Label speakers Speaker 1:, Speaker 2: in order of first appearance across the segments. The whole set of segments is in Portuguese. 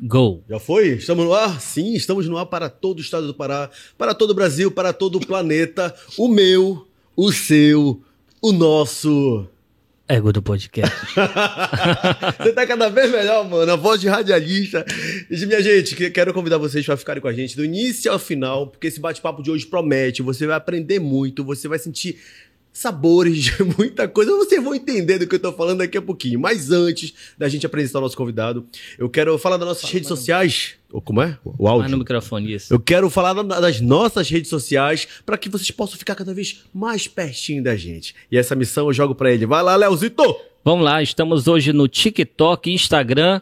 Speaker 1: Go.
Speaker 2: Já foi? Estamos no ar? Sim, estamos no ar para todo o estado do Pará, para todo o Brasil, para todo o planeta. O meu, o seu, o nosso.
Speaker 1: Ego do podcast.
Speaker 2: Você tá cada vez melhor, mano. A voz de radialista. E, Minha gente, que- quero convidar vocês para ficarem com a gente do início ao final, porque esse bate-papo de hoje promete. Você vai aprender muito, você vai sentir sabores de muita coisa. Vocês vão entender do que eu tô falando daqui a pouquinho. Mas antes da gente apresentar o nosso convidado, eu quero falar das nossas redes sociais. Ô, Como é? O
Speaker 1: Vai no
Speaker 2: áudio.
Speaker 1: microfone, isso.
Speaker 2: Eu quero falar da- das nossas redes sociais para que vocês possam ficar cada vez mais pertinho da gente. E essa missão eu jogo para ele. Vai lá, Leozito!
Speaker 1: Vamos lá, estamos hoje no TikTok, Instagram,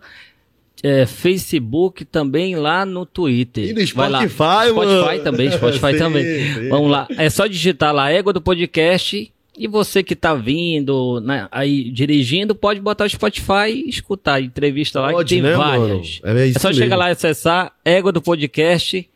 Speaker 1: é, Facebook, também lá no Twitter.
Speaker 2: E no
Speaker 1: Vai lá.
Speaker 2: Spotify, mano.
Speaker 1: Spotify também, Spotify
Speaker 2: Sim,
Speaker 1: também.
Speaker 2: sim.
Speaker 1: Vamos lá, é só digitar lá Égua do Podcast. E você que tá vindo, né, aí dirigindo, pode botar o Spotify e escutar a entrevista lá, que tem várias.
Speaker 2: mano? É,
Speaker 1: É
Speaker 2: isso
Speaker 1: só
Speaker 2: mesmo.
Speaker 1: chegar lá e acessar Égua do Podcast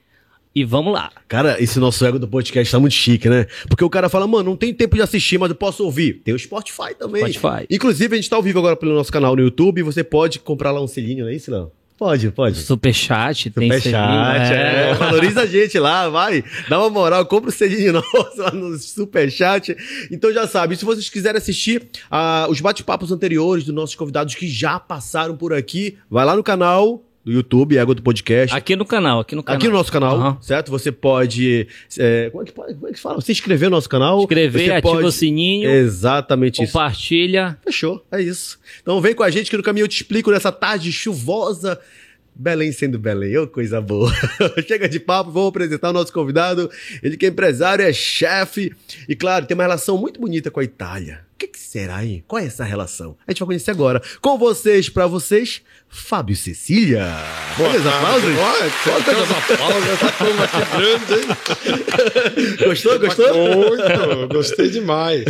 Speaker 1: e vamos lá.
Speaker 2: Cara, esse nosso ego do podcast tá muito chique, né? Porque o cara fala, mano, não tem tempo de assistir, mas eu posso ouvir. Tem o Spotify também.
Speaker 1: Spotify.
Speaker 2: Inclusive, a gente tá ao vivo agora pelo nosso canal no YouTube. Você pode comprar lá um selinho, não é isso, não? Pode, pode.
Speaker 1: Superchat, tem né?
Speaker 2: Superchat,
Speaker 1: selinho,
Speaker 2: é. Valoriza a gente lá, vai. Dá uma moral, compra o selinho nosso lá no Superchat. Então já sabe, se vocês quiserem assistir ah, os bate-papos anteriores dos nossos convidados que já passaram por aqui, vai lá no canal do YouTube, Ego do Podcast.
Speaker 1: Aqui no canal, aqui no canal.
Speaker 2: Aqui no nosso canal,
Speaker 1: Aham.
Speaker 2: certo? Você pode, é, como, é que, pode- como é que fala? Se inscrever no nosso canal.
Speaker 1: Inscrever,
Speaker 2: você
Speaker 1: ativa
Speaker 2: pode-
Speaker 1: o sininho,
Speaker 2: Exatamente isso.
Speaker 1: compartilha.
Speaker 2: Fechou, é isso. Então vem com a gente que no caminho eu te explico nessa tarde chuvosa. Belém sendo Belém, ô coisa boa. Chega de papo, vamos apresentar o nosso convidado. Ele que é empresário, é chefe e, claro, tem uma relação muito bonita com a Itália. O que, que será, hein? Qual é essa relação? A gente vai conhecer agora. Com vocês, pra vocês, Fábio Cecília. Beleza, aplausos?
Speaker 3: Olha, tem essa pausa, essa turma aqui grande, hein?
Speaker 2: Gostou, gostou?
Speaker 3: Muito, gostei demais.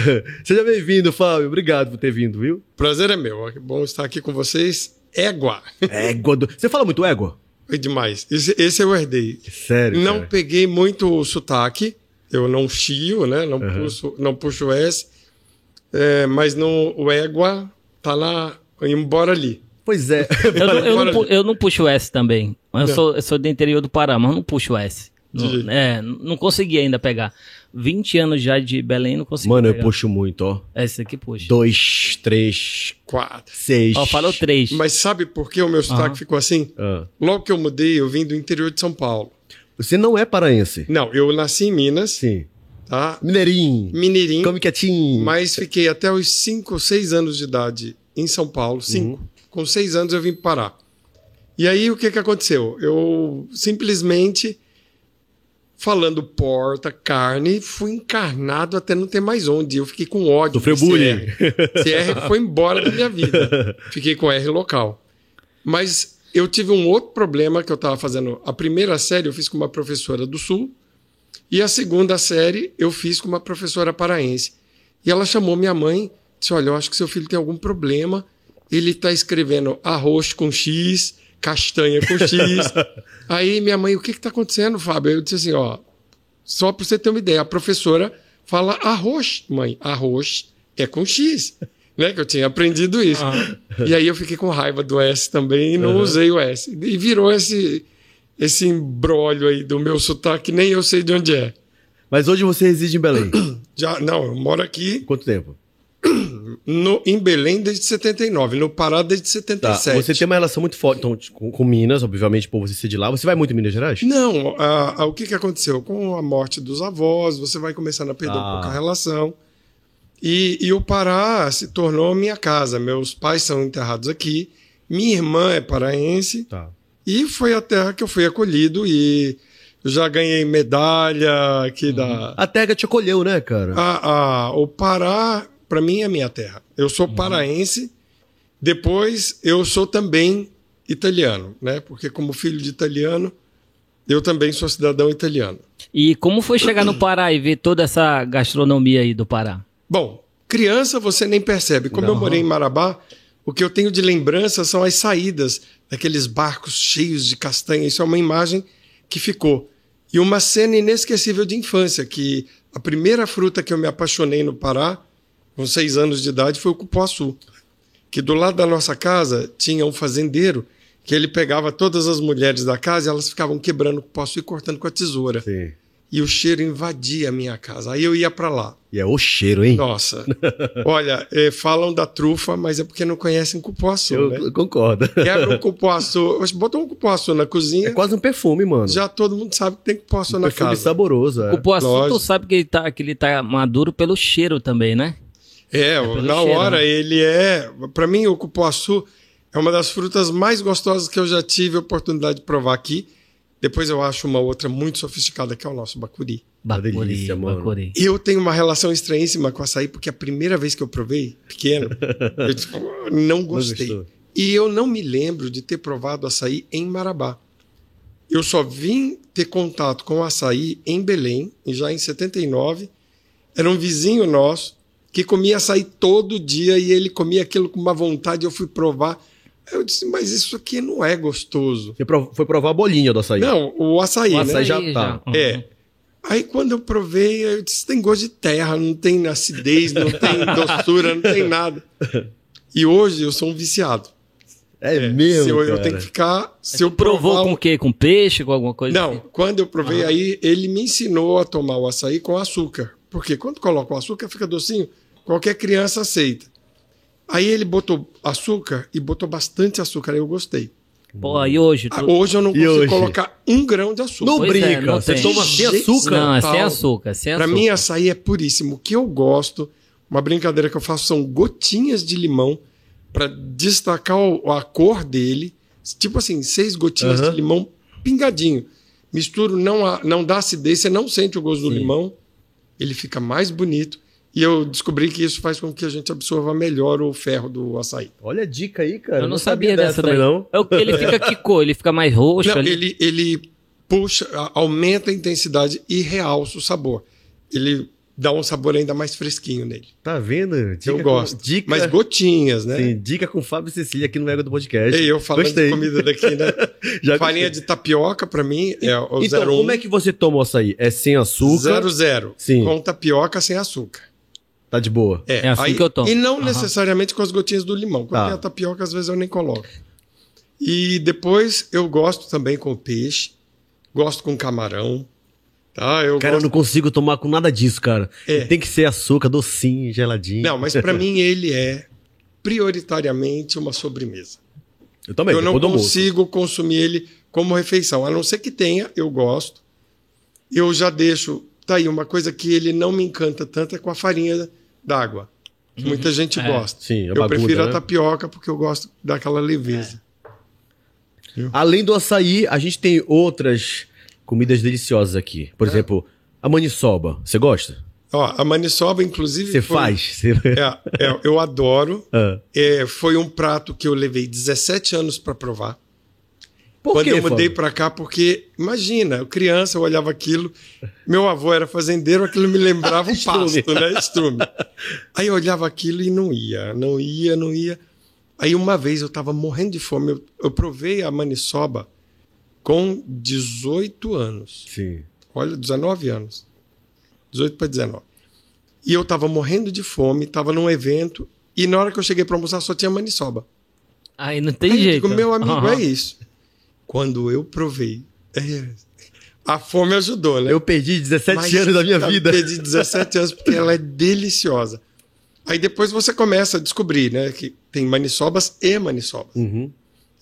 Speaker 2: Seja bem-vindo, Fábio. Obrigado por ter vindo, viu?
Speaker 3: Prazer é meu, que bom estar aqui com vocês. Égua,
Speaker 2: Égua do... Você fala muito égua?
Speaker 3: foi demais. Esse, esse eu herdei.
Speaker 2: Sério,
Speaker 3: Não
Speaker 2: cara.
Speaker 3: peguei muito o sotaque, eu não fio, né? Não,
Speaker 2: Aham.
Speaker 3: puxo, não puxo S, é, mas no, o égua tá lá, embora ali.
Speaker 2: Pois é.
Speaker 1: Eu não, eu, não,
Speaker 3: Bora,
Speaker 1: pu-
Speaker 3: gente.
Speaker 1: eu não puxo S também. Eu
Speaker 3: Não.
Speaker 1: sou, eu sou do interior do Pará, mas não puxo S. Não,
Speaker 3: De jeito.
Speaker 1: é, não consegui ainda pegar. 20 anos já de Belém, não consegui.
Speaker 2: Mano, eu
Speaker 3: tá
Speaker 1: pegar.
Speaker 2: puxo muito, ó.
Speaker 1: Esse aqui puxa.
Speaker 2: Dois, três,
Speaker 3: Quatro.
Speaker 2: seis.
Speaker 1: Ó, falou três.
Speaker 3: Mas sabe por que o meu sotaque
Speaker 1: Aham.
Speaker 3: ficou assim?
Speaker 2: Ah.
Speaker 3: Logo que eu mudei, eu vim do interior de São Paulo.
Speaker 2: Você não é paraense.
Speaker 3: Não, eu nasci em Minas,
Speaker 2: Sim.
Speaker 3: tá?
Speaker 2: Mineirinho.
Speaker 3: Mineirinho.
Speaker 2: Come quietinho.
Speaker 3: Mas fiquei até os 5, 6 anos de idade em São
Speaker 2: Uhum.
Speaker 3: Paulo. Cinco. Com 6 anos eu vim parar. E aí o que, que aconteceu? Eu simplesmente, falando porta, carne, fui encarnado até não ter mais onde. Eu fiquei com ódio.
Speaker 2: Sofreu
Speaker 3: de
Speaker 2: bullying.
Speaker 3: CR. CR foi embora da minha vida. Fiquei com R local. Mas eu tive um outro problema que eu estava fazendo. A primeira série eu fiz com uma professora do Sul. E a segunda série eu fiz com uma professora paraense. E ela chamou minha mãe, disse: Olha, eu acho que seu filho tem algum problema. Ele está escrevendo arroz com X, castanha com X. Aí minha mãe, o que está acontecendo, Fábio? Eu disse assim: Ó, só para você ter uma ideia, a professora fala arroz, mãe, arroz é com X. Né, que eu tinha aprendido isso. E aí eu fiquei com raiva do S também e não usei o S. E virou esse, esse embrólio aí do meu sotaque, nem eu sei de onde é.
Speaker 2: Mas hoje você reside em Belém.
Speaker 3: Já, não, eu moro aqui
Speaker 2: Quanto tempo?
Speaker 3: no, em Belém desde 79, no Pará desde
Speaker 2: Tá.
Speaker 3: 77.
Speaker 2: Você tem uma relação muito forte então, com, com Minas, obviamente, por você ser de lá. Você vai muito em Minas Gerais?
Speaker 3: Não, a- a- o que, que aconteceu? Com a morte dos avós, você vai começando a perder
Speaker 2: Ah.
Speaker 3: um pouco a relação. E, e o Pará se tornou minha casa. Meus pais são enterrados aqui, minha irmã é paraense,
Speaker 2: Tá.
Speaker 3: e foi a terra que eu fui acolhido e já ganhei medalha aqui da.
Speaker 2: A Tega te acolheu, né,
Speaker 3: Ah.
Speaker 2: cara?
Speaker 3: A- a- o Pará, para mim, é minha terra. Eu sou paraense. Depois, eu sou também italiano, né? Porque como filho de italiano, eu também sou cidadão italiano.
Speaker 1: E como foi chegar no Pará e ver toda essa gastronomia aí do Pará?
Speaker 3: Bom, criança você nem percebe. Como eu
Speaker 2: Não.
Speaker 3: morei em Marabá, o que eu tenho de lembrança são as saídas daqueles barcos cheios de castanha. Isso é uma imagem que ficou. E uma cena inesquecível de infância, que a primeira fruta que eu me apaixonei no Pará, com seis anos de idade, foi o cupuaçu. Que do lado da nossa casa tinha um fazendeiro que ele pegava todas as mulheres da casa e elas ficavam quebrando o poço e cortando com a tesoura.
Speaker 2: Sim.
Speaker 3: E o cheiro invadia a minha casa. Aí eu ia para lá.
Speaker 2: E é o cheiro, hein?
Speaker 3: Nossa. Olha, eh, falam da trufa, mas é porque não conhecem cupuaçu,
Speaker 2: Eu
Speaker 3: né?
Speaker 2: concordo.
Speaker 3: Quebra um cupuaçu, bota um cupuaçu na cozinha,
Speaker 2: É quase um perfume, mano.
Speaker 3: já todo mundo sabe que tem cupuaçu
Speaker 2: um
Speaker 3: na
Speaker 2: perfume
Speaker 3: casa.
Speaker 2: saboroso, é.
Speaker 1: Cupuaçu,
Speaker 3: lógico.
Speaker 1: tu sabe que ele, tá, que ele tá maduro pelo cheiro também, né?
Speaker 3: É,
Speaker 1: pelo
Speaker 3: na
Speaker 1: cheiro,
Speaker 3: hora
Speaker 1: né?
Speaker 3: ele é. Para mim, o cupuaçu é uma das frutas mais gostosas que eu já tive a oportunidade de provar aqui. Depois eu acho uma outra muito sofisticada, que é o nosso bacuri.
Speaker 2: Uma
Speaker 1: Bacuri,
Speaker 2: delícia, mano.
Speaker 1: bacuri.
Speaker 3: Eu tenho uma relação estranhíssima com açaí, porque a primeira vez que eu provei, pequeno, eu tipo, não gostei.
Speaker 2: gostou.
Speaker 3: e eu não me lembro de ter provado açaí em Marabá. Eu só vim ter contato com açaí em Belém, já em 79. Era um vizinho nosso que comia açaí todo dia e ele comia aquilo com uma vontade. Eu fui provar. Eu disse, mas isso aqui não é gostoso.
Speaker 2: Você prov- foi provar a bolinha do açaí.
Speaker 3: Não, o açaí,
Speaker 2: O
Speaker 3: né?
Speaker 2: açaí já
Speaker 1: Aí
Speaker 2: tá.
Speaker 1: Uhum.
Speaker 3: É. Aí quando eu provei, eu disse, tem gosto de terra, não tem acidez, não tem doçura, não tem nada. E hoje eu sou um viciado.
Speaker 2: É,
Speaker 3: É,
Speaker 2: mesmo,
Speaker 3: se eu, eu
Speaker 2: cara.
Speaker 3: tenho que ficar... Se eu
Speaker 1: Provou
Speaker 3: provar...
Speaker 1: com o quê? Com peixe, com alguma coisa? assim? né? Ah.
Speaker 3: Não, quando eu provei aí, ele me ensinou a tomar o açaí com açúcar. Porque quando coloca o açúcar, fica docinho. Qualquer criança aceita. Aí ele botou açúcar e botou bastante açúcar. Aí eu gostei.
Speaker 1: Pô, aí hoje...
Speaker 3: Ah,
Speaker 1: Tu...
Speaker 3: Hoje eu não
Speaker 2: E
Speaker 3: consigo
Speaker 2: hoje?
Speaker 3: colocar um grão de açúcar.
Speaker 2: Não
Speaker 1: Pois é,
Speaker 2: brinca.
Speaker 1: não
Speaker 2: Você
Speaker 1: tem.
Speaker 2: toma assim, sem
Speaker 3: Gente,
Speaker 2: açúcar?
Speaker 1: não, é sem
Speaker 3: Paulo.
Speaker 1: açúcar, é sem
Speaker 3: Pra
Speaker 1: açúcar.
Speaker 3: mim, açaí é puríssimo. O que eu gosto, uma brincadeira que eu faço, são gotinhas de limão pra destacar o- a cor dele. Tipo assim, seis gotinhas
Speaker 2: Aham.
Speaker 3: de limão pingadinho. Misturo, não, há- não dá acidez, você não sente o gosto do limão. Ele fica mais bonito. E eu descobri que isso faz com que a gente absorva melhor o ferro do açaí.
Speaker 2: Olha a dica aí, cara.
Speaker 1: Eu não, sabia, dessa daí.
Speaker 2: também, não.
Speaker 1: É o que ele fica que cor? Ele fica mais roxo
Speaker 3: Não,
Speaker 1: ali?
Speaker 3: ele, ele puxa, a- aumenta a intensidade e realça o sabor. Ele dá um sabor ainda mais fresquinho nele.
Speaker 2: Tá vendo? Dica
Speaker 3: eu
Speaker 2: com-
Speaker 3: gosto.
Speaker 2: Dica,
Speaker 3: Mas gotinhas, né?
Speaker 2: é? Sim, dica com Fábio e Cecília aqui no Ego do Podcast.
Speaker 3: Ei, eu falando
Speaker 2: Gostei.
Speaker 3: de comida daqui, né?
Speaker 2: Já
Speaker 3: Farinha
Speaker 2: gostei.
Speaker 3: de tapioca, pra mim, é o
Speaker 2: Então,
Speaker 3: 01.
Speaker 2: como é que você toma o açaí? É sem açúcar?
Speaker 3: Zero, zero.
Speaker 2: Sim.
Speaker 3: Com tapioca sem açúcar.
Speaker 2: Tá de boa.
Speaker 3: É,
Speaker 1: É assim que eu tomo.
Speaker 3: E não
Speaker 1: Aham.
Speaker 3: necessariamente com as gotinhas do limão, porque
Speaker 2: Tá.
Speaker 3: a tapioca às vezes eu nem coloco. E depois eu gosto também com peixe, gosto com camarão. Tá, eu
Speaker 2: Cara, eu
Speaker 3: gosto...
Speaker 2: não consigo tomar com nada disso, cara.
Speaker 3: É.
Speaker 2: Tem que ser açúcar, docinho, geladinho.
Speaker 3: não, mas pra mim ele é prioritariamente uma sobremesa.
Speaker 2: eu também,
Speaker 3: eu não
Speaker 2: depois do almoço.
Speaker 3: consigo consumir ele como refeição. A não ser que tenha, eu gosto. Eu já deixo. Tá aí, uma coisa que ele não me encanta tanto é com a farinha d'água. que Muita gente
Speaker 1: É.
Speaker 3: gosta.
Speaker 2: Uhum. Sim, a
Speaker 3: eu
Speaker 2: bagunça,
Speaker 3: prefiro
Speaker 2: né?
Speaker 3: a tapioca porque eu gosto daquela leveza.
Speaker 2: Além do açaí, a gente tem outras comidas deliciosas aqui.
Speaker 3: É.
Speaker 2: Por exemplo, a maniçoba. Você gosta?
Speaker 3: Ó, a maniçoba, inclusive.
Speaker 2: É. Você
Speaker 3: foi-
Speaker 2: faz? Você-
Speaker 3: É, é, eu adoro.
Speaker 2: Ah.
Speaker 3: É, foi um prato que eu levei 17 anos para provar.
Speaker 2: Por
Speaker 3: Quando
Speaker 2: quê,
Speaker 3: eu mudei
Speaker 2: Fábio?
Speaker 3: pra cá, porque, imagina, eu criança, eu olhava aquilo, meu avô era fazendeiro, aquilo me lembrava um pasto, né? Estrume. Aí eu olhava aquilo e não ia, não ia, não ia. Aí uma vez eu tava morrendo de fome, eu, eu provei a maniçoba com 18 anos.
Speaker 2: Sim.
Speaker 3: Olha, 19 anos. 18 para 19. E eu tava morrendo de fome, tava num evento, e na hora que eu cheguei pra almoçar só tinha maniçoba.
Speaker 1: Aí não tem
Speaker 3: Aí eu
Speaker 1: jeito. né?
Speaker 3: digo, meu amigo,
Speaker 1: Aham.
Speaker 3: é isso. Quando eu provei, é, a fome ajudou, né?
Speaker 2: Eu perdi 17
Speaker 3: Mas
Speaker 2: anos da minha vida.
Speaker 3: Perdi 17 anos porque ela é deliciosa. Aí depois você começa a descobrir, né, que tem maniçobas e maniçobas.
Speaker 2: Uhum.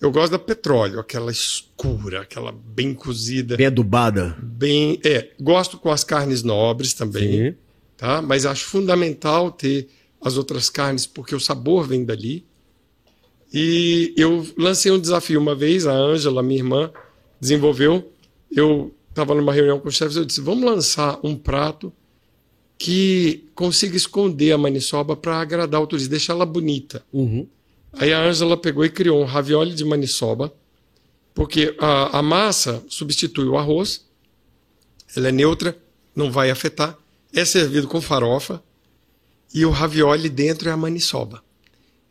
Speaker 3: Eu gosto da petróleo, aquela escura, aquela bem cozida,
Speaker 2: Bem adubada.
Speaker 3: bem, é, gosto com as carnes nobres também,
Speaker 2: Sim.
Speaker 3: tá? Mas acho fundamental ter as outras carnes porque o sabor vem dali. E eu lancei um desafio uma vez, a Ângela, minha irmã, desenvolveu. Eu estava numa reunião com os chefes, eu disse: vamos lançar um prato que consiga esconder a maniçoba para agradar o turista, deixar ela bonita.
Speaker 2: Uhum.
Speaker 3: Aí a Ângela pegou e criou um ravioli de maniçoba, porque a, a massa substitui o arroz, ela é neutra, não vai afetar, é servido com farofa e o ravioli dentro é a maniçoba.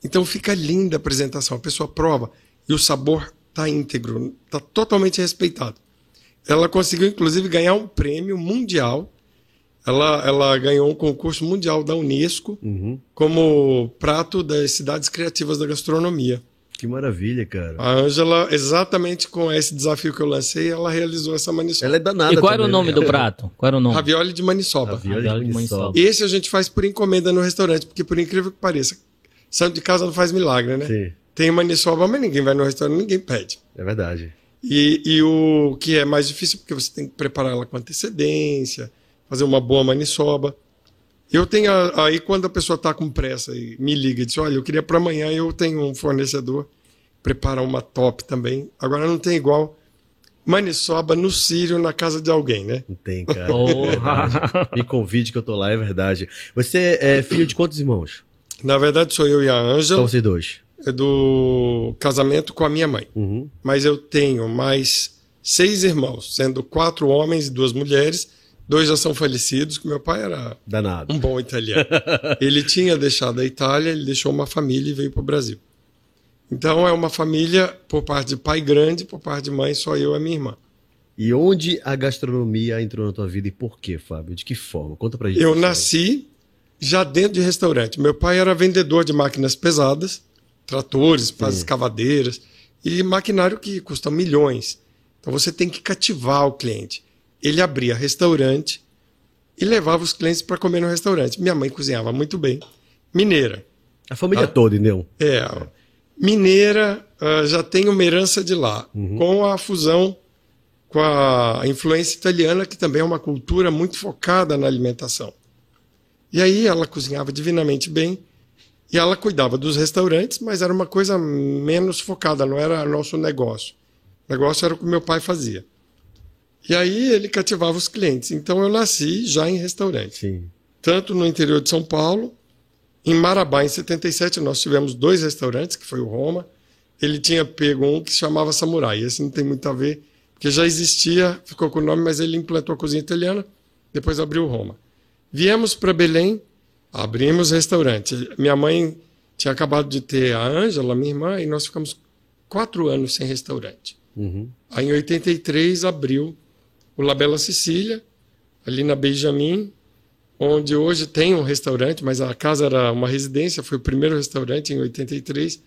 Speaker 3: Então fica linda a apresentação, a pessoa prova e o sabor tá íntegro, tá totalmente respeitado. Ela conseguiu inclusive ganhar um prêmio mundial. Ela, ela ganhou um concurso mundial da Unesco
Speaker 2: Uhum.
Speaker 3: como prato das cidades criativas da gastronomia.
Speaker 2: que maravilha, cara.
Speaker 3: A Ângela, exatamente com esse desafio que eu lancei, ela realizou essa maniçoba.
Speaker 2: Ela é danada.
Speaker 1: E qual era o
Speaker 2: também,
Speaker 1: nome
Speaker 2: né?
Speaker 1: do prato? Qual era o nome?
Speaker 3: Ravioli de maniçoba.
Speaker 2: Ravioli
Speaker 1: Ravioli
Speaker 2: de
Speaker 1: de
Speaker 2: maniçoba.
Speaker 1: maniçoba.
Speaker 3: Esse a gente faz por encomenda no restaurante, porque por incrível que pareça, santo de casa não faz milagre, né?
Speaker 2: Sim,
Speaker 3: Tem maniçoba, mas ninguém vai no restaurante, ninguém pede.
Speaker 2: é verdade.
Speaker 3: E, e o que é mais difícil, porque você tem que preparar ela com antecedência, fazer uma boa maniçoba. Eu tenho, a- aí quando a pessoa está com pressa e me liga e diz, olha, eu queria para amanhã, eu tenho um fornecedor, prepara uma top também. Agora não tem igual maniçoba no sírio na casa de alguém, né?
Speaker 2: Não tem, cara. É
Speaker 1: Porra.
Speaker 2: Me convide que eu tô lá, é verdade. Você é filho de quantos irmãos?
Speaker 3: Na verdade sou eu e a
Speaker 2: Só
Speaker 3: Ângela,
Speaker 2: vocês dois.
Speaker 3: é do casamento com a minha mãe.
Speaker 2: Uhum.
Speaker 3: mas eu tenho mais seis irmãos, sendo quatro homens e duas mulheres. Dois já são falecidos, que meu pai era
Speaker 2: Danado.
Speaker 3: um bom italiano. Ele tinha deixado a Itália, ele deixou uma família e veio para o Brasil. Então é uma família por parte de pai grande, por parte de mãe só eu e a minha irmã.
Speaker 2: E onde a gastronomia entrou na tua vida e por quê, Fábio? De que forma? Conta pra gente.
Speaker 3: Eu
Speaker 2: por favor.
Speaker 3: nasci já dentro de restaurante. Meu pai era vendedor de máquinas pesadas, tratores, pás escavadeiras e maquinário que custa milhões. Então você tem que cativar o cliente. Ele abria restaurante e levava os clientes para comer no restaurante. Minha mãe cozinhava muito bem, mineira.
Speaker 2: A família
Speaker 3: Ah.
Speaker 2: toda, entendeu?
Speaker 3: É, mineira ah, já tem uma herança de lá, com a fusão com a influência italiana, que também é uma cultura muito focada na alimentação. E aí ela cozinhava divinamente bem e ela cuidava dos restaurantes, mas era uma coisa menos focada, não era nosso negócio. O negócio era o que meu pai fazia. E aí ele cativava os clientes. Então eu nasci já em restaurante
Speaker 2: Sim.
Speaker 3: tanto no interior de São Paulo, em Marabá, em 77, nós tivemos dois restaurantes, que foi o Roma. Ele tinha pego um que se chamava Samurai. Esse não tem muito a ver, porque já existia, ficou com o nome, mas ele implantou a cozinha italiana, depois abriu o Roma. Viemos para Belém, abrimos restaurante. Minha mãe tinha acabado de ter a Ângela, minha irmã, e nós ficamos quatro anos sem restaurante.
Speaker 2: Uhum.
Speaker 3: Aí, em 83, abriu o Labela Sicília, ali na Benjamin, onde hoje tem um restaurante, mas a casa era uma residência, foi o primeiro restaurante em 83,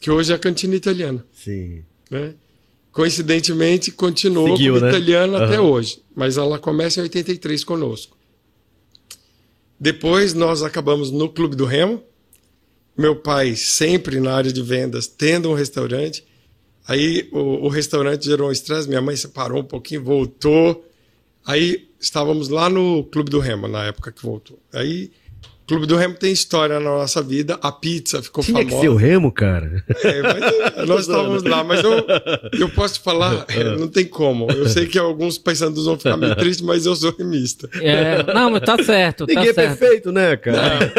Speaker 3: que hoje é a cantina italiana.
Speaker 2: Sim.
Speaker 3: Né? Coincidentemente, continuou
Speaker 2: Seguiu,
Speaker 3: como
Speaker 2: né?
Speaker 3: italiana até
Speaker 2: Aham.
Speaker 3: hoje, mas ela começa em 83 conosco. Depois nós acabamos no Clube do Remo. Meu pai sempre na área de vendas, tendo um restaurante. Aí o, o restaurante gerou um estresse, minha mãe separou um pouquinho, voltou. Aí estávamos lá no Clube do Remo na época que voltou. Aí Clube do Remo tem história na nossa vida, a pizza ficou
Speaker 2: Tinha que
Speaker 3: famosa.
Speaker 2: ser o remo, cara.
Speaker 3: É, mas, é, nós estávamos lá, mas eu, eu posso te falar, é, não tem como. Eu sei que alguns paisandos vão ficar meio tristes, mas eu sou remista.
Speaker 1: É, não, mas tá certo, tá
Speaker 2: Ninguém é
Speaker 1: certo.
Speaker 2: perfeito, né, cara?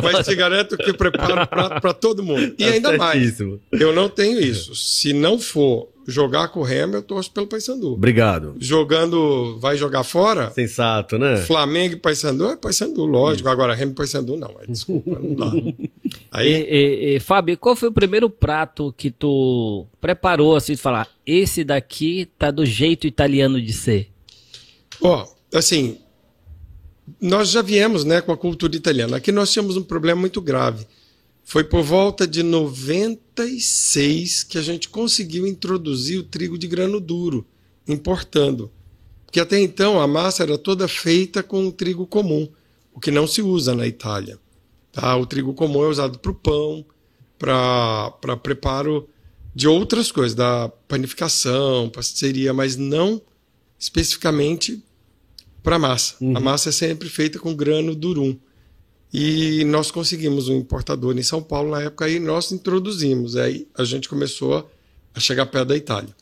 Speaker 3: Mas te garanto que eu preparo prato para todo mundo. E
Speaker 2: Tá
Speaker 3: ainda mais,
Speaker 2: certíssimo.
Speaker 3: eu não tenho isso. Se não for jogar com o Remo, eu torço pelo Paysandu.
Speaker 2: Obrigado.
Speaker 3: Jogando, vai jogar fora,
Speaker 2: Sensato, né?
Speaker 3: É. Flamengo e Paysandu é Paysandu, lógico. Agora, Remo e Paysandu não, é, desculpa, não dá. Aí,
Speaker 1: E, e- e, Fábio, qual foi o primeiro prato que tu preparou assim, de falar, esse daqui tá do jeito italiano de ser?
Speaker 3: Ó, assim, nós já viemos né, com a cultura italiana. Aqui nós tínhamos um problema muito grave. Foi por volta de 96 que a gente conseguiu introduzir o trigo de grano duro, importando. Porque até então a massa era toda feita com o trigo comum, o que não se usa na Itália. Tá? O trigo comum é usado para o pão, para preparo de outras coisas, da panificação, pastelharia, mas não especificamente para massa. A massa é sempre feita com grano durum. E nós conseguimos um importador em São Paulo na época e nós introduzimos. Aí a gente começou a chegar perto da Itália.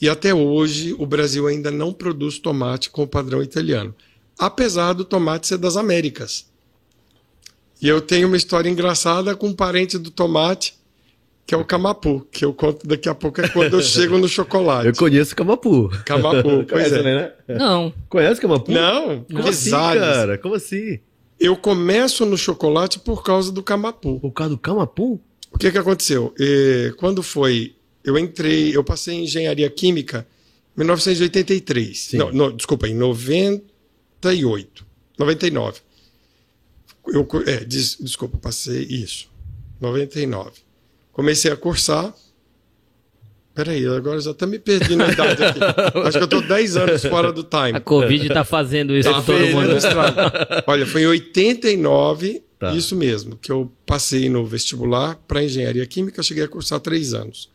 Speaker 3: E até hoje o Brasil ainda não produz tomate com o padrão italiano, apesar do tomate ser das Américas. E eu tenho uma história engraçada com um parente do tomate, que é o Camapu, que eu conto daqui a pouco, é quando eu chego no chocolate.
Speaker 2: Eu conheço Camapu.
Speaker 3: Camapu, pois é.
Speaker 2: né?
Speaker 1: Não.
Speaker 2: Conhece Camapu?
Speaker 3: Não,
Speaker 2: Como assim,
Speaker 3: Gonzales.
Speaker 2: cara? Como assim?
Speaker 3: Eu começo no chocolate por causa do Camapu.
Speaker 2: Por causa do Camapu?
Speaker 3: O que que aconteceu? Eh, quando foi? Eu entrei, eu passei em engenharia química em 1983. Não, no- desculpa, em 98. 99. Eu, co- é, des- desculpa, passei isso. 99. Comecei a cursar. Peraí, agora eu já tá me perdendo a idade aqui. Acho que eu tô 10 anos fora do time.
Speaker 1: A Covid tá fazendo isso
Speaker 3: Tá
Speaker 1: com todo
Speaker 3: vendo,
Speaker 1: mundo.
Speaker 3: Estrada? Olha, foi em 89,
Speaker 2: Tá.
Speaker 3: isso mesmo, que eu passei no vestibular para engenharia química, eu cheguei a cursar três anos.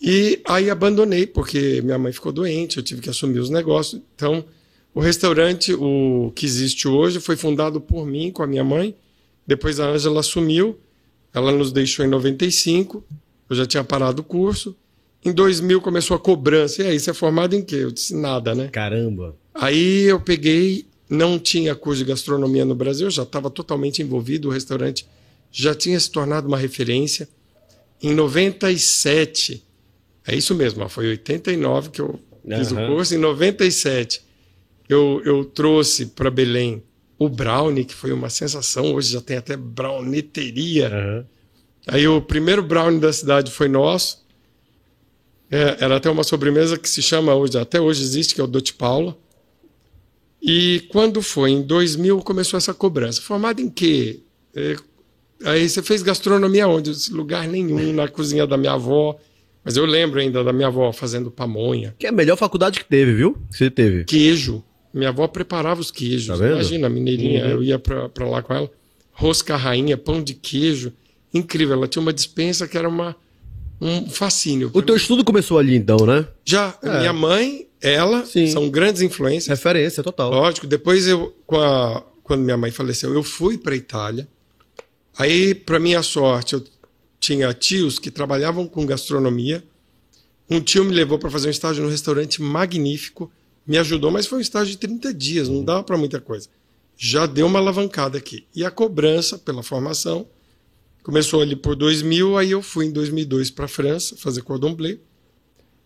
Speaker 3: E aí abandonei, porque minha mãe ficou doente, eu tive que assumir os negócios. Então, o restaurante, o que existe hoje, foi fundado por mim, com a minha mãe. Depois a Ângela assumiu, ela nos deixou em 95, eu já tinha parado o curso. Em 2000 começou a cobrança. E aí, você é formado em quê? Eu disse nada, né?
Speaker 2: Caramba.
Speaker 3: Aí eu peguei, não tinha curso de gastronomia no Brasil, já estava totalmente envolvido, o restaurante já tinha se tornado uma referência. Em 97, é isso mesmo, ó, foi em 89 que eu fiz
Speaker 2: Aham.
Speaker 3: o curso, em 97 eu, eu trouxe para Belém o brownie, que foi uma sensação, hoje já tem até browneteria.
Speaker 2: Aham.
Speaker 3: Aí o primeiro brownie da cidade foi nosso. É, era até uma sobremesa que se chama hoje, até hoje existe, que é o Dote Paula. E quando foi? Em 2000 começou essa cobrança. Formado em quê? É, aí você fez gastronomia onde? Eu disse, lugar nenhum, na cozinha da minha avó. Mas eu lembro ainda da minha avó fazendo pamonha,
Speaker 2: Que é a melhor faculdade que teve, viu? Que você teve.
Speaker 3: queijo. Minha avó preparava os queijos.
Speaker 2: Tá vendo?
Speaker 3: Imagina, mineirinha,
Speaker 2: Uhum.
Speaker 3: eu ia pra, pra lá com ela. Rosca rainha, pão de queijo. Incrível, ela tinha uma dispensa que era uma, um fascínio.
Speaker 2: O teu estudo começou ali então, né?
Speaker 3: Já,
Speaker 2: É.
Speaker 3: minha mãe, ela,
Speaker 2: Sim.
Speaker 3: são grandes influências.
Speaker 2: Referência total.
Speaker 3: Lógico, depois eu, com a- quando minha mãe faleceu, eu fui para Itália. Aí, para minha sorte, eu tinha tios que trabalhavam com gastronomia. Um tio me levou para fazer um estágio num restaurante magnífico, me ajudou, mas foi um estágio de 30 dias, não dava para muita coisa. Já deu uma alavancada aqui. E a cobrança pela formação começou ali por 2000, aí eu fui em 2002 para a França fazer cordon bleu,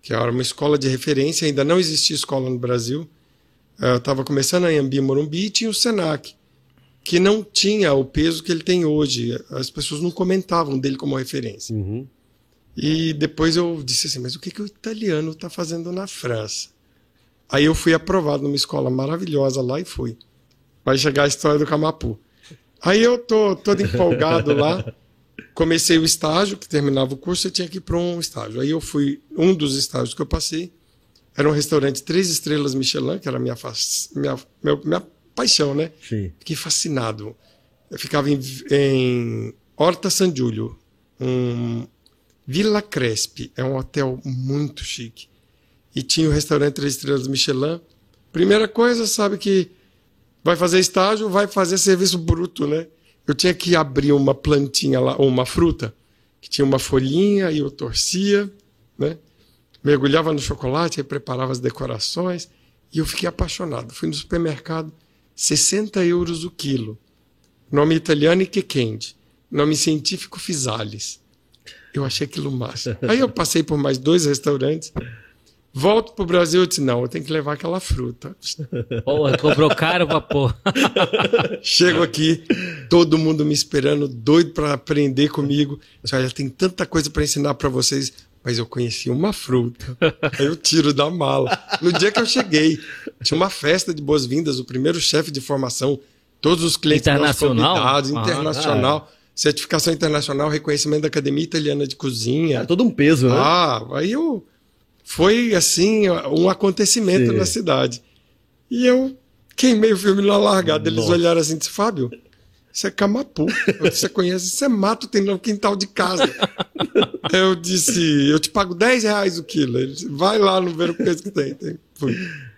Speaker 3: que era uma escola de referência, ainda não existia escola no Brasil. Ah, Eu estava começando a Anhembi Morumbi e tinha o Senac, que não tinha o peso que ele tem hoje. As pessoas não comentavam dele como referência.
Speaker 2: Uhum.
Speaker 3: E depois eu disse assim, mas o que, que o italiano está fazendo na França? Aí eu fui aprovado numa escola maravilhosa lá e fui. Vai chegar a história do Camapu. Aí eu tô todo empolgado lá. Comecei o estágio, que terminava o curso, eu tinha que ir para um estágio. Aí eu fui, um dos estágios que eu passei, era um restaurante três estrelas Michelin, que era minha, fa- minha, meu- minha paixão, né?
Speaker 2: Sim.
Speaker 3: Fiquei fascinado. Eu ficava em, em Horta San Giulio, um Villa Crespi. É um hotel muito chique. E tinha o restaurante Três Estrelas Michelin. Primeira coisa, sabe que vai fazer estágio, vai fazer serviço bruto, né? Eu tinha que abrir uma plantinha lá, ou uma fruta, que tinha uma folhinha, e eu torcia, né? mergulhava no chocolate, aí preparava as decorações e eu fiquei apaixonado. Fui no supermercado, 60 euros o quilo. Nome italiano Kekendi. Nome científico Fisales. Eu achei aquilo massa. Aí eu passei por mais dois restaurantes. Volto pro Brasil, eu disse, não, eu tenho que levar aquela fruta.
Speaker 1: Porra, cobrou caro pra porra.
Speaker 3: Chego aqui, todo mundo me esperando, doido para aprender comigo. Disse, Olha, tem tanta coisa para ensinar para vocês, mas eu conheci uma fruta. Aí eu tiro da mala. No dia que eu cheguei, tinha uma festa de boas-vindas, o primeiro chefe de formação, todos os clientes nossos
Speaker 1: Internacional?
Speaker 3: convidados,
Speaker 1: Ah,
Speaker 3: internacional, certificação internacional, reconhecimento da Academia Italiana de Cozinha.
Speaker 2: É todo um peso, né?
Speaker 3: Ah, aí eu foi assim um acontecimento
Speaker 2: Sim.
Speaker 3: na cidade. E eu queimei o filme na largada. Eles
Speaker 2: Nossa.
Speaker 3: olharam assim, disse, Fábio, isso é Camapu. Eu disse, Você conhece? Isso é mato, tem no quintal de casa. eu disse, eu te pago 10 reais o quilo. Ele disse, vai lá no ver o preço que tem. Tem, fui.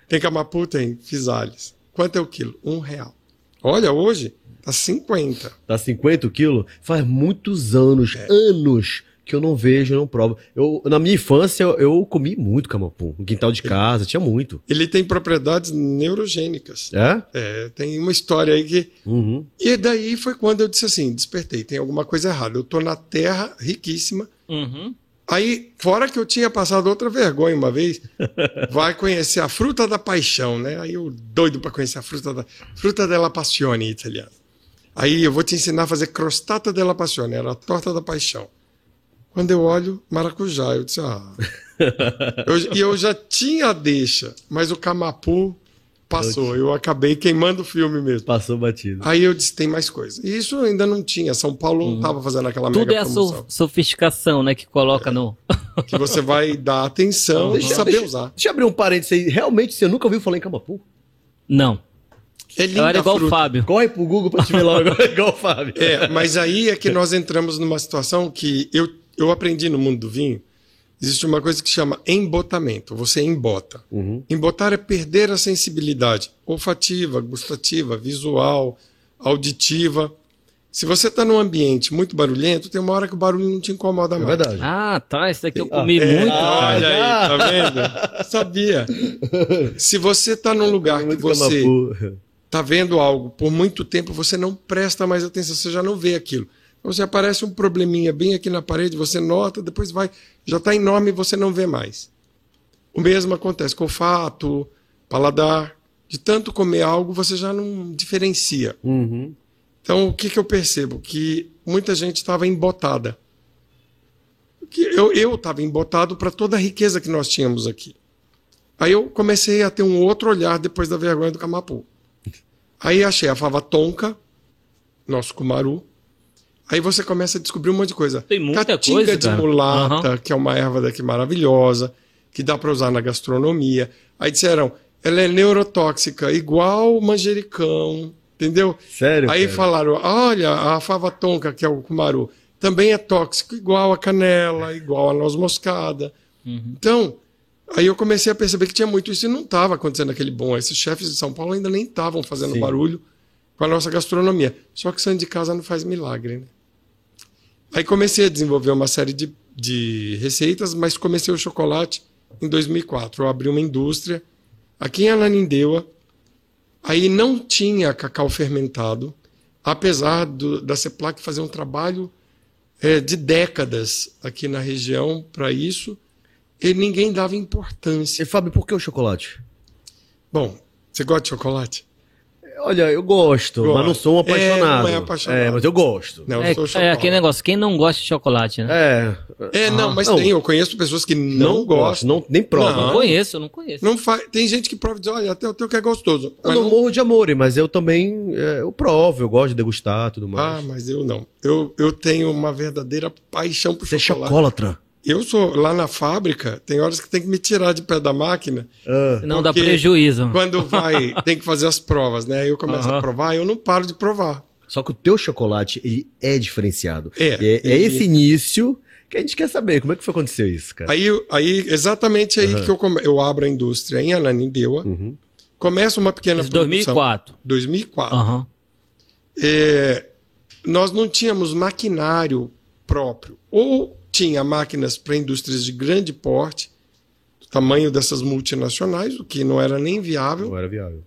Speaker 3: tem Camapu? Tem. Fisales. Quanto é o quilo? Um real. Olha, hoje tá 50.
Speaker 2: Tá 50 quilos? Faz muitos anos,
Speaker 3: É.
Speaker 2: anos que eu não vejo, não provo. Eu, na minha infância, eu, eu comi muito camapum. No quintal de casa, tinha muito.
Speaker 3: Ele tem propriedades neurogênicas.
Speaker 2: É?
Speaker 3: É, tem uma história aí que
Speaker 2: Uhum.
Speaker 3: E daí foi quando eu disse assim: despertei, tem alguma coisa errada. Eu tô na terra riquíssima.
Speaker 1: Uhum.
Speaker 3: Aí, fora que eu tinha passado outra vergonha uma vez, vai conhecer a fruta da paixão, né? Aí eu doido para conhecer a fruta da fruta della passione em italiano. Aí eu vou te ensinar a fazer crostata della passione, era a torta da paixão. Quando eu olho, maracujá, eu disse, ah. Eu- E eu, já tinha a deixa, mas o camapu Passou, eu acabei queimando o filme mesmo.
Speaker 2: Passou batido.
Speaker 3: Aí eu disse, tem mais coisa. E isso ainda não tinha, São Paulo não estava fazendo aquela
Speaker 1: Uhum. Tudo
Speaker 3: mega
Speaker 1: é a
Speaker 3: promoção.
Speaker 1: so- sofisticação, né? Que coloca no.
Speaker 3: Que você vai dar atenção
Speaker 1: Uhum.
Speaker 3: e
Speaker 2: Deixa,
Speaker 3: saber
Speaker 2: deixa,
Speaker 3: usar.
Speaker 2: deixa eu abrir um parênteses aí. Realmente, você nunca ouviu falar em Cambapu?
Speaker 1: Não.
Speaker 3: É
Speaker 1: Eu
Speaker 3: linda
Speaker 1: era
Speaker 3: a
Speaker 1: igual o
Speaker 3: fruta.
Speaker 1: Fábio.
Speaker 2: Corre pro Google pra te ver logo, igual o Fábio.
Speaker 3: É, mas aí é que nós entramos numa situação que eu, eu aprendi no mundo do vinho. Existe uma coisa que chama embotamento. Você embota.
Speaker 2: Uhum.
Speaker 3: Embotar é perder a sensibilidade olfativa, gustativa, visual, auditiva. Se você está num ambiente muito barulhento, tem uma hora que o barulho não te incomoda
Speaker 2: É
Speaker 3: mais.
Speaker 2: verdade.
Speaker 1: Ah, tá. Isso daqui eu
Speaker 2: Ah,
Speaker 3: é,
Speaker 1: comi muito. cara.
Speaker 3: Olha
Speaker 2: Ah,
Speaker 3: aí, tá vendo? Sabia. Se você está num lugar Ah, que
Speaker 2: Muito
Speaker 3: você
Speaker 2: Cambapu.
Speaker 3: tá vendo algo por muito tempo, você não presta mais atenção, você já não vê aquilo. Então, se aparece um probleminha bem aqui na parede, você nota, depois vai, já está enorme e você não vê mais. O mesmo acontece com olfato, paladar. De tanto comer algo, você já não diferencia.
Speaker 2: Uhum.
Speaker 3: Então, o que, que eu percebo? Que muita gente estava embotada. Que Eu estava embotado para toda a riqueza que nós tínhamos aqui. Aí eu comecei a ter um outro olhar depois da vergonha do Camapu. Aí achei a fava tonka, nosso cumaru. Aí você começa a descobrir um monte de coisa.
Speaker 1: Tem muita
Speaker 3: Caatinga
Speaker 1: coisa, né?
Speaker 3: de
Speaker 1: cara.
Speaker 3: mulata, que é uma erva daqui maravilhosa, que dá para usar na gastronomia. Aí disseram, ela é neurotóxica, igual manjericão, entendeu?
Speaker 2: Sério?
Speaker 3: Aí
Speaker 2: cara?
Speaker 3: falaram: olha, a fava tonka, que é o cumaru, também é tóxico, igual a canela, igual a noz moscada.
Speaker 2: Uhum.
Speaker 3: Então, aí eu comecei a perceber que tinha muito isso e não estava acontecendo aquele bom. Esses chefes de São Paulo ainda nem estavam fazendo
Speaker 2: Sim.
Speaker 3: barulho com a nossa gastronomia. Só que saindo de casa não faz milagre, né? Aí comecei a desenvolver uma série de, de receitas, mas comecei o chocolate em 2004. Eu abri uma indústria aqui em Ananindeua. Aí não tinha cacau fermentado, apesar do, da CEPLAC fazer um trabalho eh, de décadas aqui na região para isso, e ninguém dava
Speaker 2: E
Speaker 3: importância.
Speaker 2: Fábio, por que o chocolate?
Speaker 3: Bom, você gosta de chocolate?
Speaker 2: Olha, eu gosto, mas
Speaker 3: Gosto.
Speaker 2: não sou um
Speaker 3: É, não é
Speaker 2: apaixonado.
Speaker 3: apaixonado.
Speaker 2: É, mas eu gosto.
Speaker 3: Não, eu sou
Speaker 1: É, é
Speaker 3: chocolate.
Speaker 1: aquele negócio. Quem não gosta de chocolate, né?
Speaker 2: É,
Speaker 3: É, não, mas
Speaker 2: Não.
Speaker 3: tem, eu conheço pessoas que não, gostam.
Speaker 2: não, nem
Speaker 1: Não
Speaker 2: prova.
Speaker 3: Não.
Speaker 1: conheço, não conheço.
Speaker 3: É, Não faz, tem gente que prova e diz, olha, até o teu que é gostoso.
Speaker 2: Eu
Speaker 3: Mas
Speaker 2: não,
Speaker 3: não-
Speaker 2: morro de amor, mas eu também é, eu provo, eu gosto de degustar tudo mais.
Speaker 3: Ah, mas eu não. Eu, eu tenho uma verdadeira paixão por
Speaker 2: Você é
Speaker 3: chocolate.
Speaker 2: chocólatra?
Speaker 3: Eu sou lá na fábrica, tem horas que tem que me tirar de pé da máquina.
Speaker 2: Ah,
Speaker 1: Senão dá
Speaker 3: porque é
Speaker 1: prejuízo.
Speaker 3: Quando vai, tem que fazer as provas, né? Aí eu começo
Speaker 1: Aham.
Speaker 3: a provar, eu não paro de provar.
Speaker 2: Só que o teu chocolate, ele é diferenciado.
Speaker 3: É,
Speaker 2: E é, é
Speaker 3: ele-
Speaker 2: esse início que a gente quer saber. Como é que foi aconteceu isso, cara?
Speaker 3: Aí, aí exatamente aí
Speaker 2: Aham.
Speaker 3: que eu, come- eu abro a indústria em Ananindeua,
Speaker 2: Uhum.
Speaker 3: começa uma pequena
Speaker 1: Isso,
Speaker 3: produção.
Speaker 1: 2004.
Speaker 3: 2004.
Speaker 1: Aham.
Speaker 3: É, nós não tínhamos maquinário próprio. Ou tinha máquinas para indústrias de grande porte, do tamanho dessas multinacionais, o que não era nem viável.
Speaker 2: Não era é viável.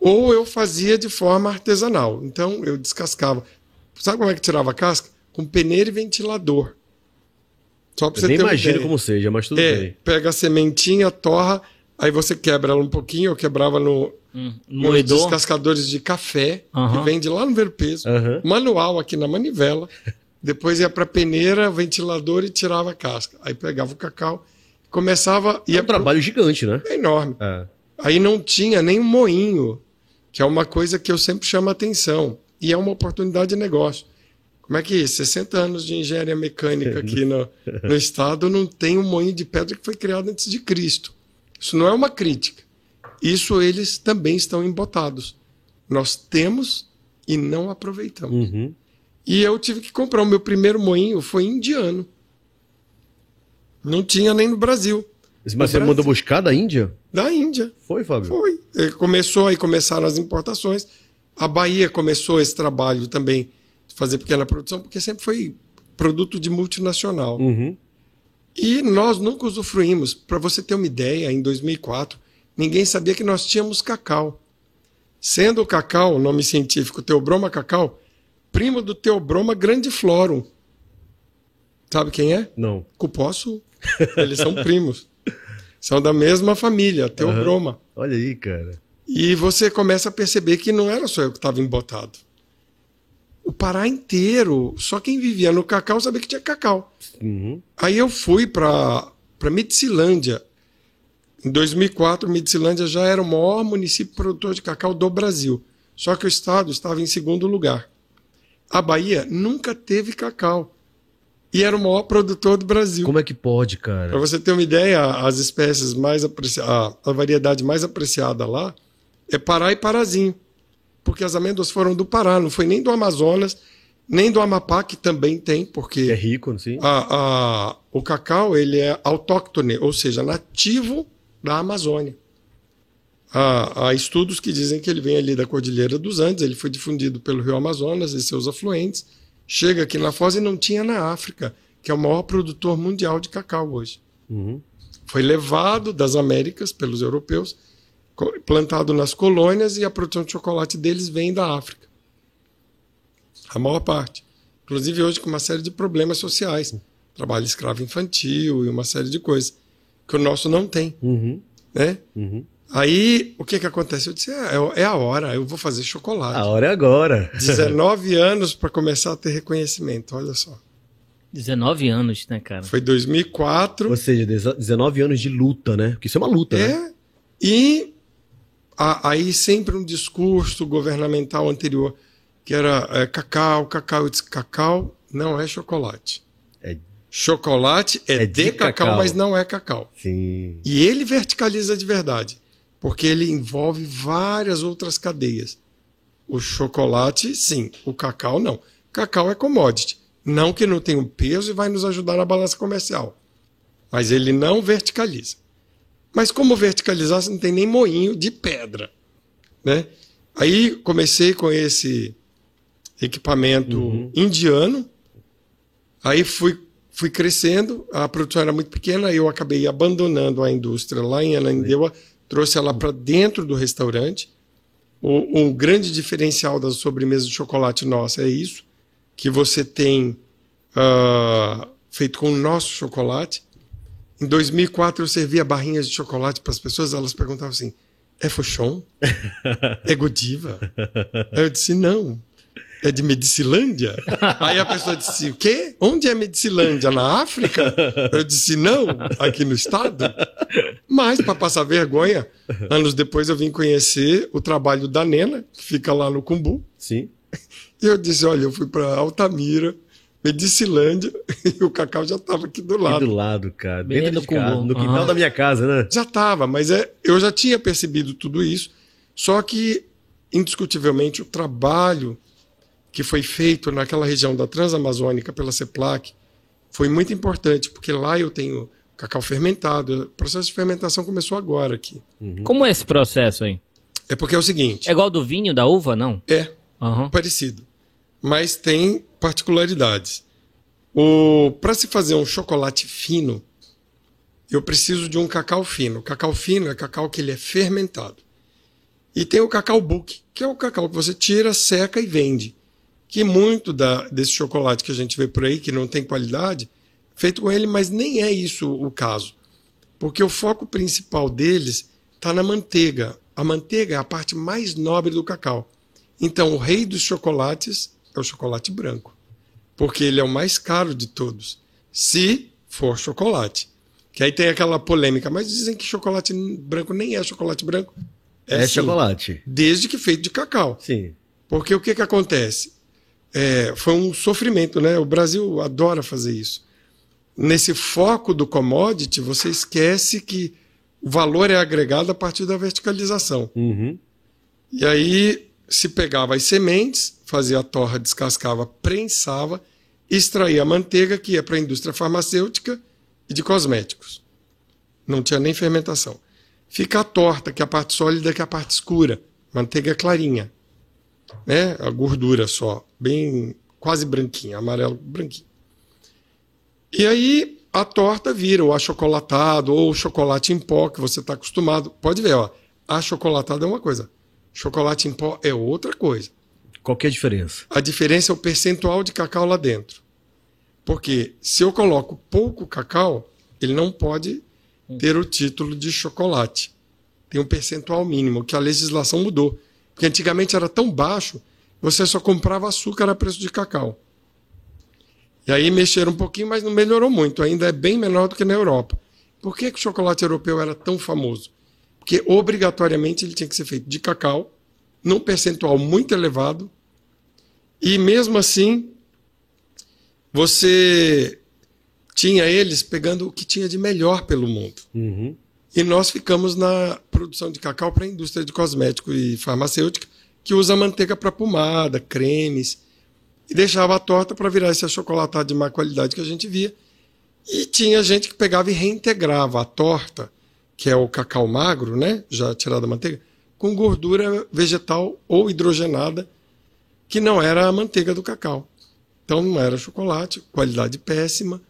Speaker 3: ou eu fazia de forma artesanal. Então eu descascava. Sabe como é que tirava a casca? Com peneira e ventilador. Só para
Speaker 2: Eu
Speaker 3: você
Speaker 2: nem
Speaker 3: ter uma
Speaker 2: imagino
Speaker 3: ideia.
Speaker 2: como seja, mas tudo
Speaker 3: é,
Speaker 2: bem.
Speaker 3: pega a sementinha, torra, aí você quebra ela um pouquinho, eu quebrava no
Speaker 1: Hum,
Speaker 3: nos
Speaker 1: Moedor.
Speaker 3: descascadores de café,
Speaker 1: Aham.
Speaker 3: que vende lá no Verpeso,
Speaker 2: Aham.
Speaker 3: manual aqui na manivela. Depois ia para peneira, ventilador e tirava a casca. Aí pegava o cacau, começava
Speaker 2: E
Speaker 3: e
Speaker 2: é um trabalho gigante, né?
Speaker 3: enorme.
Speaker 2: É.
Speaker 3: Aí não tinha nem um moinho, que é uma coisa que eu sempre chamo a atenção. E é uma oportunidade de negócio. Como é que é? 60 anos de engenharia mecânica aqui no, no estado não tem um moinho de pedra que foi criado antes de Cristo. Isso não é uma crítica. Isso eles também estão embotados. Nós temos e não aproveitamos.
Speaker 2: Uhum.
Speaker 3: E eu tive que comprar. O meu primeiro moinho foi indiano. Não tinha nem no Brasil.
Speaker 2: Mas você
Speaker 3: Brasil-
Speaker 2: mandou buscar da Índia?
Speaker 3: Da Índia.
Speaker 2: Foi, Fábio?
Speaker 3: Foi. Eh, Começou aí, começaram as importações. A Bahia começou esse trabalho também de fazer pequena produção, porque sempre foi produto de multinacional.
Speaker 2: Uhum.
Speaker 3: E nós nunca usufruímos. Para você ter uma ideia, em 2004, ninguém sabia que nós tínhamos cacau. Sendo o cacau, o nome científico, Teobroma cacau, primo do Teobroma grandiflorum. Sabe quem é?
Speaker 2: Não.
Speaker 3: Cuposso. Eles são primos. São da mesma família, Teobroma.
Speaker 2: Olha aí, cara.
Speaker 3: E você começa a perceber que não era só eu que estava embotado. O Pará inteiro, só quem vivia no cacau sabia que tinha cacau.
Speaker 2: Uhum.
Speaker 3: Aí eu fui para Mitsilândia, Em 2004, Midsilândia já era o maior município produtor de cacau do Brasil, só que o estado estava em segundo lugar. A Bahia nunca teve cacau e era o maior produtor do Brasil.
Speaker 2: Como é que pode, cara?
Speaker 3: Para você ter uma ideia, as espécies mais apreciadas, a variedade mais apreciada lá é Pará e Parazinho, porque as amêndoas foram do Pará, não foi nem do Amazonas, nem do Amapá, que também tem, porque
Speaker 2: É rico, sim.
Speaker 3: a- a- o cacau ele é autóctone, ou seja, nativo da Amazônia. Há, há estudos que dizem que ele vem ali da Cordilheira dos Andes, ele foi difundido pelo Rio Amazonas e seus afluentes, chega aqui na Foz e não tinha na África, que é o maior produtor mundial de cacau hoje.
Speaker 2: Uhum.
Speaker 3: Foi levado das Américas pelos europeus, co- plantado nas colônias e a produção de chocolate deles vem da África. A maior parte. Inclusive hoje com uma série de problemas sociais. Trabalho escravo infantil e uma série de coisas que o nosso não tem,
Speaker 2: Uhum.
Speaker 3: né?
Speaker 2: Uhum.
Speaker 3: Aí, o que que acontece? Eu disse, "Ah, é, é a hora, eu vou fazer chocolate.
Speaker 2: A hora é agora.
Speaker 3: 19 anos para começar a ter reconhecimento, olha só.
Speaker 1: 19 anos, né, cara?
Speaker 3: Foi 2004,
Speaker 2: Ou seja, dezo- 19 anos de luta, né? Porque isso é uma luta, né?
Speaker 3: É, e a- aí sempre um discurso governamental anterior, que era é, cacau, cacau, eu disse, cacau não é chocolate.
Speaker 2: É-
Speaker 3: Chocolate é,
Speaker 2: É
Speaker 3: de,
Speaker 2: de
Speaker 3: cacau,
Speaker 2: cacau.
Speaker 3: mas não é cacau.
Speaker 2: Sim.
Speaker 3: E ele verticaliza de verdade, porque ele envolve várias outras cadeias. O chocolate, sim, o cacau, não. Cacau é commodity. Não que não tenha um peso e vai nos ajudar na balança comercial. Mas ele não verticaliza. Mas como verticalizar se não tem nem moinho de pedra? Né? Aí comecei com esse equipamento indiano, aí fui, fui crescendo, a produção era muito pequena, eu acabei abandonando a indústria lá em Ananindeua, trouxe ela para dentro do restaurante. O, o grande diferencial da sobremesa de chocolate nossa é isso, que você tem ah, feito com o nosso chocolate. Em 2004 eu servia barrinhas de chocolate para as pessoas, elas perguntavam assim, é Fouchon? É Godiva? Aí eu disse, não, é de Medicilândia? Aí a pessoa disse, o quê? Onde é Medicilândia? Na África? Eu disse, não, aqui no estado. Mas, para passar vergonha, anos depois eu vim conhecer o trabalho da Nena, que fica lá no Cumbu.
Speaker 2: Sim.
Speaker 3: E eu disse, olha, eu fui para Altamira, Medicilândia, e o Cacau já estava aqui do
Speaker 2: E
Speaker 3: lado.
Speaker 2: do lado, cara.
Speaker 1: Menino
Speaker 2: Dentro de
Speaker 1: com
Speaker 2: casa,
Speaker 1: bom.
Speaker 2: no quintal
Speaker 1: Aham.
Speaker 2: da minha casa, né?
Speaker 3: Já estava, mas é, eu já tinha percebido tudo isso, só que, indiscutivelmente, o trabalho que foi feito naquela região da Transamazônica pela CEPLAC foi muito importante, porque lá eu tenho cacau fermentado, o processo de fermentação começou agora aqui.
Speaker 1: Como é esse processo aí?
Speaker 3: É porque é o seguinte,
Speaker 1: É igual do vinho, da uva, não?
Speaker 3: é
Speaker 1: Aham.
Speaker 3: parecido, mas tem particularidades. O para se fazer um chocolate fino, eu preciso de um cacau fino. Cacau fino é cacau que ele é fermentado. E tem o cacau book, que é o cacau que você tira, seca e vende. Que muito da- desse chocolate que a gente vê por aí, que não tem qualidade, feito com ele, mas nem é isso o caso. Porque o foco principal deles está na manteiga. A manteiga é a parte mais nobre do cacau. Então, o rei dos chocolates é o chocolate branco, porque ele é o mais caro de todos, se for chocolate. Que aí tem aquela polêmica, mas dizem que chocolate branco nem é chocolate branco.
Speaker 2: É,
Speaker 3: sim,
Speaker 2: chocolate.
Speaker 3: Desde que feito de cacau.
Speaker 2: Sim.
Speaker 3: Porque o que, que acontece? É, foi um sofrimento, né? O Brasil adora fazer isso. Nesse foco do commodity, você esquece que o valor é agregado a partir da verticalização.
Speaker 2: Uhum.
Speaker 3: E aí se pegava as sementes, fazia a torra, descascava, prensava, extraía a manteiga que ia para a indústria farmacêutica e de cosméticos. Não tinha nem fermentação. Fica a torta, que é a parte sólida, que é a parte escura. Manteiga clarinha. Né? A gordura só, bem quase branquinha, amarelo branquinho. E aí a torta vira o achocolatado ou o chocolate em pó que você está acostumado. Pode ver, ó. Achocolatado é uma coisa. Chocolate em pó é outra coisa.
Speaker 2: Qual que é a diferença?
Speaker 3: A diferença é o percentual de cacau lá dentro. Porque se eu coloco pouco cacau, ele não pode ter o título de chocolate. Tem um percentual mínimo, que a legislação mudou. Porque antigamente era tão baixo, você só comprava açúcar a preço de cacau. E aí mexeram um pouquinho, mas não melhorou muito. Ainda é bem menor do que na Europa. Por que, que o chocolate europeu era tão famoso? Porque obrigatoriamente ele tinha que ser feito de cacau, num percentual muito elevado, e mesmo assim você tinha eles pegando o que tinha de melhor pelo mundo.
Speaker 2: Uhum.
Speaker 3: E nós ficamos na produção de cacau para a indústria de cosmético e farmacêutica, que usa manteiga para pomada, cremes, e deixava a torta para virar esse achocolatado de má qualidade que a gente via. E tinha gente que pegava e reintegrava a torta, que é o cacau magro, né, já tirado a manteiga, com gordura vegetal ou hidrogenada, que não era a manteiga do cacau. Então não era chocolate, qualidade péssima.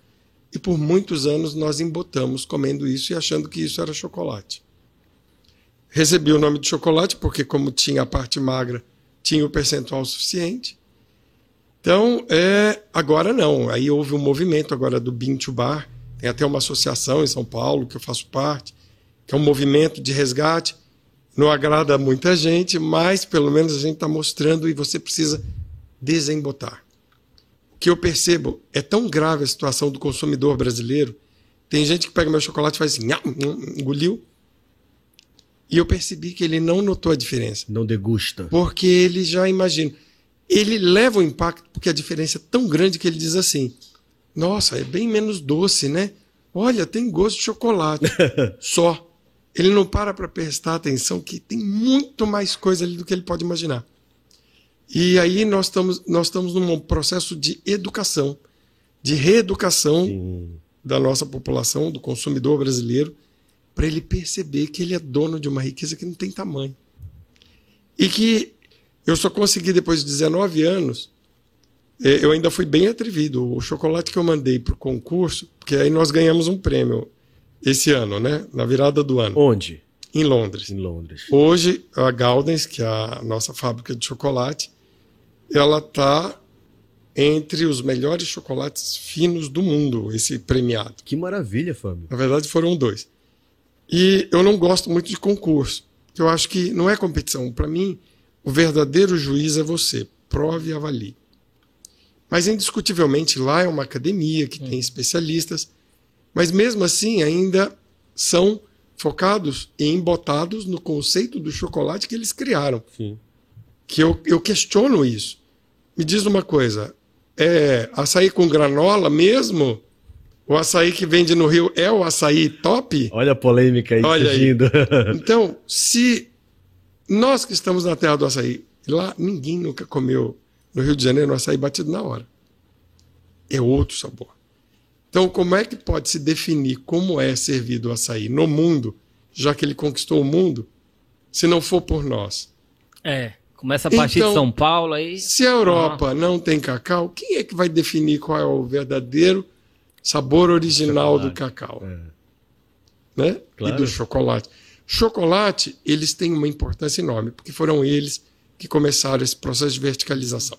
Speaker 3: E por muitos anos nós embotamos comendo isso e achando que isso era chocolate. Recebi o nome de chocolate porque, como tinha a parte magra, tinha o percentual suficiente. Então, é, agora não. Aí houve um movimento agora do Bean to Bar. Tem até uma associação em São Paulo que eu faço parte, que é um movimento de resgate. Não agrada muita gente, mas pelo menos a gente está mostrando e você precisa desembotar que eu percebo, é tão grave a situação do consumidor brasileiro. Tem gente que pega meu chocolate e faz assim, nham, nham, engoliu. E eu percebi que ele não notou a diferença.
Speaker 2: Não degusta.
Speaker 3: Porque ele já imagina. Ele leva o impacto, porque a diferença é tão grande que ele diz assim: Nossa, é bem menos doce, né? Olha, tem gosto de chocolate. Só. Ele não para para prestar atenção que tem muito mais coisa ali do que ele pode imaginar. E aí nós estamos, nós estamos num processo de educação, de reeducação
Speaker 2: Sim.
Speaker 3: da nossa população, do consumidor brasileiro, para ele perceber que ele é dono de uma riqueza que não tem tamanho. E que eu só consegui depois de 19 anos, eh, eu ainda fui bem atrevido. O chocolate que eu mandei para o concurso, porque aí nós ganhamos um prêmio esse ano, né? Na virada do ano,
Speaker 2: Onde?
Speaker 3: em Londres.
Speaker 2: Em Londres.
Speaker 3: Hoje, a Gaudens, que é a nossa fábrica de chocolate, ela está entre os melhores chocolates finos do mundo, esse premiado.
Speaker 2: Que maravilha, Fábio.
Speaker 3: Na verdade, foram dois. E eu não gosto muito de concurso, porque eu acho que não é competição. Para mim, o verdadeiro juiz é você. Prove e avalie. Mas, indiscutivelmente, lá é uma academia que tem especialistas, mas mesmo assim ainda são focados e embotados no conceito do chocolate que eles criaram
Speaker 2: Sim.
Speaker 3: que eu, eu questiono isso. Me diz uma coisa: é açaí com granola mesmo? O açaí que vende no Rio é o açaí top?
Speaker 2: Olha a polêmica aí
Speaker 3: Olha aí.
Speaker 2: surgindo.
Speaker 3: Então, se nós que estamos na terra do açaí, lá ninguém nunca comeu no Rio de Janeiro um açaí batido na hora. É outro sabor. Então, como é que pode se definir como é servido o açaí no mundo, já que ele conquistou o mundo, se não for por nós?
Speaker 1: É. Começa a partir
Speaker 3: Então,
Speaker 1: de São Paulo aí.
Speaker 3: Se a Europa não tem cacau, quem é que vai definir qual é o verdadeiro sabor original do cacau? Né?
Speaker 2: Claro.
Speaker 3: E do chocolate. Chocolate, eles têm uma importância enorme, porque foram eles que começaram esse processo de verticalização.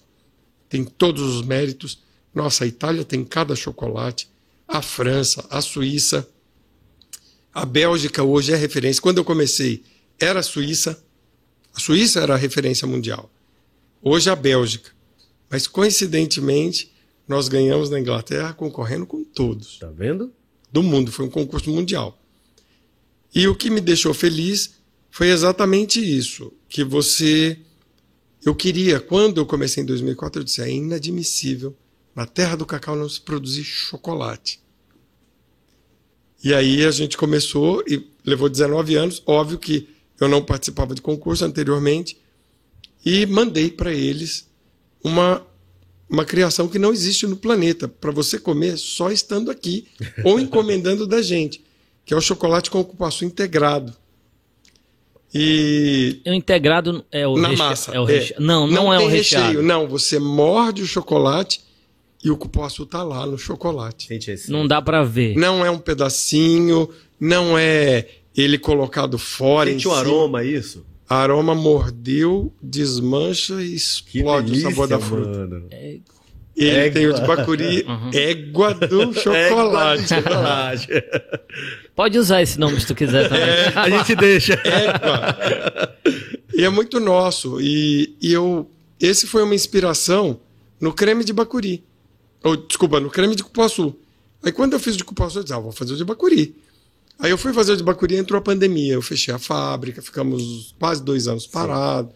Speaker 3: Tem todos os méritos. Nossa, a Itália tem cada chocolate, a França, a Suíça. A Bélgica hoje é referência. Quando eu comecei, era a Suíça. A Suíça era a referência mundial. Hoje a Bélgica. Mas coincidentemente, nós ganhamos na Inglaterra concorrendo com todos
Speaker 2: Tá vendo?
Speaker 3: do mundo. Foi um concurso mundial. E o que me deixou feliz foi exatamente isso, que você eu queria, quando eu comecei em 2004, eu disse, é inadmissível na terra do cacau não se produzir chocolate. E aí a gente começou e levou 19 anos, óbvio que eu não participava de concurso anteriormente e mandei para eles uma uma criação que não existe no planeta, para você comer só estando aqui ou encomendando da gente, que é o chocolate com cupuaçu integrado. E
Speaker 1: O integrado é o
Speaker 3: na
Speaker 1: reche-
Speaker 3: massa.
Speaker 1: É o reche- Não, não, é
Speaker 3: tem
Speaker 1: o recheado.
Speaker 3: Não, você morde o chocolate e o cupuaçu tá lá no chocolate.
Speaker 2: Gente, esse...
Speaker 1: Não dá pra ver.
Speaker 3: Não é um pedacinho, não é ele colocado fora.
Speaker 2: Sente
Speaker 3: em
Speaker 2: um
Speaker 3: cima.
Speaker 2: aroma isso?
Speaker 3: Aroma mordeu, desmancha e
Speaker 2: Que
Speaker 3: explode
Speaker 2: delícia,
Speaker 3: o sabor da fruta. É
Speaker 2: mano.
Speaker 3: Ele
Speaker 2: Égua.
Speaker 3: tem o de bacuri,
Speaker 1: Uhum.
Speaker 3: égua do
Speaker 2: Chocolate.
Speaker 3: chocolate.
Speaker 2: É, chocolate.
Speaker 1: Pode usar esse nome se tu quiser
Speaker 3: É.
Speaker 1: também.
Speaker 2: A gente deixa.
Speaker 3: Égua. E é muito nosso. E, e eu. Esse foi uma inspiração no creme de bacuri. Ou, desculpa, no creme de cupuaçu. Aí quando eu fiz o de cupuaçu, eu disse, ah, vou fazer o de bacuri. Aí eu fui fazer o de Bacuri, entrou a pandemia, eu fechei a fábrica, ficamos quase dois anos parados.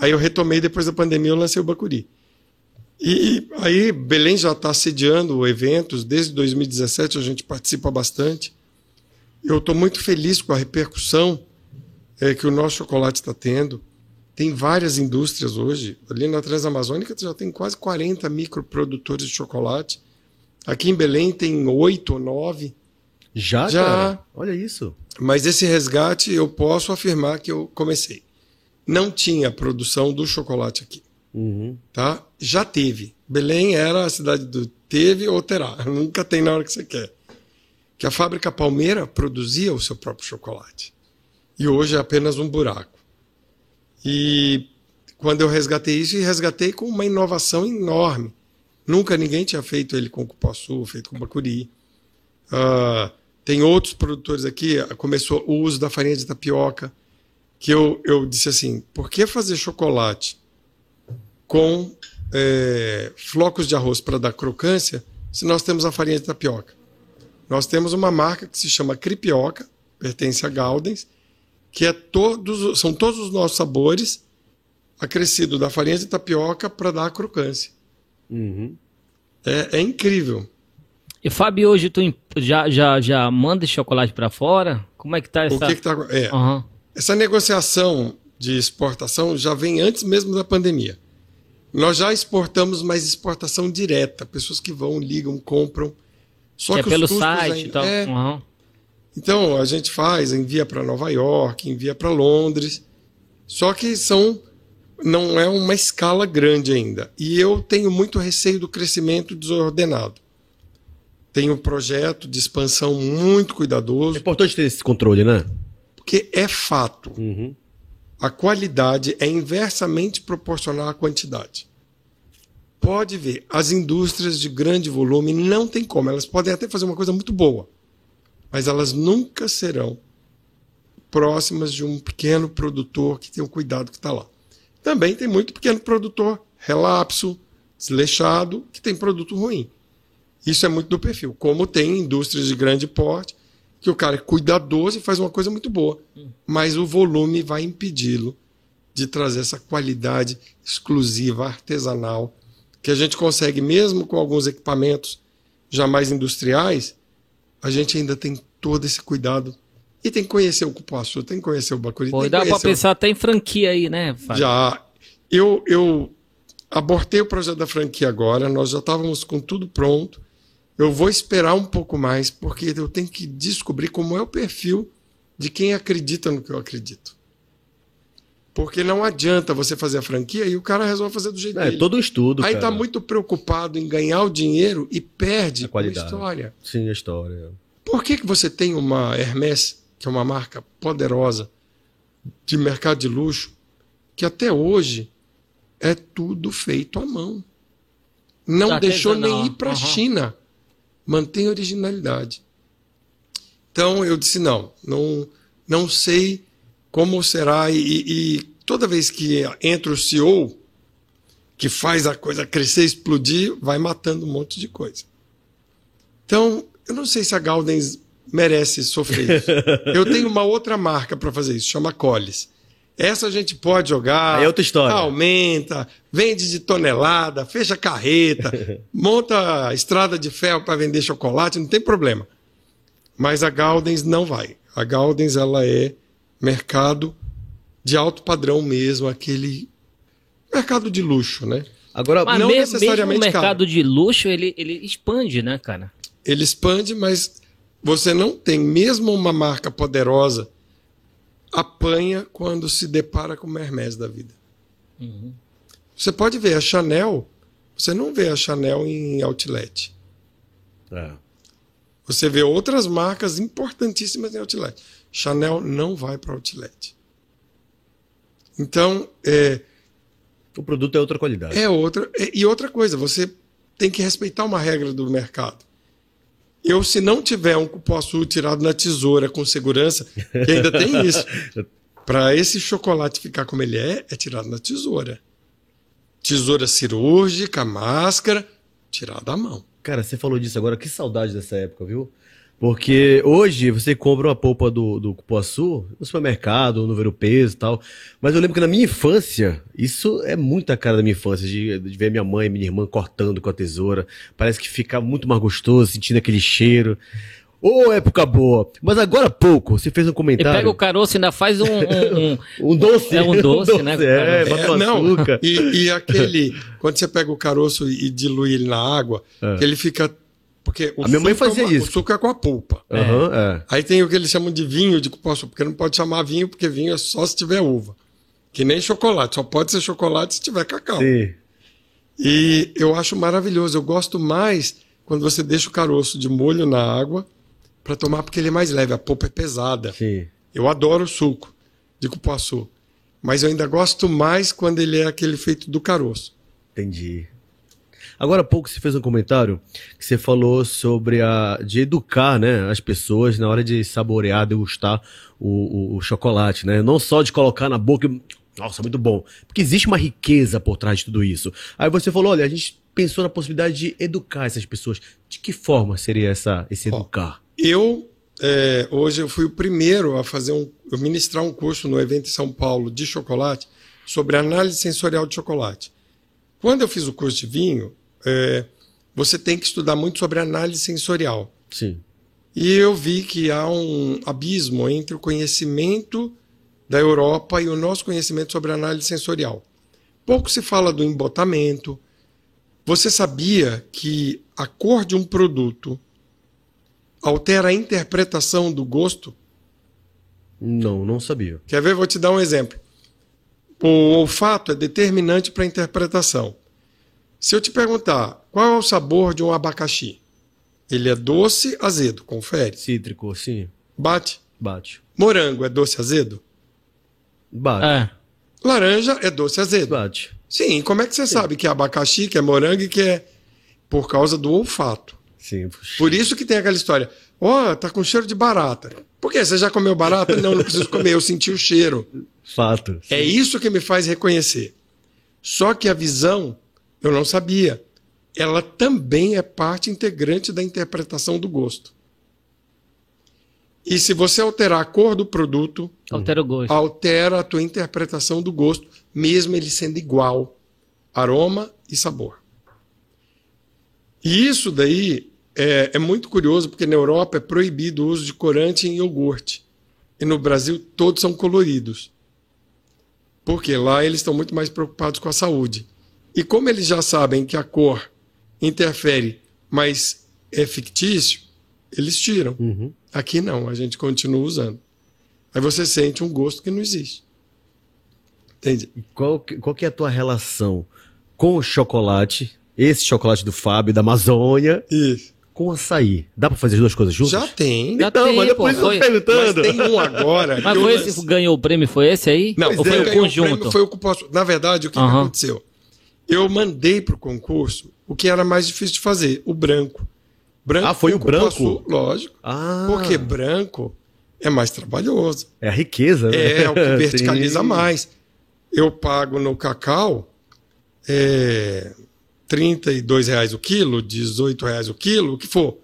Speaker 3: Aí eu retomei depois da pandemia, eu lancei o Bacuri. E aí Belém já está sediando eventos, desde 2017 a gente participa bastante. Eu estou muito feliz com a repercussão é, que o nosso chocolate está tendo. Tem várias indústrias hoje. Ali na Transamazônica já tem quase 40 microprodutores de chocolate. Aqui em Belém tem oito ou nove.
Speaker 2: Já,
Speaker 3: Já.
Speaker 2: cara? Olha isso.
Speaker 3: Mas esse resgate eu posso afirmar que eu comecei. Não tinha produção do chocolate aqui,
Speaker 2: Uhum.
Speaker 3: tá? Já teve. Belém era a cidade do teve ou terá. Nunca tem na hora que você quer. Que a fábrica Palmeira produzia o seu próprio chocolate. E hoje é apenas um buraco. E quando eu resgatei isso, e resgatei com uma inovação enorme. Nunca ninguém tinha feito ele com cupuaçu, feito com bacuri. Ah, tem outros produtores aqui, começou o uso da farinha de tapioca, que eu, eu disse assim, por que fazer chocolate com eh, flocos de arroz para dar crocância se nós temos a farinha de tapioca? Nós temos uma marca que se chama Cripioca, pertence a Galdens, que é todos, os- são todos os nossos sabores acrescido da farinha de tapioca para dar a crocância.
Speaker 2: Uhum.
Speaker 3: É, é incrível.
Speaker 1: E Fábio, hoje tu imp- já, já, já manda esse chocolate pra fora? Como é que tá
Speaker 3: O
Speaker 1: essa...
Speaker 3: que que tá, acon- é,
Speaker 1: Aham.
Speaker 3: Essa negociação de exportação já vem antes mesmo da pandemia. Nós já exportamos, mas exportação direta, pessoas que vão, ligam, compram. Só
Speaker 1: Que é
Speaker 3: que os
Speaker 1: pelo
Speaker 3: custos
Speaker 1: site
Speaker 3: ainda-
Speaker 1: e tal.
Speaker 3: É,
Speaker 1: Aham.
Speaker 3: então, a gente faz, envia para Nova York, envia para Londres. Só que são não é uma escala grande ainda. E eu tenho muito receio do crescimento desordenado. Tenho um projeto de expansão muito
Speaker 2: É
Speaker 3: cuidadoso,
Speaker 2: importante ter esse controle, né?
Speaker 3: porque é fato.
Speaker 2: Uhum.
Speaker 3: A qualidade é inversamente proporcional à quantidade. Pode ver, as indústrias de grande volume não tem como, elas podem até fazer uma coisa muito boa, mas elas nunca serão próximas de um pequeno produtor que tem o cuidado que está lá. Também tem muito pequeno produtor relapso, desleixado, que tem produto ruim. Isso é muito do perfil. Como tem indústrias de grande porte, que o cara é cuidadoso e faz uma coisa muito boa. Mas o volume vai impedi-lo de trazer essa qualidade exclusiva, artesanal, que a gente consegue mesmo com alguns equipamentos jamais industriais, a gente ainda tem todo esse cuidado. E tem que conhecer o cupuaçu, tem que conhecer o bacuri,
Speaker 1: Pô, e
Speaker 3: tem que
Speaker 1: dá pra
Speaker 3: conhecer o
Speaker 1: pensar até em franquia aí, né, Fábio?
Speaker 3: já. Eu, eu abortei o projeto da franquia agora, nós já estávamos com tudo pronto. Eu vou esperar um pouco mais, porque eu tenho que descobrir como é o perfil de quem acredita no que eu acredito. Porque não adianta você fazer a franquia e o cara resolve fazer do jeito
Speaker 2: É,
Speaker 3: dele.
Speaker 2: todo um estudo,
Speaker 3: Aí
Speaker 2: cara.
Speaker 3: tá muito preocupado em ganhar o dinheiro e perde
Speaker 2: A
Speaker 3: com a
Speaker 2: qualidade.
Speaker 3: história.
Speaker 2: Sim, a história.
Speaker 3: Por que, que você tem uma Hermès, que é uma marca poderosa de mercado de luxo, que até hoje é tudo feito à mão? Não
Speaker 1: Artesanal.
Speaker 3: deixou nem ir para a
Speaker 1: Aham.
Speaker 3: China. Mantém a originalidade. Então eu disse: não, não, não sei como será. E, e toda vez que entra o CEO, que faz a coisa crescer, explodir, vai matando um monte de coisa. Então, eu não sei se a Galdens merece sofrer isso. eu tenho uma outra marca para fazer isso, chama Coles. Essa a gente pode jogar.
Speaker 2: Aí é outra história.
Speaker 3: Aumenta, vende de tonelada, fecha carreta, monta estrada de ferro para vender chocolate, não tem problema. Mas a Galdens não vai. A Galdens ela é mercado de alto padrão mesmo, aquele mercado de luxo, né?
Speaker 2: Agora,
Speaker 1: Mas
Speaker 3: não
Speaker 1: me- mesmo o
Speaker 3: necessariamente, cara.
Speaker 1: mercado de luxo, ele, ele expande, né, cara?
Speaker 3: Ele expande, mas você não tem mesmo uma marca poderosa apanha quando se depara com uma Hermès da vida. Você pode ver a Chanel, você não vê a Chanel em outlet.
Speaker 2: É.
Speaker 3: Você vê outras marcas importantíssimas em outlet. Chanel não vai para outlet. Então, é,
Speaker 2: o produto é outra qualidade.
Speaker 3: É outra. e- E outra coisa, você tem que respeitar uma regra do mercado. Eu, se não tiver um cupuaçu tirado na tesoura com segurança, que ainda tem isso. Para esse chocolate ficar como ele é, é tirado na tesoura. Tesoura cirúrgica, máscara, tirado à mão.
Speaker 2: Cara, você falou disso agora, que saudade dessa época, viu? Porque hoje você compra uma polpa do, do cupuaçu no supermercado, no Vero Peso e tal. Mas eu lembro que na minha infância, isso é muito a cara da minha infância, de, de ver minha mãe e minha irmã cortando com a tesoura. Parece que fica muito mais gostoso, sentindo aquele cheiro. Ô, época boa! Mas agora há pouco, você fez um
Speaker 1: E
Speaker 2: comentário.
Speaker 1: pega o caroço e ainda faz um. um- um-
Speaker 2: Um doce.
Speaker 1: É um doce, né,
Speaker 2: É,
Speaker 1: cara?
Speaker 2: bota um
Speaker 3: É, não,
Speaker 2: açúcar.
Speaker 3: e, e aquele, quando você pega o caroço e dilui ele na água, que ele fica. Porque o
Speaker 2: É. A minha mãe
Speaker 3: suco é
Speaker 2: fazia
Speaker 3: uma-
Speaker 2: isso.
Speaker 3: O suco é com a polpa.
Speaker 2: Aham, é.
Speaker 3: Aí tem o que eles chamam de vinho de cupuaçu, porque não pode chamar vinho, porque vinho é só se tiver uva. Que nem chocolate, só pode ser chocolate se tiver cacau.
Speaker 2: Sim.
Speaker 3: E eu acho maravilhoso, eu gosto mais quando você deixa o caroço de molho na água para tomar, porque ele é mais leve, a polpa é pesada.
Speaker 2: Sim.
Speaker 3: Eu adoro o suco de cupuaçu, mas eu ainda gosto mais quando ele é aquele feito do caroço.
Speaker 2: Entendi. Agora há pouco você fez um comentário que você falou sobre a de educar, né, as pessoas na hora de saborear, degustar o, o- o chocolate, né? Não só de colocar na boca, e, nossa, muito bom, porque existe uma riqueza por trás de tudo isso. Aí você falou, olha, a gente pensou na possibilidade de educar essas pessoas. De que forma seria essa esse
Speaker 3: Ó.
Speaker 2: educar?
Speaker 3: Eu, eh, hoje, eu fui o primeiro a fazer um, a ministrar um curso no evento em São Paulo de chocolate sobre análise sensorial de chocolate. Quando eu fiz o curso de vinho, eh, você tem que estudar muito sobre análise sensorial.
Speaker 2: Sim.
Speaker 3: E eu vi que há um abismo entre o conhecimento da Europa e o nosso conhecimento sobre análise sensorial. Pouco se fala do embotamento. Você sabia que a cor de um produto altera a interpretação do gosto?
Speaker 2: Não, não sabia.
Speaker 3: Quer ver? Vou te dar um exemplo. O olfato é determinante para a interpretação. Se eu te perguntar qual é o sabor de um abacaxi, ele é doce, azedo, confere.
Speaker 2: Cítrico, sim.
Speaker 3: Bate.
Speaker 2: Bate.
Speaker 3: Morango é doce azedo? Ah.
Speaker 2: Bate.
Speaker 1: é.
Speaker 3: Laranja é doce azedo.
Speaker 2: Bate.
Speaker 3: Sim, como é que você sabe que é abacaxi, que é morango e que é por causa do olfato?
Speaker 2: Sim.
Speaker 3: Por isso que tem aquela história. Ó, tá com cheiro de barata. Por quê? Você já comeu barata? Não, não preciso comer, eu senti o cheiro.
Speaker 2: Fato.
Speaker 3: É isso que me faz reconhecer. Só que a visão, eu não sabia. Ela também é parte integrante da interpretação do gosto. E se você alterar a cor do produto,
Speaker 1: Altera o gosto.
Speaker 3: altera a tua interpretação do gosto, mesmo ele sendo igual, aroma e sabor. E isso daí é, é muito curioso, porque na Europa é proibido o uso de corante em iogurte. E no Brasil todos são coloridos. Porque lá eles estão muito mais preocupados com a saúde. E como eles já sabem que a cor interfere, mas é fictício, eles tiram.
Speaker 2: Uhum.
Speaker 3: Aqui não, a gente continua usando. Aí você sente um gosto que não existe. Entende?
Speaker 2: Qual, que- qual que é a tua relação com o chocolate, esse chocolate do Fábio, da Amazônia,
Speaker 3: Isso.
Speaker 2: com o açaí? Dá pra fazer as duas coisas juntas?
Speaker 3: Já tem.
Speaker 1: Já
Speaker 2: Então,
Speaker 1: tem,
Speaker 2: mas é por
Speaker 1: pô,
Speaker 2: isso que eu tô
Speaker 1: foi-
Speaker 3: Mas
Speaker 2: perguntando.
Speaker 3: tem um agora.
Speaker 1: Mas
Speaker 3: que eu
Speaker 1: foi
Speaker 3: lancei.
Speaker 1: esse que ganhou o prêmio, foi esse aí?
Speaker 3: Não,
Speaker 1: Ou
Speaker 3: quem
Speaker 1: foi o
Speaker 3: ganhou um prêmio
Speaker 1: conjunto?
Speaker 3: foi o cupuaçu. Na verdade, o que, que
Speaker 1: Aham.
Speaker 3: aconteceu? Eu mandei para o concurso o que era mais difícil de fazer, o branco. branco é
Speaker 2: Ah, foi
Speaker 3: com
Speaker 2: o branco?
Speaker 3: cupuaçu, Lógico.
Speaker 2: Ah,
Speaker 3: Porque branco é mais trabalhoso.
Speaker 2: é a riqueza, né?
Speaker 3: É, o que verticaliza
Speaker 2: Sim.
Speaker 3: mais. Eu pago no cacau é, 32 reais o quilo, 18 reais o quilo, o que for.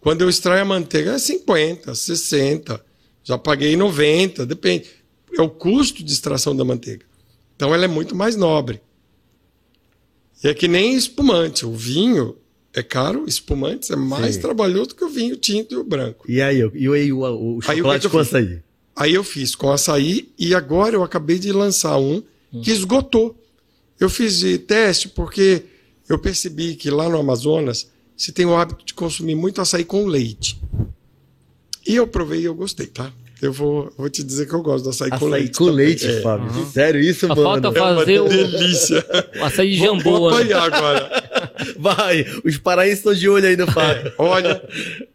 Speaker 3: Quando eu extraio a manteiga é 50, 60. Já paguei 90, depende. É o custo de extração da manteiga. Então ela é muito mais nobre. E é que nem espumante. O vinho é caro, espumantes é mais
Speaker 2: Sim.
Speaker 3: trabalhoso que o vinho tinto e o branco.
Speaker 2: E aí, eu- e aí o, o, o
Speaker 3: Aí o
Speaker 2: chocolate
Speaker 3: que que eu
Speaker 2: com
Speaker 3: fiz?
Speaker 2: açaí?
Speaker 3: Aí eu fiz com açaí e agora eu acabei de lançar um que esgotou. Eu fiz de teste porque eu percebi que lá no Amazonas se tem o hábito de consumir muito açaí com leite. E eu provei e eu gostei, tá? Eu vou, vou te dizer que eu gosto do açaí, com leite.
Speaker 2: com
Speaker 3: também.
Speaker 2: leite,
Speaker 3: é.
Speaker 2: Fábio.
Speaker 1: Aham.
Speaker 2: Sério isso,
Speaker 1: Só
Speaker 2: mano?
Speaker 1: falta
Speaker 3: É uma
Speaker 1: Fazer o-
Speaker 3: delícia.
Speaker 1: O açaí de
Speaker 3: Vou- Vou
Speaker 1: jamboa. né?
Speaker 3: apanhar agora.
Speaker 2: Vai, os paraenses estão de olho aí no
Speaker 3: É.
Speaker 2: Fábio.
Speaker 3: Olha,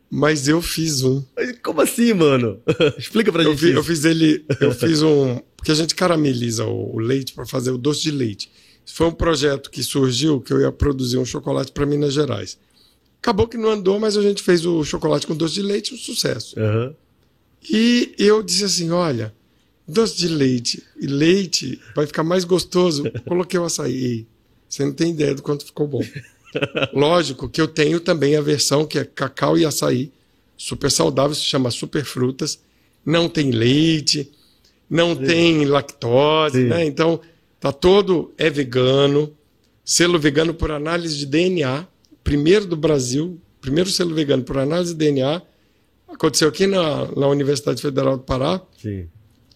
Speaker 3: mas eu fiz um.
Speaker 2: Como assim, mano? Explica pra
Speaker 3: eu,
Speaker 2: gente
Speaker 3: fi- eu
Speaker 2: isso.
Speaker 3: fiz ele, eu fiz um, porque a gente carameliza o, o leite para fazer o doce de leite. Foi um projeto que surgiu que eu ia produzir um chocolate para Minas Gerais. Acabou que não andou, mas a gente fez o chocolate com doce de leite, um sucesso.
Speaker 2: Aham.
Speaker 3: E eu disse assim, olha, doce de leite e leite vai ficar mais gostoso. Coloquei o açaí. Você não tem ideia do quanto ficou bom. Lógico que eu tenho também a versão que é cacau e açaí, super saudável, se chama super frutas, não tem leite, não Sim. tem lactose, Sim. né? Então, tá todo é vegano, selo vegano por análise de DNA, primeiro do Brasil, primeiro selo vegano por análise de DNA, aconteceu aqui na, na Universidade Federal do Pará,
Speaker 2: Sim.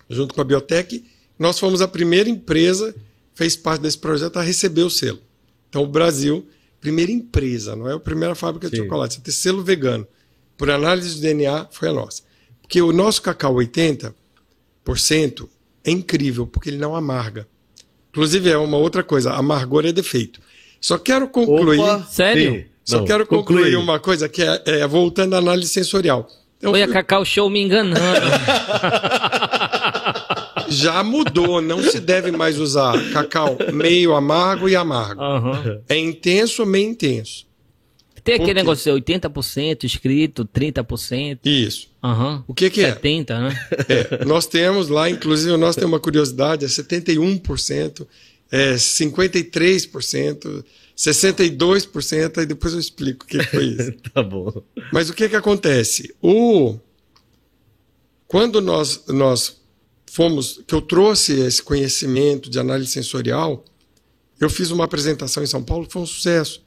Speaker 3: junto com a Biotech, nós fomos a primeira empresa, fez parte desse projeto, a receber o selo. Então, o Brasil, primeira empresa, não é a primeira fábrica de chocolate, você tem selo vegano. Por análise de DNA, foi a nossa. Porque o nosso cacau 80% é incrível, porque ele não amarga. Inclusive, é uma outra coisa, amargor é defeito. Só quero concluir. Opa,
Speaker 1: sério? Sim.
Speaker 3: Só não, quero concluir, concluir uma coisa que é, é, voltando à análise sensorial.
Speaker 1: Então, Foi a Cacau Show me enganando.
Speaker 3: Já mudou, não se deve mais usar cacau meio amargo e amargo.
Speaker 1: Uhum.
Speaker 3: É intenso ou meio intenso.
Speaker 1: Tem aquele Porque... negócio 80% escrito, 30%.
Speaker 3: Isso.
Speaker 1: Uhum.
Speaker 3: O que, que é?
Speaker 1: 70%, né?
Speaker 3: É, nós temos lá, inclusive, nós temos uma curiosidade, é 71%, é 53%. 62%, aí depois eu explico o que foi isso.
Speaker 2: tá bom.
Speaker 3: Mas o que que acontece? O quando nós nós fomos que eu trouxe esse conhecimento de análise sensorial, eu fiz uma apresentação em São Paulo, foi um sucesso.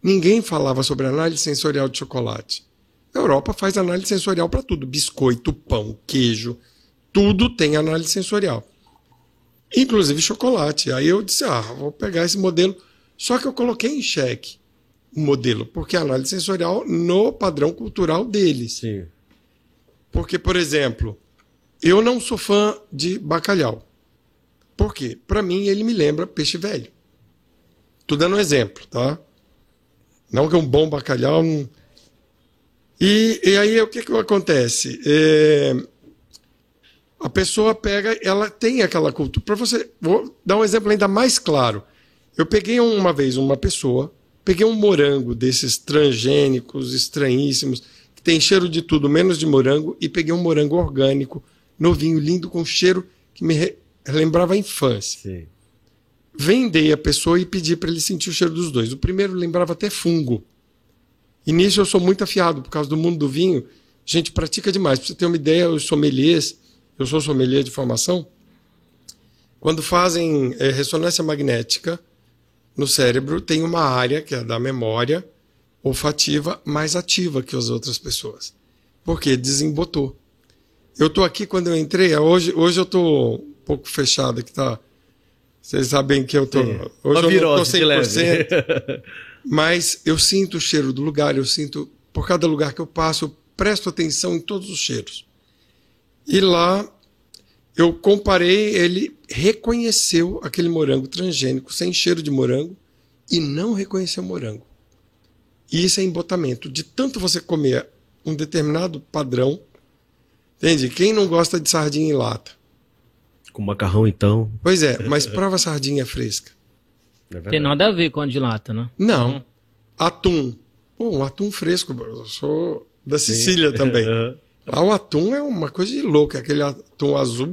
Speaker 3: Ninguém falava sobre análise sensorial de chocolate. A Europa faz análise sensorial para tudo, biscoito, pão, queijo, tudo tem análise sensorial. Inclusive chocolate. Aí eu disse: "Ah, vou pegar esse modelo só que eu coloquei em xeque o modelo, porque a análise sensorial no padrão cultural deles.
Speaker 2: Sim.
Speaker 3: Porque, por exemplo, eu não sou fã de bacalhau. Por quê? Para mim, ele me lembra peixe velho. Tô dando um exemplo, tá? Não que é um bom bacalhau. Não... E, e aí, o que, que acontece? É... A pessoa pega, ela tem aquela cultura. Para você, vou dar um exemplo ainda mais claro. Eu peguei um, uma vez uma pessoa, peguei um morango desses transgênicos, estranhíssimos, que tem cheiro de tudo menos de morango, e peguei um morango orgânico, novinho, lindo, com cheiro que me lembrava a infância.
Speaker 2: Sim.
Speaker 3: Vendei a pessoa e pedi para ele sentir o cheiro dos dois. O primeiro lembrava até fungo. E nisso eu sou muito afiado, por causa do mundo do vinho, a gente pratica demais. Para você ter uma ideia, os sommeliers, eu sou sommelier de formação, quando fazem é, ressonância magnética, no cérebro tem uma área que é da memória olfativa mais ativa que as outras pessoas. Porque desembotou. Eu tô aqui quando eu entrei, é hoje, hoje eu tô um pouco fechado que tá. Vocês sabem que eu tô Sim. hoje
Speaker 2: uma eu não tô 100%.
Speaker 3: mas eu sinto o cheiro do lugar, eu sinto por cada lugar que eu passo, eu presto atenção em todos os cheiros. E lá eu comparei, ele reconheceu aquele morango transgênico sem cheiro de morango e não reconheceu morango. E isso é embotamento. De tanto você comer um determinado padrão, entende? Quem não gosta de sardinha em lata?
Speaker 2: Com macarrão, então.
Speaker 3: Pois é, mas prova sardinha fresca.
Speaker 1: É Tem nada a ver com a de lata, né?
Speaker 3: Não. Hum. Atum. Pô, um atum fresco, eu sou da Sicília Sim. também. Lá o atum é uma coisa de louco, é aquele atum azul.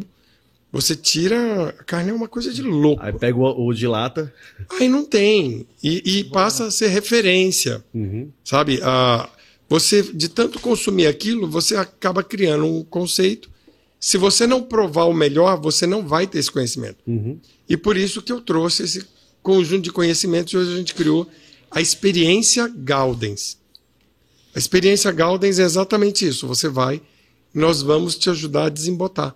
Speaker 3: Você tira. A carne é uma coisa de louco.
Speaker 2: Aí pega o, o de lata.
Speaker 3: Aí não tem. E, e passa a ser referência.
Speaker 2: Uhum.
Speaker 3: Sabe? Ah, você, de tanto consumir aquilo, você acaba criando um conceito. Se você não provar o melhor, você não vai ter esse conhecimento.
Speaker 2: Uhum.
Speaker 3: E por isso que eu trouxe esse conjunto de conhecimentos e hoje a gente criou a experiência Gaudens. A experiência Gaudens é exatamente isso. Você vai, nós vamos te ajudar a desembotar,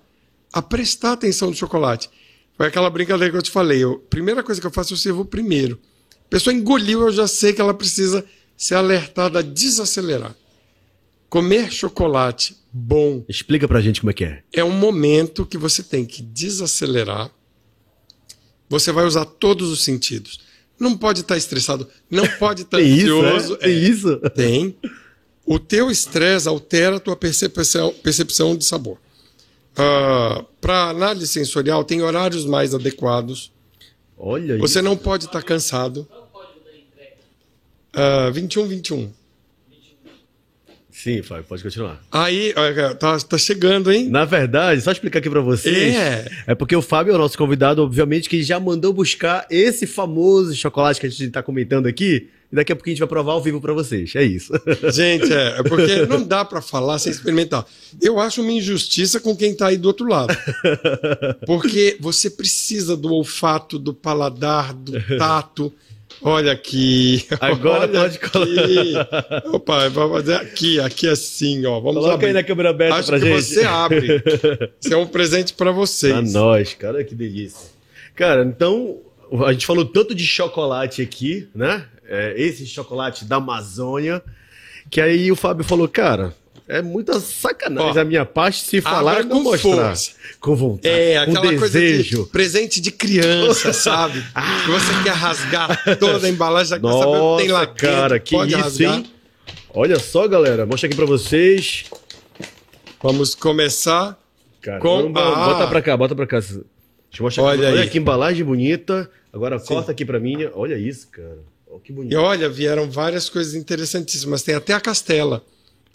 Speaker 3: a prestar atenção no chocolate. Foi aquela brincadeira que eu te falei. Eu, primeira coisa que eu faço, eu sirvo primeiro. A pessoa engoliu, eu já sei que ela precisa ser alertada a desacelerar. Comer chocolate bom.
Speaker 2: Explica pra gente como é que é.
Speaker 3: É um momento que você tem que desacelerar. Você vai usar todos os sentidos. Não pode estar tá estressado, não pode estar tá
Speaker 2: tem Isso,
Speaker 3: ansioso.
Speaker 2: é? Tem é. isso?
Speaker 3: Tem. O teu estresse altera a tua percepção, percepção de sabor. Uh, Para análise sensorial, tem horários mais adequados.
Speaker 2: Olha
Speaker 3: Você isso. não pode estar tá cansado. Uh, 21, 21.
Speaker 2: Sim, Fábio, pode continuar.
Speaker 3: Aí, tá, tá chegando, hein?
Speaker 2: Na verdade, só explicar aqui para vocês.
Speaker 3: É.
Speaker 2: é porque o Fábio é o nosso convidado, obviamente, que já mandou buscar esse famoso chocolate que a gente tá comentando aqui E daqui a pouquinho a gente vai provar ao vivo para vocês. É isso.
Speaker 3: Gente, é, é porque não dá para falar sem experimentar. Eu acho uma injustiça com quem tá aí do outro lado. Porque você precisa do olfato, do paladar, do tato. Olha aqui.
Speaker 2: Agora
Speaker 3: olha
Speaker 2: pode
Speaker 3: colocar. Opa, vamos fazer aqui, aqui assim, ó. Vamos
Speaker 2: Coloca
Speaker 3: abrir.
Speaker 2: aí na câmera aberta
Speaker 3: Acho
Speaker 2: pra
Speaker 3: que
Speaker 2: gente. Ah,
Speaker 3: você abre. Isso é um presente para vocês.
Speaker 2: A nós, cara, que delícia. Cara, então, a gente falou tanto de chocolate aqui, né? É, esse chocolate da Amazônia, que aí o Fábio falou, cara, é muita sacanagem
Speaker 3: Ó,
Speaker 2: a minha parte se falar
Speaker 3: abra
Speaker 2: e não
Speaker 3: com
Speaker 2: mostrar.
Speaker 3: força.
Speaker 2: Com vontade,
Speaker 3: É,
Speaker 2: com
Speaker 3: aquela coisa
Speaker 2: Ah, um desejo.
Speaker 3: de presente de criança, sabe? Que você quer rasgar toda a embalagem, já quer saber o tá que tem lá
Speaker 2: Nossa,
Speaker 3: dentro,
Speaker 2: cara, que
Speaker 3: pode
Speaker 2: isso,
Speaker 3: rasgar.
Speaker 2: hein? Olha só, galera, mostra aqui pra vocês.
Speaker 3: Vamos começar.
Speaker 2: Caramba,
Speaker 3: ah.
Speaker 2: bota pra cá, bota pra cá. Deixa eu mostrar aqui.
Speaker 3: Olha aí.
Speaker 2: Olha que embalagem bonita. Agora
Speaker 3: Sim.
Speaker 2: corta aqui pra mim. Olha isso, cara. Olha que bonito.
Speaker 3: E olha, vieram várias coisas interessantíssimas. Tem até a castela.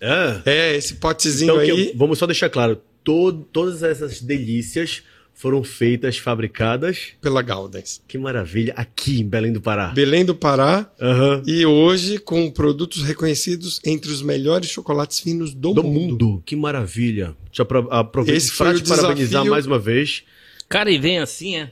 Speaker 2: É.
Speaker 3: É, esse potezinho
Speaker 2: Então, que
Speaker 3: aí.
Speaker 2: eu- vamos só deixar claro: to- todas essas delícias foram feitas, fabricadas.
Speaker 3: Pela Gaudens.
Speaker 2: Que maravilha, aqui em Belém do Pará.
Speaker 3: Belém do Pará.
Speaker 2: Aham.
Speaker 3: E hoje com produtos reconhecidos entre os melhores chocolates finos do,
Speaker 2: Do
Speaker 3: mundo.
Speaker 2: mundo, que maravilha. Deixa eu apro-
Speaker 3: Esse
Speaker 2: aproveitar
Speaker 3: foi
Speaker 2: para
Speaker 3: o
Speaker 2: te parabenizar
Speaker 3: desafio.
Speaker 2: mais uma vez.
Speaker 1: Cara, e vem assim, é?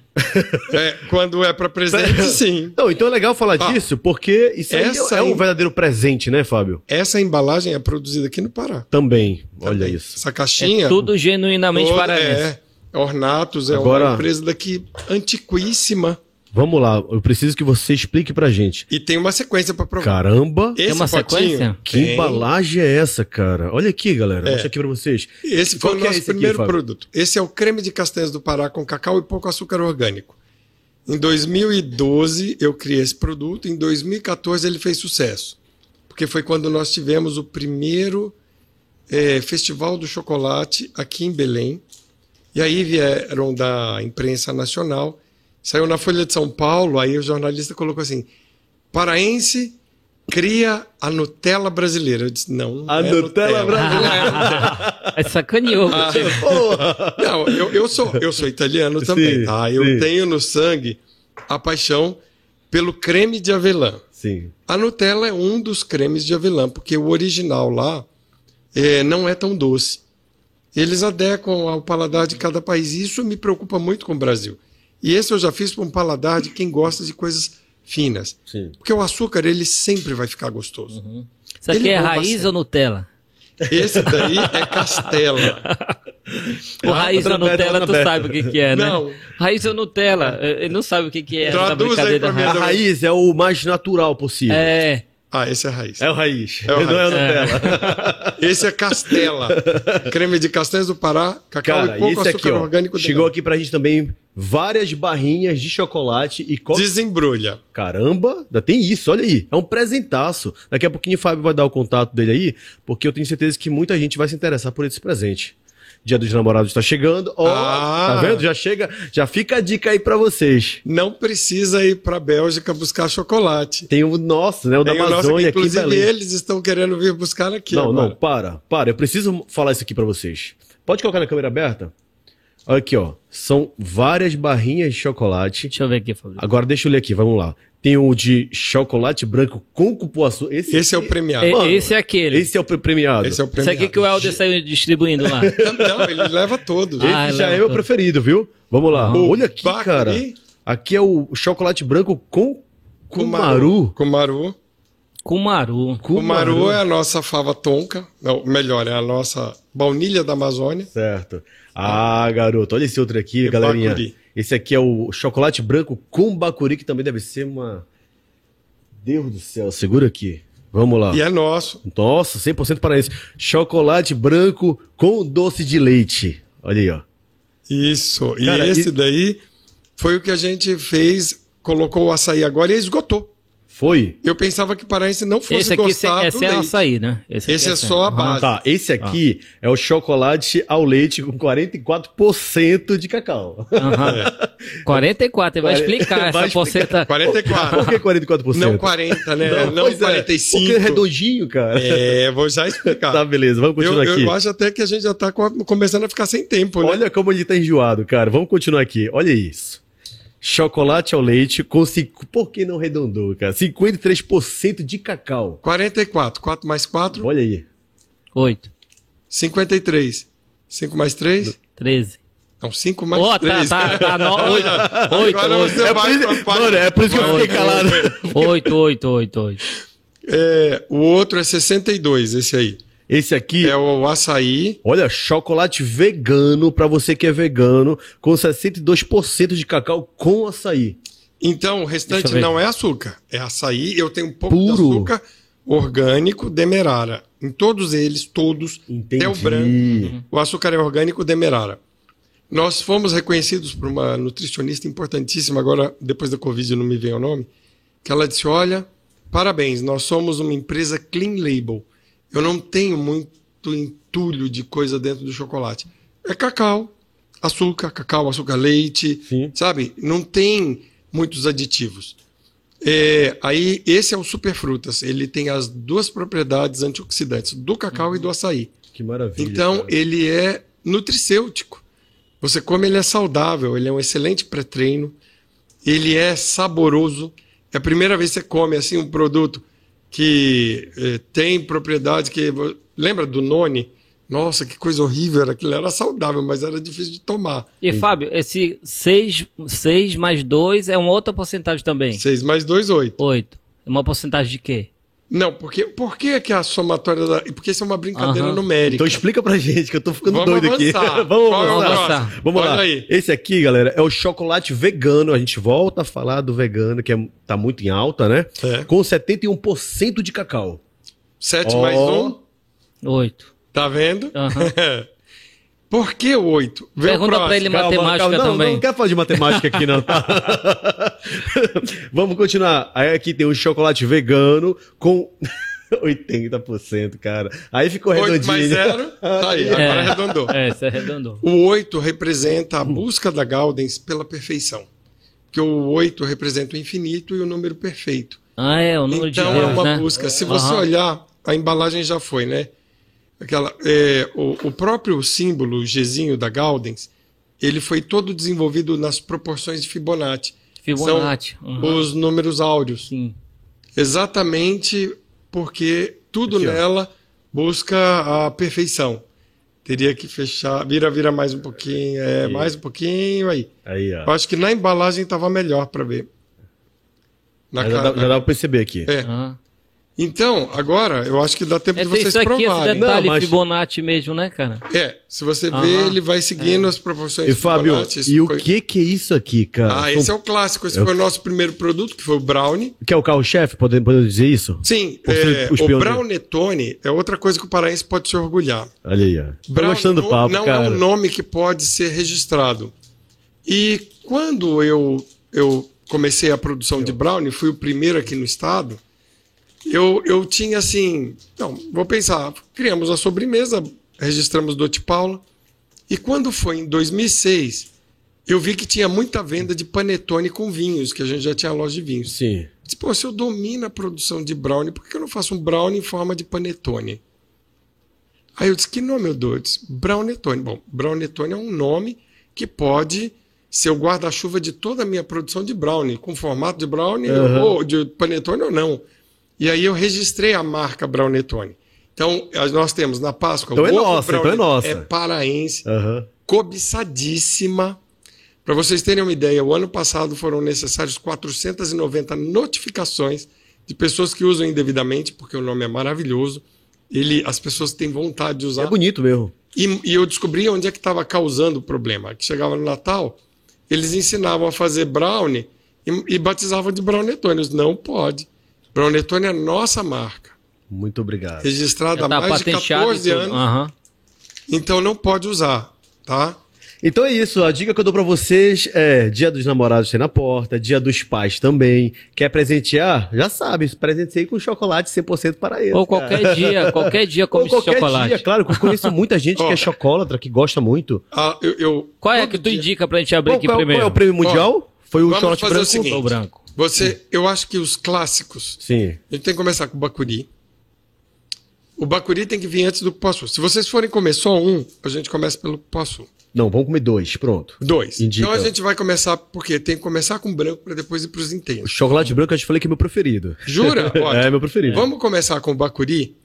Speaker 3: É, quando é para presente, sim.
Speaker 2: Não, então é legal falar
Speaker 3: Ah,
Speaker 2: disso, porque isso aí
Speaker 3: essa
Speaker 2: é um
Speaker 3: aí-
Speaker 2: verdadeiro presente, né, Fábio?
Speaker 3: Essa embalagem é produzida aqui no Pará.
Speaker 2: Também, olha
Speaker 3: Também.
Speaker 2: isso.
Speaker 3: Essa caixinha.
Speaker 1: é tudo genuinamente
Speaker 3: Toda-
Speaker 1: paraense.
Speaker 3: É, Ornatos é uma
Speaker 2: Agora-
Speaker 3: empresa daqui antiquíssima
Speaker 2: Vamos lá, eu preciso que você explique pra gente.
Speaker 3: e tem uma sequência para provar.
Speaker 2: Caramba,
Speaker 1: Tem uma sequência?
Speaker 2: que
Speaker 3: Tem.
Speaker 2: embalagem é essa, cara? Olha aqui, galera,
Speaker 3: É.
Speaker 2: mostra aqui pra vocês.
Speaker 3: Esse
Speaker 2: Qual
Speaker 3: foi o
Speaker 2: que é
Speaker 3: nosso
Speaker 2: esse aqui,
Speaker 3: primeiro
Speaker 2: Fábio?
Speaker 3: produto. Esse é o creme de castanhas do Pará com cacau e pouco açúcar orgânico. Em 2012 eu criei esse produto, em 2014 ele fez sucesso. Porque foi quando nós tivemos o primeiro eh, Festival do Chocolate aqui em Belém. E aí vieram da imprensa nacional, saiu na Folha de São Paulo, aí o jornalista colocou assim: paraense cria a Nutella brasileira. Eu disse: não. não
Speaker 2: A
Speaker 3: é
Speaker 2: Nutella brasileira.
Speaker 3: Não é a Nutella.
Speaker 1: Aí sacaneou.
Speaker 3: Ah.
Speaker 1: contigo.
Speaker 3: Não, eu, eu sou, eu sou italiano também,
Speaker 2: Sim,
Speaker 3: tá? Eu
Speaker 2: sim.
Speaker 3: tenho no sangue a paixão pelo creme de avelã.
Speaker 2: Sim.
Speaker 3: A Nutella é um dos cremes de avelã, porque o original lá eh, não é tão doce. Eles adequam ao paladar de cada país. E isso me preocupa muito com o Brasil. E esse eu já fiz para um paladar de quem gosta de coisas finas.
Speaker 2: Sim.
Speaker 3: Porque o açúcar, ele sempre vai ficar gostoso.
Speaker 1: Isso aqui
Speaker 3: Ele
Speaker 1: é
Speaker 3: não
Speaker 1: raiz
Speaker 3: consegue.
Speaker 1: ou Nutella?
Speaker 3: Esse daí é castela.
Speaker 1: O raiz ou
Speaker 2: outra aberta,
Speaker 1: Nutella, tu
Speaker 2: outra aberta.
Speaker 1: sabe o que, que é, né?
Speaker 3: Ah, Não.
Speaker 1: Raiz ou Nutella, ele não sabe o que, que é. essa
Speaker 3: Traduz aí
Speaker 1: brincadeira
Speaker 3: pra mim,
Speaker 2: A
Speaker 1: raiz.
Speaker 2: raiz é o mais natural possível.
Speaker 1: É,
Speaker 3: Ah, esse é a raiz.
Speaker 2: É o raiz.
Speaker 3: É o
Speaker 2: Não é o
Speaker 1: raiz.
Speaker 2: Nutella.
Speaker 3: Esse é Castela. Creme de castanhas do Pará, cacau
Speaker 2: Cara,
Speaker 3: e
Speaker 2: e
Speaker 3: pouco
Speaker 2: esse
Speaker 3: açúcar
Speaker 2: aqui, ó,
Speaker 3: orgânico.
Speaker 2: chegou
Speaker 3: dentro.
Speaker 2: aqui pra gente também várias barrinhas de chocolate e co...
Speaker 3: Desembrulha.
Speaker 2: Caramba, ainda tem isso, olha aí. É um presentaço. Daqui a pouquinho o Fábio vai dar o contato dele aí, porque eu tenho certeza que muita gente vai se interessar por esse presente. Dia dos namorados está chegando. Ó,
Speaker 3: Ah.
Speaker 2: tá vendo? Já chega, já fica a dica aí pra vocês.
Speaker 3: Não precisa ir para a Bélgica buscar chocolate.
Speaker 2: Tem o nosso, né? O
Speaker 3: Tem
Speaker 2: da
Speaker 3: o nosso
Speaker 2: Amazônia aqui, em
Speaker 3: inclusive
Speaker 2: Belém.
Speaker 3: eles estão querendo vir buscar aqui.
Speaker 2: não,
Speaker 3: agora.
Speaker 2: não, para, para. Eu preciso falar isso aqui pra vocês. Pode colocar na câmera aberta? Olha aqui, ó. São várias barrinhas de chocolate.
Speaker 1: deixa eu ver aqui, Fabrício.
Speaker 2: Agora deixa eu ler aqui, vamos lá. Tem o de chocolate branco com cupuaçu. Esse,
Speaker 3: Esse é o premiado.
Speaker 1: E-
Speaker 2: mano,
Speaker 1: esse é aquele. Esse,
Speaker 2: esse é o pre- premiado.
Speaker 3: Esse é o
Speaker 1: aqui
Speaker 3: premiado.
Speaker 1: que o Helder saiu distribuindo lá.
Speaker 3: Não, ele leva todos.
Speaker 1: Ah,
Speaker 2: Esse já
Speaker 1: leva
Speaker 2: é meu
Speaker 1: todo.
Speaker 2: preferido, viu? Vamos lá.
Speaker 3: O
Speaker 2: Olha aqui,
Speaker 3: Bacri
Speaker 2: cara. Aqui é o chocolate branco com cumaru.
Speaker 3: Kumaru.
Speaker 1: Kumaru.
Speaker 3: Kumaru é a nossa fava tonka. Não, melhor, é a nossa baunilha da Amazônia.
Speaker 2: Certo. Ah, garoto, olha esse outro aqui,
Speaker 3: É
Speaker 2: galerinha.
Speaker 3: bacuri.
Speaker 2: Esse aqui é o chocolate branco com bacuri, que também deve ser uma... Deus do céu, segura aqui. Vamos lá.
Speaker 3: E é nosso.
Speaker 2: Nossa, 100% paraense. Chocolate branco com doce de leite. Olha aí, ó.
Speaker 3: Isso. E
Speaker 2: Cara,
Speaker 3: esse
Speaker 2: e-
Speaker 3: daí foi o que a gente fez, colocou o açaí agora e esgotou.
Speaker 2: Foi?
Speaker 3: Eu pensava que paraense não fosse
Speaker 1: Esse aqui, esse,
Speaker 3: gostar do
Speaker 1: esse é
Speaker 3: leite.
Speaker 1: açaí, né?
Speaker 3: Esse
Speaker 1: aqui
Speaker 3: é só a base.
Speaker 2: Tá, esse aqui é o chocolate ao leite com 44% de cacau.
Speaker 3: É.
Speaker 1: Aham. 44, ele vai explicar
Speaker 2: Vai
Speaker 1: essa porcenta.
Speaker 3: 44.
Speaker 2: Por que 44%?
Speaker 3: Não 40, né? Não,
Speaker 2: pois é,
Speaker 3: 45.
Speaker 2: Porque é redondinho, cara.
Speaker 3: É, vou já explicar.
Speaker 2: Tá, beleza, vamos
Speaker 3: eu,
Speaker 2: continuar
Speaker 3: eu
Speaker 2: aqui.
Speaker 3: acho até que a gente já tá co- começando a ficar sem tempo, né?
Speaker 2: Olha como ele tá enjoado, cara. Vamos continuar aqui. Olha isso. Chocolate ao leite com. Cinco... Por que não redondou, cara? 53% de cacau.
Speaker 3: 44. 4 mais 4,
Speaker 2: Olha aí.
Speaker 1: 8,
Speaker 3: 53. 5 mais 3?
Speaker 1: 13.
Speaker 3: Não, 5 mais
Speaker 1: Ó, tá,
Speaker 3: 3.
Speaker 1: tá, tá, no- oito, oito,
Speaker 3: Agora
Speaker 1: oito,
Speaker 3: você
Speaker 2: É por
Speaker 3: vai
Speaker 2: isso,
Speaker 3: pra
Speaker 2: mano, é por isso que eu
Speaker 1: Oito,
Speaker 2: fiquei calado.
Speaker 1: oito, oito, oito, oito.
Speaker 3: É, o outro é 62, esse aí.
Speaker 2: Esse aqui.
Speaker 3: É o açaí.
Speaker 2: Olha, chocolate vegano, pra você que é vegano, com 62% de cacau com açaí.
Speaker 3: Então, o restante
Speaker 1: Deixa eu ver.
Speaker 3: não é açúcar, é açaí. Eu tenho um pouco
Speaker 2: Puro.
Speaker 3: de açúcar orgânico demerara. Em todos eles, todos,
Speaker 2: Entendi.
Speaker 3: até É o branco, o açúcar é orgânico demerara. Nós fomos reconhecidos por uma nutricionista importantíssima, agora depois da Covid não me vem o nome, que ela disse, olha, parabéns, nós somos uma empresa clean label. Eu não tenho muito entulho de coisa dentro do chocolate. É cacau, açúcar, cacau, açúcar, leite,
Speaker 2: Sim.
Speaker 3: sabe? Não tem muitos aditivos. É, aí esse é o superfrutas, ele tem as duas propriedades antioxidantes, do cacau e do açaí.
Speaker 2: Que maravilha.
Speaker 3: Então,
Speaker 2: cara.
Speaker 3: ele é nutricêutico. Você come, ele é saudável, ele é um excelente pré-treino, ele é saboroso. É a primeira vez que você come assim um produto que eh, tem propriedades que. vo- Lembra do Noni? Nossa, que coisa horrível era aquilo. Era saudável, mas era difícil de tomar.
Speaker 1: E Fábio, esse 6, seis mais 2 é uma outra porcentagem também.
Speaker 3: 6 mais 2, 8.
Speaker 1: 8. Uma porcentagem de quê?
Speaker 3: Não, porque por que, é que a somatória da. Porque isso é uma brincadeira
Speaker 1: Aham.
Speaker 3: numérica.
Speaker 2: Então explica pra gente, que eu tô ficando
Speaker 3: Vamos
Speaker 2: doido
Speaker 3: avançar.
Speaker 2: aqui. Vamos
Speaker 3: Qual é o
Speaker 2: avançar.
Speaker 1: avançar.
Speaker 3: próximo?
Speaker 2: Vamos
Speaker 3: Olha
Speaker 2: lá.
Speaker 3: aí.
Speaker 2: Esse aqui, galera, é o chocolate vegano. A gente volta a falar do vegano, que é, tá muito em alta, né?
Speaker 3: É.
Speaker 2: Com 71% de cacau.
Speaker 3: 7
Speaker 2: Ó.
Speaker 3: mais 1,
Speaker 1: 8.
Speaker 3: tá vendo?
Speaker 1: Aham.
Speaker 3: Por que 8?
Speaker 1: Pergunta pra ele é matemática
Speaker 2: Não,
Speaker 1: também.
Speaker 2: não quero falar de matemática aqui, não. tá? Vamos continuar. Aí aqui tem um chocolate vegano com 80%, cara. Aí ficou
Speaker 3: 8
Speaker 2: redondinho. né?
Speaker 3: mais 0, tá aí, agora
Speaker 1: É.
Speaker 3: arredondou.
Speaker 1: É, você arredondou.
Speaker 3: O 8 representa a busca da Gaudens pela perfeição. Porque o 8 representa o infinito e o número perfeito.
Speaker 1: Ah, é, o número
Speaker 3: Então
Speaker 1: de Deus,
Speaker 3: é uma
Speaker 1: né?
Speaker 3: busca. Se você
Speaker 1: Aham.
Speaker 3: olhar, a embalagem já foi, né? Aquela, é, o, o próprio símbolo, o Gzinho da Gaudens, ele foi todo desenvolvido nas proporções de Fibonacci.
Speaker 1: Fibonacci. Aham.
Speaker 2: Uhum.
Speaker 3: Os números áureos.
Speaker 1: Sim.
Speaker 3: Exatamente porque tudo
Speaker 2: Aqui, ó.
Speaker 3: nela busca a perfeição. Teria que fechar, vira, vira mais um pouquinho, é,
Speaker 2: Aí.
Speaker 3: mais um pouquinho aí.
Speaker 2: Aí,
Speaker 3: Eu
Speaker 2: ó.
Speaker 3: acho que na embalagem estava melhor para ver. Na
Speaker 2: Já dá,
Speaker 3: cara-
Speaker 2: já dá pra perceber aqui.
Speaker 3: É.
Speaker 1: Aham.
Speaker 3: Então, agora eu acho que dá tempo
Speaker 1: É,
Speaker 3: de
Speaker 1: tem
Speaker 3: vocês
Speaker 1: isso aqui, esse
Speaker 3: provarem.
Speaker 1: detalhe
Speaker 2: Não, mas-
Speaker 1: Fibonacci mesmo, né, cara?
Speaker 3: É, se você
Speaker 1: Aham. É.
Speaker 3: vê, ele vai seguindo as proporções
Speaker 2: E Fábio,
Speaker 3: Fibonacci, isso
Speaker 2: e o
Speaker 3: foi-
Speaker 2: que que é isso aqui, cara?
Speaker 3: Ah, esse é o clássico, esse foi o nosso primeiro produto, que foi o brownie.
Speaker 2: Que é o carro-chefe, podemos, podemos dizer isso?
Speaker 3: Sim,
Speaker 2: Por ser
Speaker 3: é,
Speaker 2: os
Speaker 3: o
Speaker 2: pioneiros.
Speaker 3: Brownetone é outra coisa que o paraense pode se orgulhar.
Speaker 2: Olha aí, ó. Tô
Speaker 3: Brown
Speaker 2: gostando do
Speaker 3: não-
Speaker 2: papo,
Speaker 3: não
Speaker 2: cara.
Speaker 3: é um nome que pode ser registrado. E quando eu, eu comecei a produção de brownie, fui o primeiro aqui no estado, eu, eu tinha assim, não, vou pensar, criamos a sobremesa, registramos Dote Paula, e quando foi em 2006, eu vi que tinha muita venda de panetone com vinhos, que a gente já tinha loja de vinhos.
Speaker 2: Sim.
Speaker 3: Disse, pô, se eu domino a produção de brownie, por que eu não faço um brownie em forma de panetone? Aí eu disse, que nome eu dou? Eu disse, brownetone. Bom, brownetone é um nome que pode ser o guarda-chuva de toda a minha produção de brownie, com formato de brownie
Speaker 2: Aham.
Speaker 3: ou de panetone ou não. E aí eu registrei a marca brownetone. Então, as- nós temos na Páscoa...
Speaker 2: Então é
Speaker 3: o ovo
Speaker 2: nossa, então é
Speaker 3: Brownetone
Speaker 2: nossa.
Speaker 3: É paraense
Speaker 2: Aham.
Speaker 3: cobiçadíssima. Para vocês terem uma ideia, o ano passado foram necessários 490 notificações de pessoas que usam indevidamente, porque o nome é maravilhoso. Ele, as pessoas têm vontade de usar.
Speaker 2: É bonito mesmo.
Speaker 3: E, e eu descobri onde é que estava causando o problema. Que chegava no Natal, eles ensinavam a fazer brownie e, e batizavam de brownetone. Eu disse, Não pode. Brownetone é a nossa marca,
Speaker 2: Muito obrigado.
Speaker 3: registrada
Speaker 1: Já
Speaker 3: há
Speaker 1: tá
Speaker 3: mais de
Speaker 1: patenteado e
Speaker 3: 14
Speaker 1: tudo. Ah.
Speaker 3: anos.
Speaker 1: Aham.
Speaker 3: Então não pode usar, tá?
Speaker 2: Então é isso, a dica que eu dou pra vocês é dia dos namorados tem na porta, dia dos pais também. Quer presentear? Já sabe, presentei com chocolate 100% para ele.
Speaker 1: Ou qualquer dia, qualquer dia
Speaker 2: Ou
Speaker 1: come esse
Speaker 2: qualquer
Speaker 1: chocolate.
Speaker 2: dia, claro, que eu conheço muita gente que
Speaker 3: Ó.
Speaker 2: é chocólatra, que gosta muito.
Speaker 3: Ah, eu, eu-
Speaker 1: Qual é
Speaker 3: todo
Speaker 1: que tu
Speaker 3: dia-
Speaker 1: indica pra gente abrir
Speaker 2: Qual-
Speaker 1: aqui
Speaker 2: qual,
Speaker 1: primeiro?
Speaker 2: qual é o prêmio mundial? Foi o
Speaker 3: vamos
Speaker 2: chocolate
Speaker 3: fazer o
Speaker 2: branco?
Speaker 3: seguinte.
Speaker 1: Ou branco?
Speaker 3: Você, eu acho que os clássicos,
Speaker 2: Sim.
Speaker 3: a gente tem que começar com o Bacuri. O Bacuri tem que vir antes do Cupuaçu. Se vocês forem comer só um, a gente começa pelo Cupuaçu.
Speaker 2: Não, vamos comer dois, pronto.
Speaker 3: Dois.
Speaker 2: Indica.
Speaker 3: Então a gente vai começar, porque tem que começar com branco para depois ir para os
Speaker 2: O
Speaker 3: intensos.
Speaker 2: chocolate branco eu te falei que é meu preferido.
Speaker 3: Jura?
Speaker 2: É
Speaker 3: Ótimo.
Speaker 2: meu preferido.
Speaker 3: Vamos começar com o Bacuri?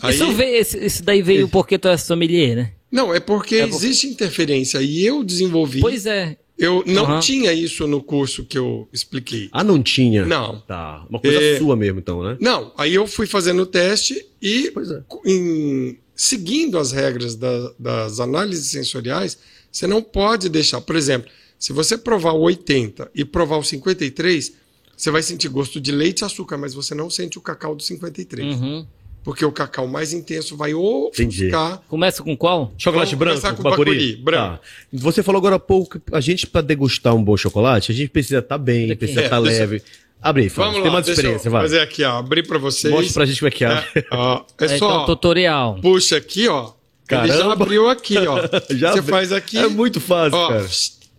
Speaker 3: Aí-
Speaker 1: Isso, veio, esse- isso daí veio porque tu é sommelier, né?
Speaker 3: Não, é porque
Speaker 1: por-
Speaker 3: existe interferência e eu desenvolvi.
Speaker 1: Pois é.
Speaker 3: Eu não
Speaker 1: Aham.
Speaker 3: tinha isso no curso que eu expliquei.
Speaker 2: Ah, não tinha?
Speaker 3: Não.
Speaker 2: Tá. Uma coisa
Speaker 3: É.
Speaker 2: sua mesmo, então, né?
Speaker 3: Não, aí eu fui fazendo o teste e
Speaker 2: Pois é.
Speaker 3: em- seguindo as regras da- das análises sensoriais, você não pode deixar. Por exemplo, se você provar o 80 e provar o 53, você vai sentir gosto de leite e açúcar, mas você não sente o cacau do 53.
Speaker 1: Uhum.
Speaker 3: Porque o cacau mais intenso vai
Speaker 2: Entendi.
Speaker 3: ofuscar.
Speaker 1: Começa com qual?
Speaker 2: Chocolate
Speaker 3: Vamos começar
Speaker 2: branco,
Speaker 3: com o
Speaker 2: bacuri.
Speaker 3: bacuri, branco.
Speaker 2: Tá. Você falou agora há pouco que a gente, pra degustar um bom chocolate, a gente precisa estar bem,
Speaker 1: Daqui.
Speaker 2: precisa
Speaker 3: É,
Speaker 2: estar
Speaker 3: deixa-
Speaker 2: leve. Abre aí, Fábio.
Speaker 3: Vamos
Speaker 2: Tem
Speaker 3: lá,
Speaker 2: mais
Speaker 3: deixa eu
Speaker 2: experiência, vai.
Speaker 3: fazer aqui, ó, abrir para vocês.
Speaker 2: Mostra pra gente como é que abre.
Speaker 3: É, ó, é
Speaker 1: É,
Speaker 3: só
Speaker 1: então, tutorial.
Speaker 3: puxa aqui, ó. Ele já
Speaker 2: Caramba.
Speaker 3: abriu aqui, ó.
Speaker 2: Já
Speaker 3: você
Speaker 2: abri-
Speaker 3: faz aqui.
Speaker 2: É muito fácil,
Speaker 3: Ó,
Speaker 2: cara.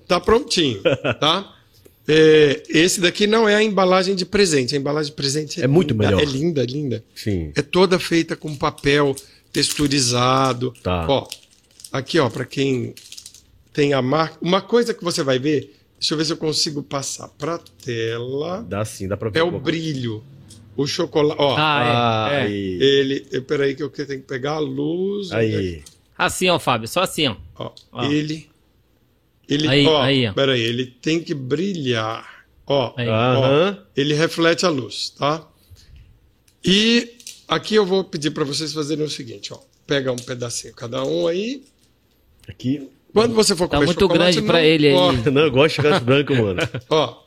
Speaker 3: tá prontinho, tá? É, esse daqui não é a embalagem de presente. A embalagem de presente
Speaker 2: É muito
Speaker 3: linda,
Speaker 2: melhor.
Speaker 3: É linda, linda.
Speaker 2: Sim.
Speaker 3: É toda feita com papel texturizado.
Speaker 2: Tá.
Speaker 3: Ó, aqui, ó, para quem tem a marca. Uma coisa que você vai ver, deixa eu ver se eu consigo passar pra tela.
Speaker 2: Dá sim, dá pra ver.
Speaker 3: É
Speaker 2: um
Speaker 3: o
Speaker 2: pouco.
Speaker 3: brilho. O chocolate. Ó,
Speaker 1: Ah, é. é.
Speaker 2: Aí.
Speaker 3: ele. eh, Peraí, que eu tenho que pegar a luz. onde é que
Speaker 2: Aí.
Speaker 1: Assim, ó, Fábio, só assim, ó.
Speaker 3: Ó,
Speaker 1: Ó.
Speaker 3: Ele. Ele.
Speaker 1: Aí,
Speaker 3: ó,
Speaker 1: aí, ó.
Speaker 3: Peraí, ele tem que brilhar. Ó,
Speaker 1: Aí.
Speaker 3: ó,
Speaker 2: Aham.
Speaker 3: ele reflete a luz, tá? E aqui eu vou pedir para vocês fazerem o seguinte, ó. Pega um pedacinho cada um aí.
Speaker 2: Aqui.
Speaker 3: Quando você for
Speaker 1: Tá
Speaker 3: comer
Speaker 1: muito
Speaker 3: chocolate,
Speaker 1: grande
Speaker 3: não
Speaker 1: pra ele aí.
Speaker 3: importa.
Speaker 2: Não, eu gosto de chocolate branco, mano.
Speaker 3: Ó,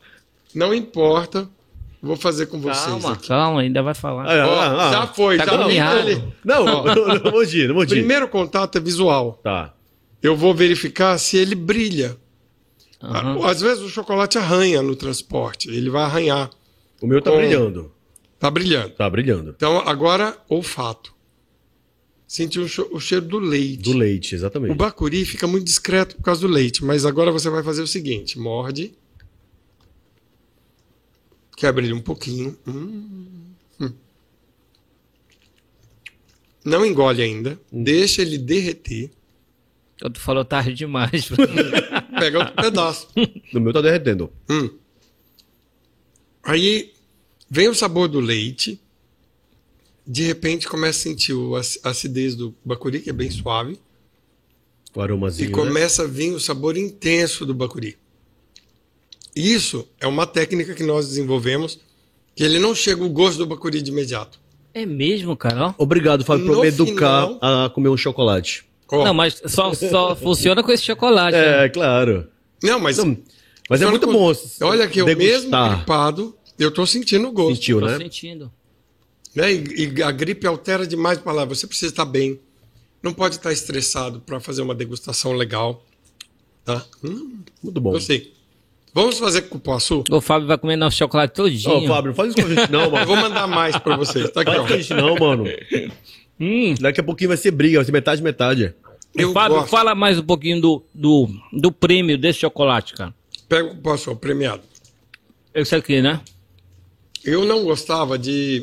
Speaker 3: não importa. Vou fazer com vocês.
Speaker 1: Calma,
Speaker 3: aqui.
Speaker 1: calma, ainda vai falar.
Speaker 2: Ah,
Speaker 3: Ó,
Speaker 2: ah, ah.
Speaker 3: já foi,
Speaker 1: Tá
Speaker 3: já
Speaker 1: com
Speaker 3: vi
Speaker 1: errado.
Speaker 3: ele.
Speaker 2: Não, não mordi, não mordi.
Speaker 3: Primeiro contato é visual.
Speaker 2: Tá.
Speaker 3: Eu vou verificar se ele brilha.
Speaker 1: Aham.
Speaker 3: Às vezes o chocolate arranha no transporte, ele vai arranhar.
Speaker 2: O meu tá
Speaker 3: Com-
Speaker 2: brilhando.
Speaker 3: Tá brilhando.
Speaker 2: Tá brilhando.
Speaker 3: Então, agora, olfato. Senti o, cho- o cheiro do leite.
Speaker 2: Do leite,
Speaker 3: O
Speaker 2: exatamente.
Speaker 3: bacuri fica muito discreto por causa do leite, mas agora você vai fazer o seguinte: morde. Quebra ele um pouquinho. Hum. Hum. Não engole ainda. Deixa ele derreter.
Speaker 1: Tu falou tarde demais.
Speaker 3: Pega outro pedaço.
Speaker 2: No meu tá derretendo.
Speaker 3: Hum. Aí vem o sabor do leite. De repente começa a sentir o ac- a acidez do bacuri, que é bem suave.
Speaker 2: O
Speaker 3: E
Speaker 2: aromazinho. né?
Speaker 3: começa a vir o sabor intenso do bacuri. Isso é uma técnica que nós desenvolvemos, que ele não chega o gosto do bacuri de imediato.
Speaker 1: é mesmo, cara? ó.
Speaker 2: Obrigado, Fábio, por
Speaker 3: No
Speaker 2: me educar
Speaker 3: final-
Speaker 2: a comer um chocolate.
Speaker 3: Ó,
Speaker 1: Não, mas só, só funciona com esse chocolate. né?
Speaker 2: É, claro.
Speaker 3: não, mas
Speaker 2: Não, mas é
Speaker 3: só
Speaker 2: muito
Speaker 3: no-
Speaker 2: bom.
Speaker 3: Olha que assim, eu mesmo
Speaker 2: degustar.
Speaker 3: gripado, eu tô sentindo o gosto,
Speaker 2: Sentiu,
Speaker 1: Tô
Speaker 2: né?
Speaker 1: sentindo.
Speaker 3: né? E, e a gripe altera demais para lá. Você precisa estar bem. Não pode estar estressado para fazer uma degustação legal, tá? Hum,
Speaker 2: Muito bom.
Speaker 3: eu sei. Vamos fazer com cupuaçu?
Speaker 1: O Fábio vai comer nosso chocolate todinho.
Speaker 2: Ó, Fábio, não faz isso com a gente não,
Speaker 3: Eu
Speaker 2: mano.
Speaker 3: vou mandar mais para vocês. Tá aqui,
Speaker 2: Faz isso com a
Speaker 3: ó.
Speaker 2: gente não, mano.
Speaker 1: Hum.
Speaker 2: Daqui a pouquinho vai ser briga, vai ser metade, metade.
Speaker 3: Eu
Speaker 1: O Fábio,
Speaker 3: gosto.
Speaker 1: fala mais um pouquinho do, do, do prêmio desse chocolate, cara.
Speaker 3: Pega o cupuaçu, o premiado.
Speaker 1: Esse aqui, né?
Speaker 3: Eu não gostava de.
Speaker 1: Ele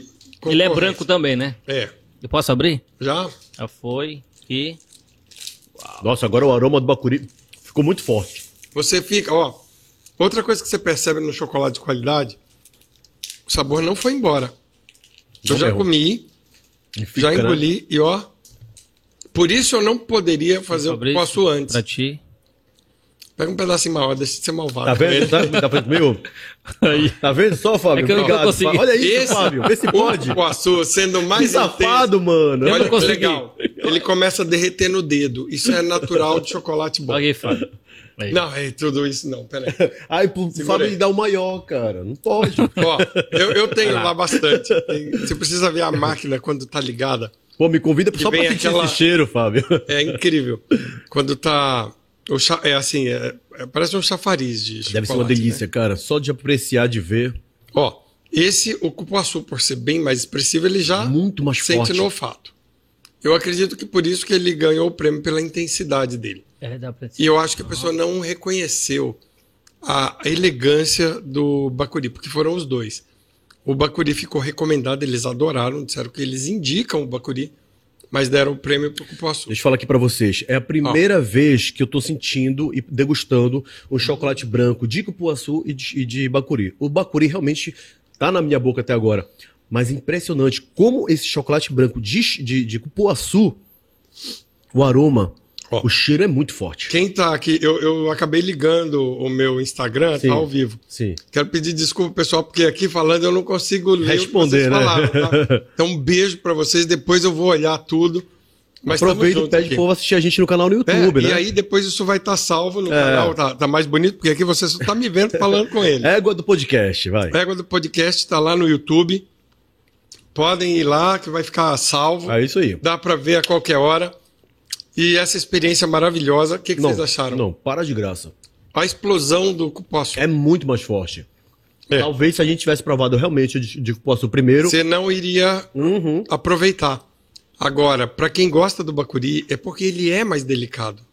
Speaker 1: é
Speaker 3: concorrência.
Speaker 1: branco também, né?
Speaker 3: É.
Speaker 1: Eu posso abrir?
Speaker 3: Já?
Speaker 1: Já foi. E...
Speaker 2: Nossa, agora o aroma do bacuri ficou muito forte.
Speaker 3: Você fica, ó. Outra coisa que você percebe no chocolate de qualidade, o sabor não foi embora. Eu
Speaker 2: Não
Speaker 3: já
Speaker 2: errou.
Speaker 3: comi,
Speaker 2: E fica,
Speaker 3: já
Speaker 2: né?
Speaker 3: engoli e ó. Por isso eu não poderia fazer o
Speaker 1: Fabrício,
Speaker 3: cupuaçu antes.
Speaker 1: Pra ti.
Speaker 3: Pega um pedacinho maior, deixa de ser malvado.
Speaker 2: Tá vendo? Tá, tá vendo comigo? Tá vendo só, Fábio?
Speaker 1: É que eu- que eu
Speaker 2: Obrigado,
Speaker 1: consegui.
Speaker 2: Fábio. Olha isso, Fábio. Vê se pode.
Speaker 3: O é cupuaçu um sendo
Speaker 2: Que
Speaker 3: mais
Speaker 2: safado, mano.
Speaker 1: Eu
Speaker 3: Olha
Speaker 1: não
Speaker 3: que
Speaker 1: consegui.
Speaker 3: legal. Ele começa a derreter no dedo. Isso é natural de chocolate bom.
Speaker 1: Olha aí, Fábio. Aí.
Speaker 3: Não, é tudo isso não, peraí.
Speaker 2: Ai, pro Fábio
Speaker 3: aí.
Speaker 2: me dá o maior, cara. Não pode.
Speaker 3: Ó, eu, eu tenho lá bastante. Tem- Você precisa ver a máquina quando tá ligada.
Speaker 2: Pô, me convida só pra
Speaker 3: vem
Speaker 2: sentir
Speaker 3: aquela-
Speaker 2: esse cheiro, Fábio.
Speaker 3: É incrível. Quando tá. O cha- É assim, é- é- parece um chafariz de
Speaker 2: Deve ser uma
Speaker 3: chocolate,
Speaker 2: delícia, cara. Só de apreciar, de ver.
Speaker 3: né? Ó, esse, o cupuaçu, por ser bem mais expressivo, ele já
Speaker 2: Muito mais
Speaker 3: Ah, sente
Speaker 2: forte.
Speaker 3: no olfato. Eu acredito que por isso que ele ganhou o prêmio pela intensidade dele.
Speaker 1: É, dá pra ti.
Speaker 3: E eu acho que a pessoa não reconheceu a elegância do Bacuri, porque foram os dois. O Bacuri ficou recomendado, eles adoraram, disseram que eles indicam o Bacuri, Mas deram o prêmio pro cupuaçu.
Speaker 2: Deixa eu falar aqui pra vocês. É a primeira vez que eu tô sentindo e degustando um chocolate branco de cupuaçu e de, e de bacuri. O bacuri realmente tá na minha boca até agora. Mas é impressionante como esse chocolate branco de, de, de cupuaçu, o aroma,
Speaker 3: Ó.
Speaker 2: o cheiro é muito forte.
Speaker 3: Quem tá aqui, eu, eu acabei ligando o meu Instagram,
Speaker 2: Sim.
Speaker 3: tá ao vivo.
Speaker 2: Sim.
Speaker 3: Quero pedir desculpa, pessoal, porque aqui falando eu não consigo ler
Speaker 2: Responder, né?
Speaker 3: o que vocês falaram. tá? Então, um beijo pra vocês. Depois eu vou olhar tudo. Mas tamo
Speaker 2: Aproveita e
Speaker 3: junto
Speaker 2: pede
Speaker 3: aqui.
Speaker 2: pro povo assistir a gente no canal no
Speaker 3: É,
Speaker 2: YouTube,
Speaker 3: E
Speaker 2: né? É.
Speaker 3: aí depois isso vai estar salvo no canal, tá, tá mais bonito, porque aqui você só tá me vendo falando com ele.
Speaker 2: Égua do podcast, vai.
Speaker 3: A Égua do podcast tá lá no YouTube. Podem ir lá, que vai ficar salvo.
Speaker 2: É isso aí.
Speaker 3: Dá pra ver a qualquer hora. E essa experiência maravilhosa, o que, que
Speaker 2: Não,
Speaker 3: vocês acharam?
Speaker 2: não, para de graça.
Speaker 3: A explosão do cupuaçu.
Speaker 2: É muito mais forte.
Speaker 3: É.
Speaker 2: Talvez se a gente tivesse provado realmente o de, de cupuaçu primeiro.
Speaker 3: Você não iria
Speaker 2: Uhum.
Speaker 3: aproveitar. Agora, pra quem gosta do bacuri, é porque ele é mais delicado.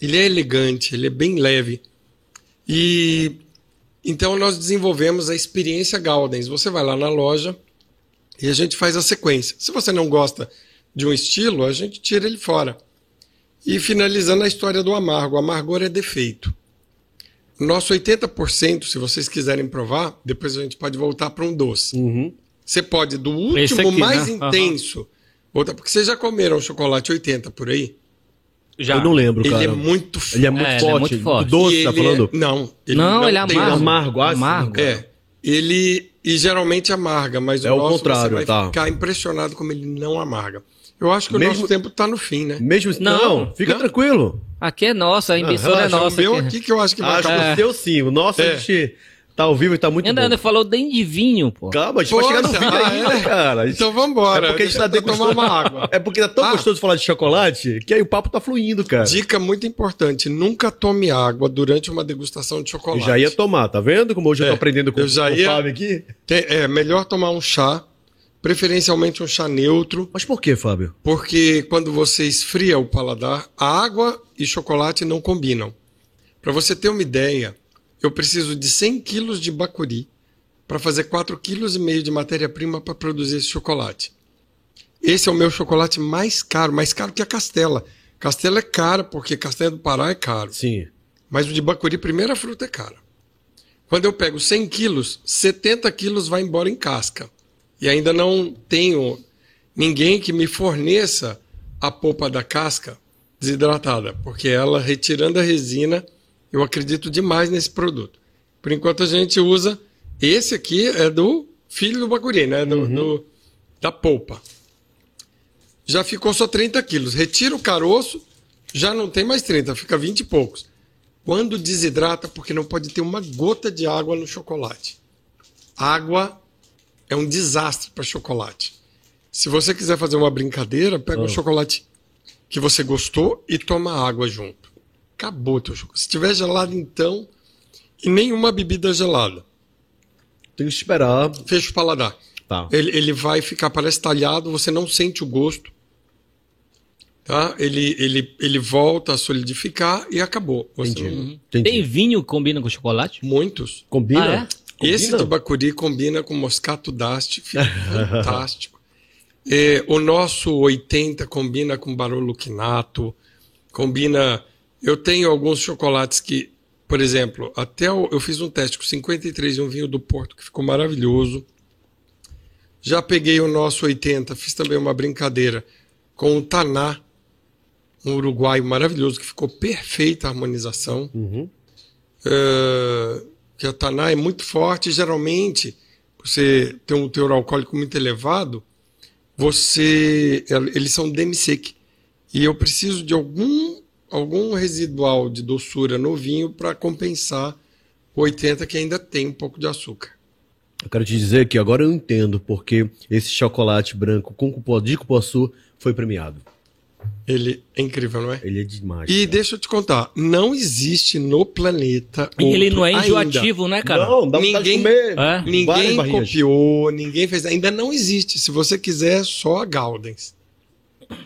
Speaker 3: Ele é elegante, ele é bem leve. E então nós desenvolvemos a experiência Galdens. Você vai lá na loja e a gente faz a sequência. Se você não gosta de um estilo, a gente tira ele fora. E finalizando a história do amargo, o amargor é defeito. Nosso 80%, se vocês quiserem provar, depois a gente pode voltar para um doce.
Speaker 2: Uhum.
Speaker 3: Você pode, do
Speaker 1: Esse
Speaker 3: último
Speaker 1: aqui,
Speaker 3: mais
Speaker 1: né? Aham.
Speaker 3: intenso. Outra, porque vocês já comeram chocolate 80 por aí?
Speaker 1: Já.
Speaker 2: Eu não lembro,
Speaker 3: ele
Speaker 2: cara.
Speaker 3: é muito f-
Speaker 2: Ele é muito
Speaker 1: É, ele é
Speaker 2: forte.
Speaker 1: muito forte.
Speaker 2: Do Doce,
Speaker 3: e
Speaker 2: tá
Speaker 3: ele
Speaker 2: falando?
Speaker 3: é- Não,
Speaker 1: Não, ele é amargo.
Speaker 3: tem aroma.
Speaker 2: amargo, ácido.
Speaker 1: Amargo.
Speaker 3: É. Ele. E geralmente amarga, mas
Speaker 2: É
Speaker 3: o
Speaker 2: o
Speaker 3: nosso
Speaker 2: contrário,
Speaker 3: você vai
Speaker 2: tá.
Speaker 3: ficar impressionado como ele não amarga. Eu acho que o
Speaker 2: Mesmo-
Speaker 3: nosso tempo tá no fim, né?
Speaker 2: Mesmo se-
Speaker 1: Não,
Speaker 2: não, fica
Speaker 3: não.
Speaker 2: tranquilo.
Speaker 1: Aqui é nossa, a emissora é
Speaker 2: relaxa,
Speaker 1: nossa.
Speaker 3: o meu
Speaker 1: aqui.
Speaker 3: aqui que eu acho que vai
Speaker 2: Acho
Speaker 3: acabar.
Speaker 2: que o seu sim. O nosso
Speaker 3: É.
Speaker 2: a gente tá ao vivo e tá muito
Speaker 1: Ainda ainda
Speaker 2: bom.
Speaker 1: falou nem de vinho, pô.
Speaker 2: Calma, a gente vai chegar no
Speaker 3: Poxa,
Speaker 2: vídeo
Speaker 3: ah,
Speaker 2: ainda,
Speaker 3: é?
Speaker 2: cara. A gente-
Speaker 3: Então
Speaker 2: É
Speaker 3: vambora.
Speaker 2: porque a gente tá
Speaker 3: Deixa eu tomar
Speaker 2: degustando.
Speaker 3: uma água.
Speaker 2: É porque tá tão
Speaker 3: Ah.
Speaker 2: gostoso falar de chocolate que aí o papo tá fluindo, cara.
Speaker 3: Dica muito importante: nunca tome água durante uma degustação de
Speaker 2: Eu
Speaker 3: chocolate.
Speaker 2: já ia tomar, tá vendo como hoje eu
Speaker 3: É,
Speaker 2: tô aprendendo com,
Speaker 3: eu já
Speaker 2: com
Speaker 3: ia-
Speaker 2: o Fábio aqui?
Speaker 3: Tem- é melhor tomar um chá, preferencialmente um chá neutro,
Speaker 2: Mas por que, Fábio?
Speaker 3: porque quando você esfria o paladar, a água e chocolate não combinam. Para você ter uma ideia, eu preciso de 100 quilos de bacuri para fazer 4,5 kg de matéria-prima para produzir esse chocolate. Esse é o meu chocolate mais caro, mais caro que a Castela. Castela é cara, porque Castela do Pará é caro.
Speaker 2: Sim.
Speaker 3: Mas o de bacuri, primeira fruta, é cara. Quando eu pego 100 quilos, 70 quilos vai embora em casca. E ainda não tenho ninguém que me forneça a polpa da casca desidratada, porque ela, retirando a resina, eu acredito demais nesse produto. Por enquanto a gente usa. Esse aqui é do filho do bacuri, né? Do, do- da polpa. Já ficou só 30 quilos. Retira o caroço, já não tem mais 30, fica 20 e poucos. Quando desidrata, porque não pode ter uma gota de água no chocolate. Água é um desastre para chocolate. Se você quiser fazer uma brincadeira, pega um chocolate que você gostou e toma água junto. Acabou teu chocolate. Se tiver gelado, então, e nenhuma bebida gelada.
Speaker 2: Tem que esperar.
Speaker 3: Fecha o paladar.
Speaker 2: Tá.
Speaker 3: Ele, ele vai ficar, parece talhado, você não sente o gosto. Tá? Ele, ele, ele volta a solidificar e acabou. Você
Speaker 2: Entendi.
Speaker 3: não-
Speaker 2: Entendi.
Speaker 1: Uhum. Tem vinho que combina com chocolate?
Speaker 3: Muitos.
Speaker 2: Combina?
Speaker 1: Ah, é?
Speaker 2: Combina?
Speaker 3: Esse do Bacuri combina com Moscato d'Asti, fica fantástico. É, o nosso 80 combina com Barolo Quinato, combina... Eu tenho alguns chocolates que, por exemplo, até o- eu fiz um teste com 53 de um vinho do Porto que ficou maravilhoso. Já peguei o nosso 80, fiz também uma brincadeira com o Taná, um uruguaio maravilhoso, que ficou perfeita a harmonização.
Speaker 2: Uhum.
Speaker 3: É, que a Taná é muito forte. Geralmente, você tem um teor alcoólico muito elevado, você el- eles são demi-sec. E eu preciso de algum, algum residual de doçura no vinho para compensar o 80 que ainda tem um pouco de açúcar.
Speaker 2: Eu quero te dizer que agora eu entendo porque esse chocolate branco com cupuaçu, de cupuaçu foi premiado.
Speaker 3: Ele é incrível, não é?
Speaker 2: Ele é demais.
Speaker 3: E
Speaker 2: cara.
Speaker 3: deixa eu te contar, não existe no planeta.
Speaker 1: E ele
Speaker 3: outro
Speaker 1: não é
Speaker 3: ainda.
Speaker 1: enjoativo, né, cara?
Speaker 2: Não, dá vontade
Speaker 3: ninguém-
Speaker 2: de comer.
Speaker 1: É?
Speaker 2: várias
Speaker 3: Ninguém
Speaker 2: barrinhas.
Speaker 3: copiou, ninguém fez. Ainda não existe. Se você quiser, é só a Galdens.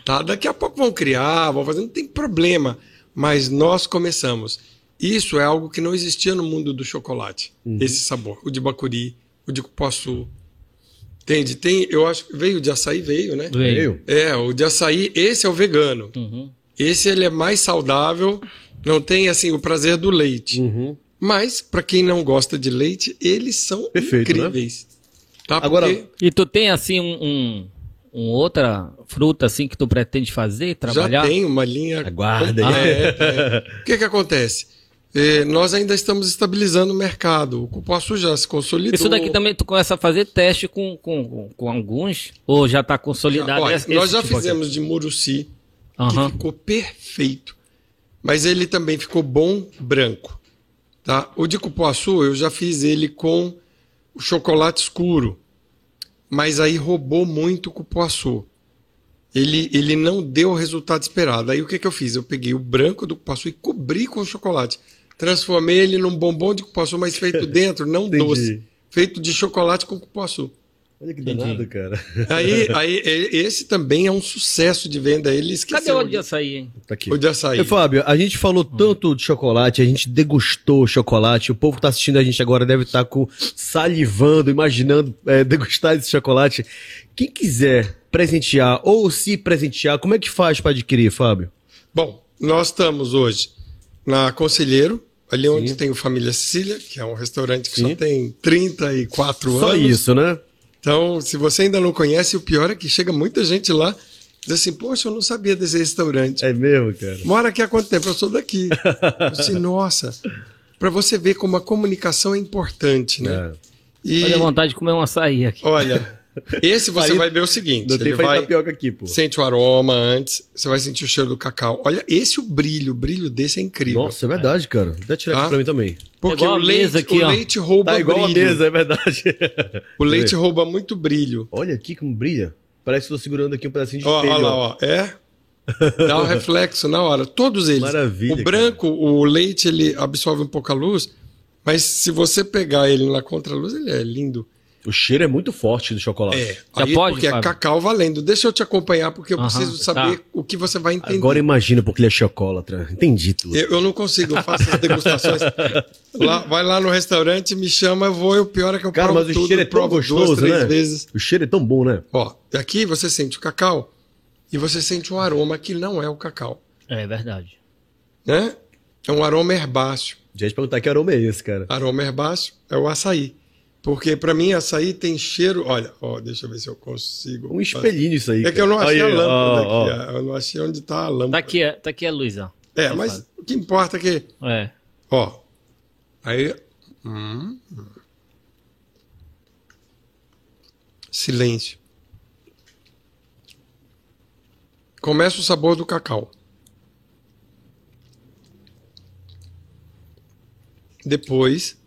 Speaker 3: Tá? Daqui a pouco vão criar, vão fazer, não tem problema. Mas nós começamos. Isso é algo que não
Speaker 2: Uhum.
Speaker 3: existia no mundo do chocolate. Esse sabor. O de bacuri, o de cupuaçu. Entende? Tem, eu acho que veio de açaí, veio, né?
Speaker 1: Veio.
Speaker 3: É, o de açaí, esse é o vegano.
Speaker 1: Uhum.
Speaker 3: Esse ele é mais saudável, não tem assim o prazer do leite.
Speaker 2: Uhum.
Speaker 3: Mas para quem não gosta de leite, eles são
Speaker 2: Perfeito,
Speaker 3: incríveis. Tá?
Speaker 2: Agora-
Speaker 3: Porque
Speaker 1: E tu tem assim um, um, um outra fruta assim que tu pretende fazer, trabalhar?
Speaker 3: já tem uma linha
Speaker 2: Aguarda aí.
Speaker 3: Ah, é, é. O que, que acontece? Eh, nós ainda estamos estabilizando o mercado. O cupuaçu já se consolidou.
Speaker 1: Isso daqui tá também tu começa a fazer teste com, com, com alguns? Ou já tá
Speaker 3: Já,
Speaker 1: consolidado?
Speaker 3: olha,
Speaker 1: esse-
Speaker 3: nós
Speaker 1: esse
Speaker 3: já
Speaker 1: tipo aqui?
Speaker 3: fizemos de Muruci,
Speaker 1: Aham.
Speaker 3: que ficou perfeito. Mas ele também ficou bom branco. Tá? O de cupuaçu, eu já fiz ele com o chocolate escuro. Mas aí roubou muito o cupuaçu. Ele, ele não deu o resultado esperado. Aí o que, que eu fiz? Eu peguei o branco do cupuaçu e cobri com chocolate. Transformei ele num bombom de cupuaçu, mas feito dentro, não
Speaker 2: Entendi.
Speaker 3: doce. Feito de chocolate com cupuaçu.
Speaker 2: Olha que danado, cara.
Speaker 3: Aí, aí, e- esse também é um sucesso de venda. Ele
Speaker 1: Cadê
Speaker 3: esqueceu
Speaker 1: o de açaí, hein?
Speaker 2: Tá aqui.
Speaker 3: o de açaí.
Speaker 4: Ô, Fábio, a gente falou
Speaker 3: Hum.
Speaker 4: tanto de chocolate, a gente degustou o chocolate. O povo que tá assistindo a gente agora deve estar com salivando, imaginando é, degustar esse chocolate. Quem quiser presentear ou se presentear, como é que faz pra adquirir, Fábio?
Speaker 3: Bom, nós estamos hoje na Conselheiro, ali onde tem o Família Cecília, que é um restaurante que só tem 34 anos.
Speaker 4: Só isso, né?
Speaker 3: Então, se você ainda não conhece, o pior é que chega muita gente lá diz assim: Poxa, eu não sabia desse restaurante.
Speaker 2: É mesmo, cara.
Speaker 3: Mora aqui há quanto tempo? Eu sou daqui. Eu disse, nossa, para você ver como a comunicação é importante, né? E
Speaker 1: Olha a vontade de comer um açaí aqui.
Speaker 3: olha, esse você vai ver o seguinte:
Speaker 2: Não tem
Speaker 3: ele
Speaker 2: farinha
Speaker 3: vai,
Speaker 2: tapioca aqui, pô.
Speaker 3: Sente o aroma antes, você vai sentir o cheiro do cacau. Olha, esse o brilho, o brilho desse é incrível.
Speaker 4: Nossa, é verdade, cara. Dá tirar
Speaker 3: Tá?
Speaker 4: aqui pra mim também.
Speaker 3: Porque
Speaker 1: É igual
Speaker 3: o
Speaker 1: a
Speaker 3: leite,
Speaker 1: mesa aqui,
Speaker 3: o
Speaker 1: ó.
Speaker 3: leite rouba
Speaker 2: Tá igual a
Speaker 3: brilho.
Speaker 2: mesa, é verdade.
Speaker 3: O leite rouba muito brilho.
Speaker 4: Olha aqui como brilha. Parece que eu tô segurando aqui um pedacinho de
Speaker 3: Ó,
Speaker 4: telha,
Speaker 3: olha lá,
Speaker 4: ó.
Speaker 3: ó. É. Dá o reflexo na hora. Todos eles.
Speaker 2: Maravilha,
Speaker 3: O branco, o leite, ele absorve um pouco a luz, mas se você pegar ele na contraluz, ele é lindo.
Speaker 4: O cheiro é muito forte do chocolate.
Speaker 3: É.
Speaker 1: Já
Speaker 3: Aí,
Speaker 1: pode,
Speaker 3: porque é
Speaker 1: Fábio?
Speaker 3: cacau valendo. Deixa eu te acompanhar, porque eu
Speaker 1: Aham,
Speaker 3: preciso
Speaker 1: tá.
Speaker 3: saber o que você vai entender.
Speaker 4: Agora imagina porque ele é chocolatra. Entendi
Speaker 2: é
Speaker 4: tudo.
Speaker 3: Eu, eu não consigo, eu faço as degustações. Lá- vai lá no restaurante, me chama, eu vou, e o pior é que eu
Speaker 4: Cara,
Speaker 3: provo
Speaker 4: mas o
Speaker 3: tudo,
Speaker 4: cheiro é tão
Speaker 3: provo duas,
Speaker 4: gostoso,
Speaker 3: três
Speaker 4: né?
Speaker 3: vezes.
Speaker 4: O cheiro é tão bom, né?
Speaker 3: Ó, aqui você sente o cacau e você sente um aroma que não é o cacau,
Speaker 1: É verdade.
Speaker 3: né? É um aroma herbáceo.
Speaker 4: Já te perguntar que aroma é esse, cara.
Speaker 3: Aroma herbáceo é o açaí. Porque pra mim açaí tem cheiro, olha, ó, deixa eu ver se eu consigo.
Speaker 4: Um espelhinho isso aí.
Speaker 3: É que eu não
Speaker 4: cara.
Speaker 3: achei
Speaker 4: Aí,
Speaker 3: a lâmpada
Speaker 4: ó,
Speaker 3: aqui, ó, eu não achei onde tá a
Speaker 1: Tá
Speaker 3: lâmpada.
Speaker 1: aqui, é- tá aqui é luz, ó.
Speaker 3: É, mas o que importa é que
Speaker 1: É.
Speaker 3: Ó. Aí. Hum. Silêncio. Começa o sabor do cacau. Depois.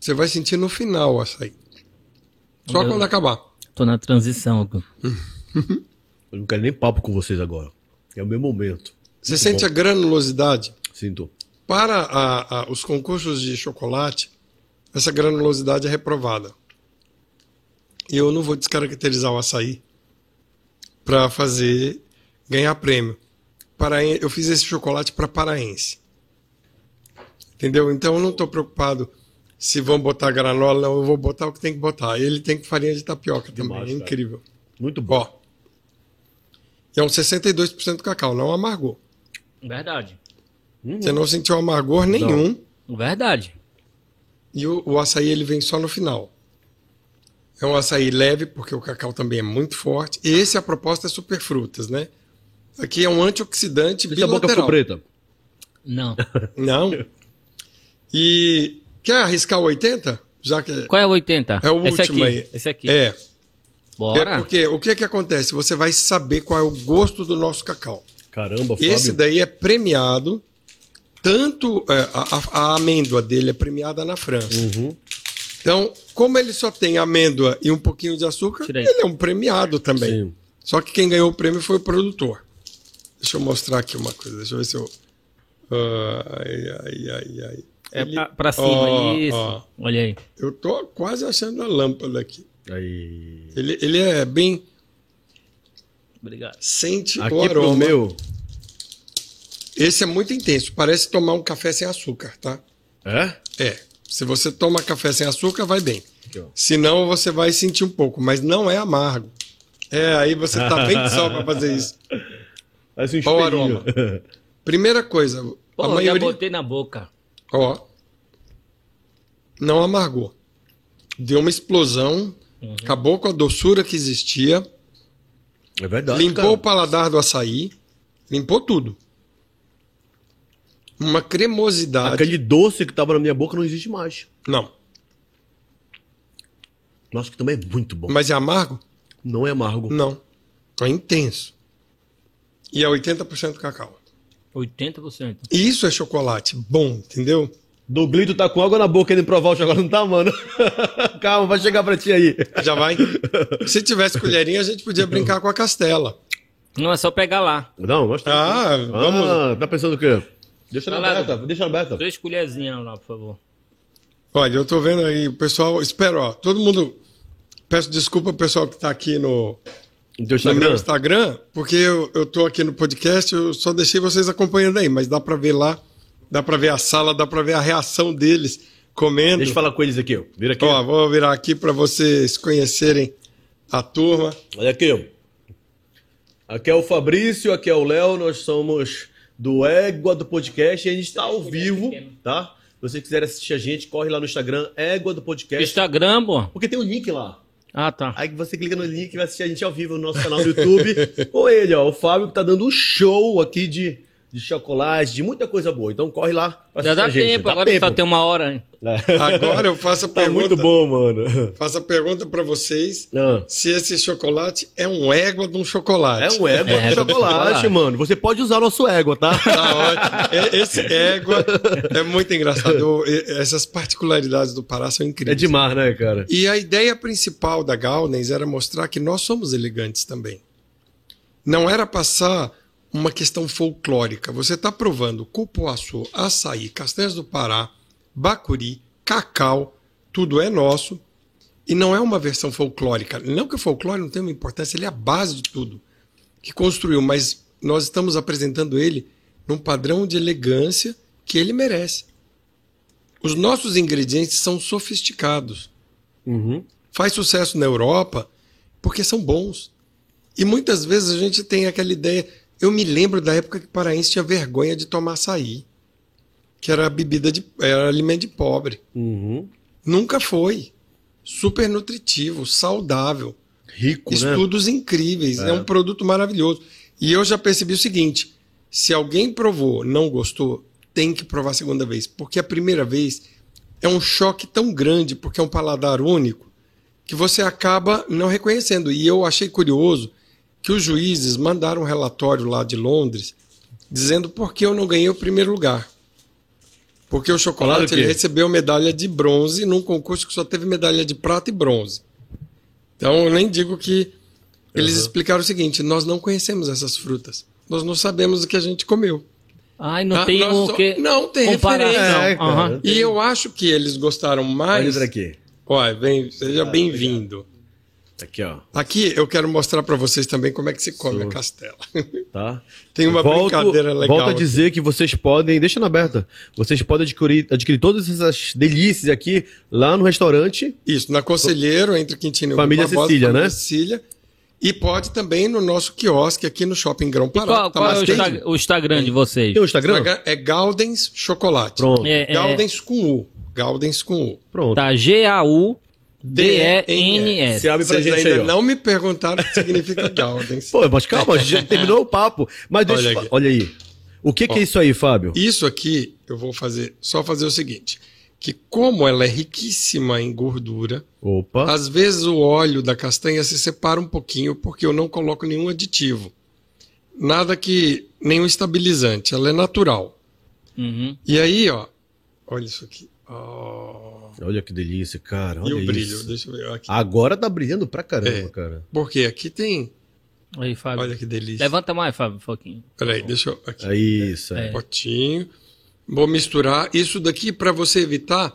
Speaker 3: Você vai sentir no final o açaí. Só
Speaker 1: Meu-
Speaker 3: quando acabar.
Speaker 1: Tô na transição. aqui.
Speaker 4: Eu não quero nem papo com vocês agora. É o meu momento.
Speaker 3: Você sente a granulosidade.
Speaker 4: Sinto.
Speaker 3: Para a- a- os concursos de chocolate, essa granulosidade é reprovada. E eu não vou descaracterizar o açaí para fazer ganhar prêmio. Paraen- eu fiz esse chocolate para paraense. Entendeu? Então eu não estou preocupado se vão botar granola, não. Eu vou botar o que tem que botar. Ele tem que farinha de tapioca
Speaker 2: Demais,
Speaker 3: também. É
Speaker 2: cara.
Speaker 3: incrível.
Speaker 4: Muito bom.
Speaker 3: Ó. E é um 62% cacau, não amargor.
Speaker 1: Verdade.
Speaker 3: Você não sentiu amargor nenhum.
Speaker 1: Verdade.
Speaker 3: E o, o açaí ele vem só no final. É um açaí leve, porque o cacau também é muito forte. E esse, a proposta é superfrutas, né? Aqui é um antioxidante
Speaker 4: Deixa a boca ficou
Speaker 3: bilateral.
Speaker 4: preta.
Speaker 1: Não.
Speaker 3: Não. E quer arriscar o 80? Já que...
Speaker 1: Qual é o 80?
Speaker 3: É o
Speaker 1: esse
Speaker 3: último
Speaker 1: aqui.
Speaker 3: aí.
Speaker 1: Esse aqui.
Speaker 3: É, é
Speaker 1: Bora.
Speaker 3: porque o que que acontece? Você vai saber qual é o gosto do nosso cacau.
Speaker 4: Caramba, Fábio.
Speaker 3: Esse daí é premiado, tanto é, a, a- a amêndoa dele é premiada na França.
Speaker 4: Uhum,
Speaker 3: Então, como ele só tem amêndoa e um pouquinho de açúcar,
Speaker 1: Tira aí.
Speaker 3: ele é um premiado também.
Speaker 4: Sim.
Speaker 3: Só que quem ganhou o prêmio foi o produtor. Deixa eu mostrar aqui uma coisa, deixa eu ver se eu. Ah, Ai, ai, ai, ai.
Speaker 1: É
Speaker 3: Ele-
Speaker 1: pra, pra cima.
Speaker 3: Ó,
Speaker 1: Isso.
Speaker 3: ó.
Speaker 1: Olha aí.
Speaker 3: Eu tô quase achando a lâmpada aqui.
Speaker 4: Aí.
Speaker 3: Ele, ele é bem.
Speaker 1: Obrigado.
Speaker 3: Sente
Speaker 4: Aqui
Speaker 3: o
Speaker 4: pro
Speaker 3: aroma.
Speaker 4: meu.
Speaker 3: Esse é muito intenso, parece tomar um café sem açúcar, tá?
Speaker 4: É?
Speaker 3: É. Se você toma café sem açúcar, vai bem. Senão você vai sentir um pouco, mas não é amargo. É, aí você tá bem de sol pra fazer isso.
Speaker 2: Faz um
Speaker 3: Olha o
Speaker 2: espelhinho.
Speaker 3: aroma. Primeira coisa,
Speaker 1: Pô,
Speaker 3: a
Speaker 1: já
Speaker 3: maioria.
Speaker 1: botei na boca.
Speaker 3: Ó. Não amargou. Deu uma explosão, acabou com a doçura que existia,
Speaker 2: É verdade.
Speaker 3: limpou
Speaker 2: cara.
Speaker 3: o paladar do açaí, limpou tudo. Uma cremosidade.
Speaker 2: Aquele doce que tava na minha boca não existe mais.
Speaker 3: Não,
Speaker 2: Nossa, que também é muito bom.
Speaker 3: mas é amargo?
Speaker 2: Não é amargo.
Speaker 3: Não. É intenso. E é 80% cacau.
Speaker 1: 80%.
Speaker 3: E isso é chocolate bom, entendeu?
Speaker 2: Doglito tá com água na boca ele provar o chocolate, não tá, mano? Calma, vai chegar pra ti aí.
Speaker 3: Já vai? Se tivesse colherinha, a gente podia brincar com a castela.
Speaker 1: Não, é só pegar lá.
Speaker 2: Não, mostra.
Speaker 3: Ah, vamos.
Speaker 2: Ah, tá pensando o quê? Deixa ela
Speaker 1: Salada.
Speaker 2: aberta, deixa ela aberta.
Speaker 1: Três colherzinhas lá, por favor.
Speaker 3: Olha, eu tô vendo aí, o pessoal. Espero, ó. Todo mundo. Peço desculpa ao pessoal que tá aqui no,
Speaker 2: No teu
Speaker 3: no meu
Speaker 2: Instagram.
Speaker 3: Instagram, porque eu, eu tô aqui no podcast, eu só deixei vocês acompanhando aí, mas dá pra ver lá, dá pra ver a sala, dá pra ver a reação deles comendo.
Speaker 2: Deixa eu falar com eles aqui, ó. Vira aqui.
Speaker 3: Ó, vou virar aqui pra vocês conhecerem a turma.
Speaker 2: Olha aqui, ó. Aqui é o Fabrício, aqui é o Léo, nós somos do Égua do Podcast e a gente está ao vivo, tá? Se você quiser assistir a gente, corre lá no Instagram, Égua do Podcast,
Speaker 1: Instagram, pô.
Speaker 2: porque tem um link lá.
Speaker 1: Ah, tá.
Speaker 2: Aí você clica no link e vai assistir a gente ao vivo no nosso canal do YouTube. Ou ele, ó, o Fábio que tá dando um show aqui de, de chocolate, de muita coisa boa. Então corre lá pra
Speaker 1: Já
Speaker 2: assistir
Speaker 1: dá
Speaker 2: a gente. É.
Speaker 1: tempo, agora só tem um- uma hora. hein?
Speaker 3: Agora eu faço a
Speaker 2: Tá
Speaker 3: pergunta.
Speaker 2: muito bom, mano.
Speaker 3: Faço a pergunta pra vocês
Speaker 2: Ah.
Speaker 3: se esse chocolate é um égua de um chocolate.
Speaker 2: É um égua
Speaker 1: É,
Speaker 2: de
Speaker 1: égua de
Speaker 2: chocolate,
Speaker 1: chocolate.
Speaker 2: mano. Você pode usar nosso égua, tá?
Speaker 3: Tá ótimo. E- Esse égua é muito engraçado. Eu- e- Essas particularidades do Pará são
Speaker 2: É
Speaker 3: incríveis.
Speaker 2: demais, né, cara?
Speaker 3: E a ideia principal da Gaudens era mostrar que nós somos elegantes também. Não era passar uma questão folclórica. Você está provando cupuaçu, açaí, castanhas do Pará, bacuri, cacau, tudo é nosso. E não é uma versão folclórica. Não que o folclore não tenha uma importância, ele é a base de tudo que construiu, mas nós estamos apresentando ele num padrão de elegância que ele merece. Os nossos ingredientes são sofisticados
Speaker 2: Uhum,
Speaker 3: faz sucesso na Europa porque são bons. E muitas vezes a gente tem aquela ideia. Eu me lembro da época que paraense tinha vergonha de tomar açaí, que era bebida de era alimento de pobre.
Speaker 2: uhum.
Speaker 3: Nunca foi. Super nutritivo, saudável.
Speaker 2: Rico, né?
Speaker 3: Estudos incríveis, é. um produto maravilhoso. E eu já percebi o seguinte: se alguém provou, não gostou, tem que provar a segunda vez, porque a primeira vez é um choque tão grande, porque é um paladar único, que você acaba não reconhecendo. E eu achei curioso que os juízes mandaram um relatório lá de Londres dizendo por que eu não ganhei o primeiro lugar. Porque
Speaker 2: Falaram
Speaker 3: o
Speaker 2: o
Speaker 3: chocolate
Speaker 2: quê?
Speaker 3: ele recebeu medalha de bronze num concurso que só teve medalha de prata e bronze. Então, eu nem digo que eles explicaram o seguinte: nós não conhecemos essas frutas. Nós não sabemos o que a gente comeu.
Speaker 1: Ai, não
Speaker 3: Ah,
Speaker 1: tem
Speaker 3: nós
Speaker 1: o
Speaker 3: só-
Speaker 1: que
Speaker 3: não, tem
Speaker 1: comparar,
Speaker 3: referência.
Speaker 1: não.
Speaker 2: É, cara.
Speaker 1: Aham.
Speaker 3: E eu acho que eles gostaram
Speaker 2: Olha
Speaker 3: mais.
Speaker 2: isso Ah, aqui.
Speaker 3: Olha, vem, seja bem-vindo.
Speaker 2: Aqui, ó.
Speaker 3: Aqui eu quero mostrar para vocês também como é que se come a castela.
Speaker 2: Tá?
Speaker 3: Tem uma
Speaker 2: Volto-
Speaker 3: brincadeira legal.
Speaker 2: Volto a
Speaker 3: aqui.
Speaker 2: dizer que vocês podem, deixa na aberta, vocês podem adquirir, adquirir todas essas delícias aqui lá no restaurante.
Speaker 3: Isso, na Conselheiro, entre Quintino
Speaker 2: Família
Speaker 3: Rui Barbosa,
Speaker 2: Cecília, né?
Speaker 3: Cecília. E pode também no nosso quiosque aqui no Shopping Grão Pará.
Speaker 1: Qual,
Speaker 3: Tá
Speaker 1: qual é
Speaker 3: mais
Speaker 1: o,
Speaker 3: quente?
Speaker 1: Insta- o Instagram de vocês?
Speaker 2: Tem o Instagram?
Speaker 3: Instagram É Galdens Chocolate.
Speaker 2: Pronto.
Speaker 1: É, é,
Speaker 3: Gaudens com U. Gaudens com U.
Speaker 2: Pronto.
Speaker 1: tá G-A-U-D-E-N-S.
Speaker 2: abre
Speaker 3: Vocês
Speaker 2: gente
Speaker 3: ainda
Speaker 2: ó.
Speaker 3: não me perguntaram o que significa Gaudens.
Speaker 2: Pô, mas calma, a gente já terminou o papo. Mas deixa
Speaker 3: Olha
Speaker 2: eu fa-
Speaker 3: aqui.
Speaker 2: olha aí. O que, que é isso aí, Fábio?
Speaker 3: Isso aqui eu vou fazer, só fazer o seguinte: que como ela é riquíssima em gordura,
Speaker 2: Opa.
Speaker 3: às vezes o óleo da castanha se separa um pouquinho porque eu não coloco nenhum aditivo. Nada que. nenhum estabilizante, ela é natural.
Speaker 1: Uhum.
Speaker 3: E aí, ó, olha isso aqui. Ó,
Speaker 2: Olha que delícia, cara.
Speaker 3: e
Speaker 2: Olha
Speaker 3: o
Speaker 2: isso.
Speaker 3: brilho, deixa eu ver aqui.
Speaker 2: Agora tá brilhando pra caramba,
Speaker 3: É.
Speaker 2: cara.
Speaker 3: Porque aqui tem.
Speaker 1: Aí, Fábio.
Speaker 3: Olha que delícia.
Speaker 1: Levanta mais, Fábio, um pouquinho.
Speaker 3: Peraí, deixa eu. Aqui. um
Speaker 2: É isso. É.
Speaker 1: É.
Speaker 3: potinho. Vou misturar isso daqui para você evitar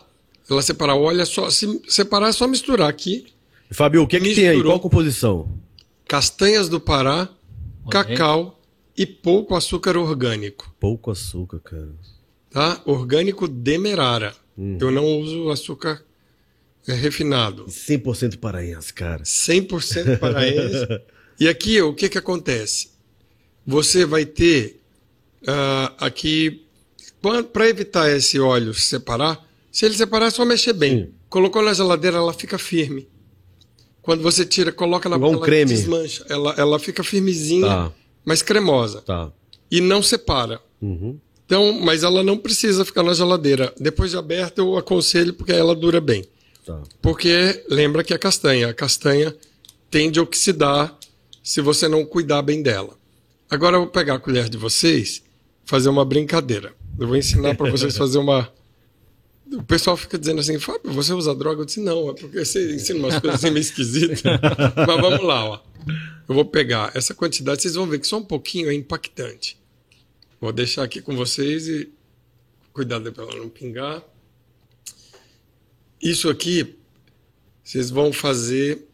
Speaker 3: ela separar. Olha só, se separar é só misturar aqui.
Speaker 2: Fábio, o que, que tem aí?
Speaker 3: Misturou.
Speaker 2: Qual a composição?
Speaker 3: Castanhas do Pará,
Speaker 1: Ok.
Speaker 3: cacau e pouco açúcar orgânico,
Speaker 2: Pouco açúcar, cara. Hum.
Speaker 3: tá? Orgânico demerara. Eu não uso açúcar É refinado.
Speaker 2: 100% paraense, cara.
Speaker 3: 100% paraense. e aqui, o que, que acontece? Você vai ter ah, aqui, para evitar esse óleo se separar, se ele separar, é só mexer bem.
Speaker 2: Sim.
Speaker 3: Colocou na geladeira, ela fica firme. Quando você tira, coloca na
Speaker 2: Igual um
Speaker 3: ela
Speaker 2: creme.
Speaker 3: desmancha. Ela, ela fica firmezinha,
Speaker 2: Tá.
Speaker 3: mas cremosa.
Speaker 2: Tá.
Speaker 3: E não separa.
Speaker 2: Uhum.
Speaker 3: Então, mas ela não precisa ficar na geladeira. Depois de aberta, eu aconselho, porque ela dura bem.
Speaker 2: Tá.
Speaker 3: Porque lembra que a castanha, a castanha tende a oxidar se você não cuidar bem dela. Agora eu vou pegar a colher de vocês, fazer uma brincadeira. Eu vou ensinar para vocês fazer uma. O pessoal fica dizendo assim, Fábio, você usa droga? Eu disse, não, é porque você ensina umas coisas assim meio esquisitas. Mas vamos lá, ó. Eu vou pegar essa quantidade, vocês vão ver que só um pouquinho é impactante. Vou deixar aqui com vocês e cuidado para ela não pingar. Isso aqui vocês vão fazer.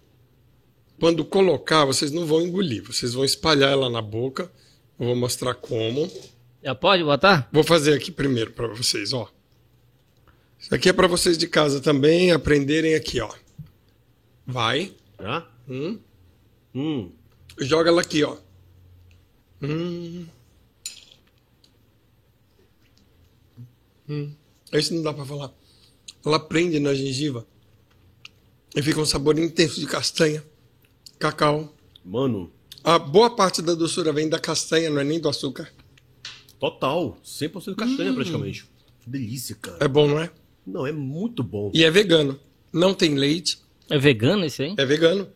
Speaker 3: Quando colocar, vocês não vão engolir, vocês vão espalhar ela na boca. Eu vou mostrar como.
Speaker 1: Já pode botar?
Speaker 3: Vou fazer aqui primeiro para vocês, ó. Isso aqui é para vocês de casa também aprenderem aqui, ó. Vai,
Speaker 2: Tá?
Speaker 3: Hum.
Speaker 2: Hum.
Speaker 3: joga ela aqui, ó. Hum. Hum. Isso não dá para falar. Ela prende na gengiva e fica um sabor intenso de castanha, cacau.
Speaker 2: Mano,
Speaker 3: A boa parte da doçura vem da castanha, não é nem do açúcar.
Speaker 2: total. 100% castanha, praticamente. Delícia, cara.
Speaker 3: Hum. É bom, não é?
Speaker 2: Não, é muito bom.
Speaker 3: E é vegano. Não tem leite,
Speaker 1: É vegano isso aí?
Speaker 3: é vegano.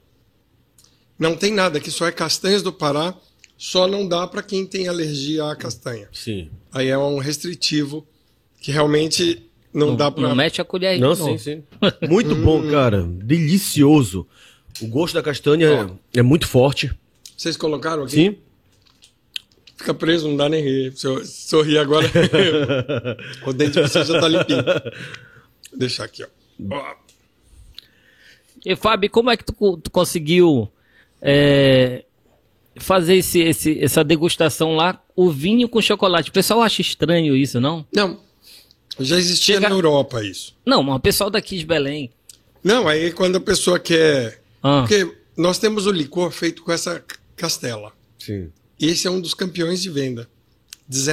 Speaker 3: Não tem nada, que só é castanhas do Pará, só não dá para quem tem alergia à castanha.
Speaker 2: Sim.
Speaker 3: Aí é um restritivo que realmente não, dá para.
Speaker 1: Não mete a colher
Speaker 3: é
Speaker 1: aí.
Speaker 2: Não, sim, sim. Muito
Speaker 3: Hum.
Speaker 2: bom, cara. Delicioso. O gosto da castanha é, é muito forte.
Speaker 3: Vocês colocaram aqui?
Speaker 2: Sim.
Speaker 3: Fica preso, não dá nem rir. Se eu sorrir agora, o dente de vocês já tá limpinho. Vou deixar aqui, ó. ó.
Speaker 1: E Fábio, como é que tu, co- tu conseguiu é, fazer esse, esse- essa degustação lá, o vinho com chocolate? O pessoal acha estranho isso, não?
Speaker 3: Não, já existia
Speaker 1: Chega-
Speaker 3: na Europa isso.
Speaker 1: Não, mas o pessoal daqui de Belém.
Speaker 3: Não, aí quando a pessoa quer.
Speaker 1: Ah,
Speaker 3: Porque nós temos o licor feito com essa c- castela.
Speaker 2: Sim.
Speaker 3: E esse é um dos campeões de venda.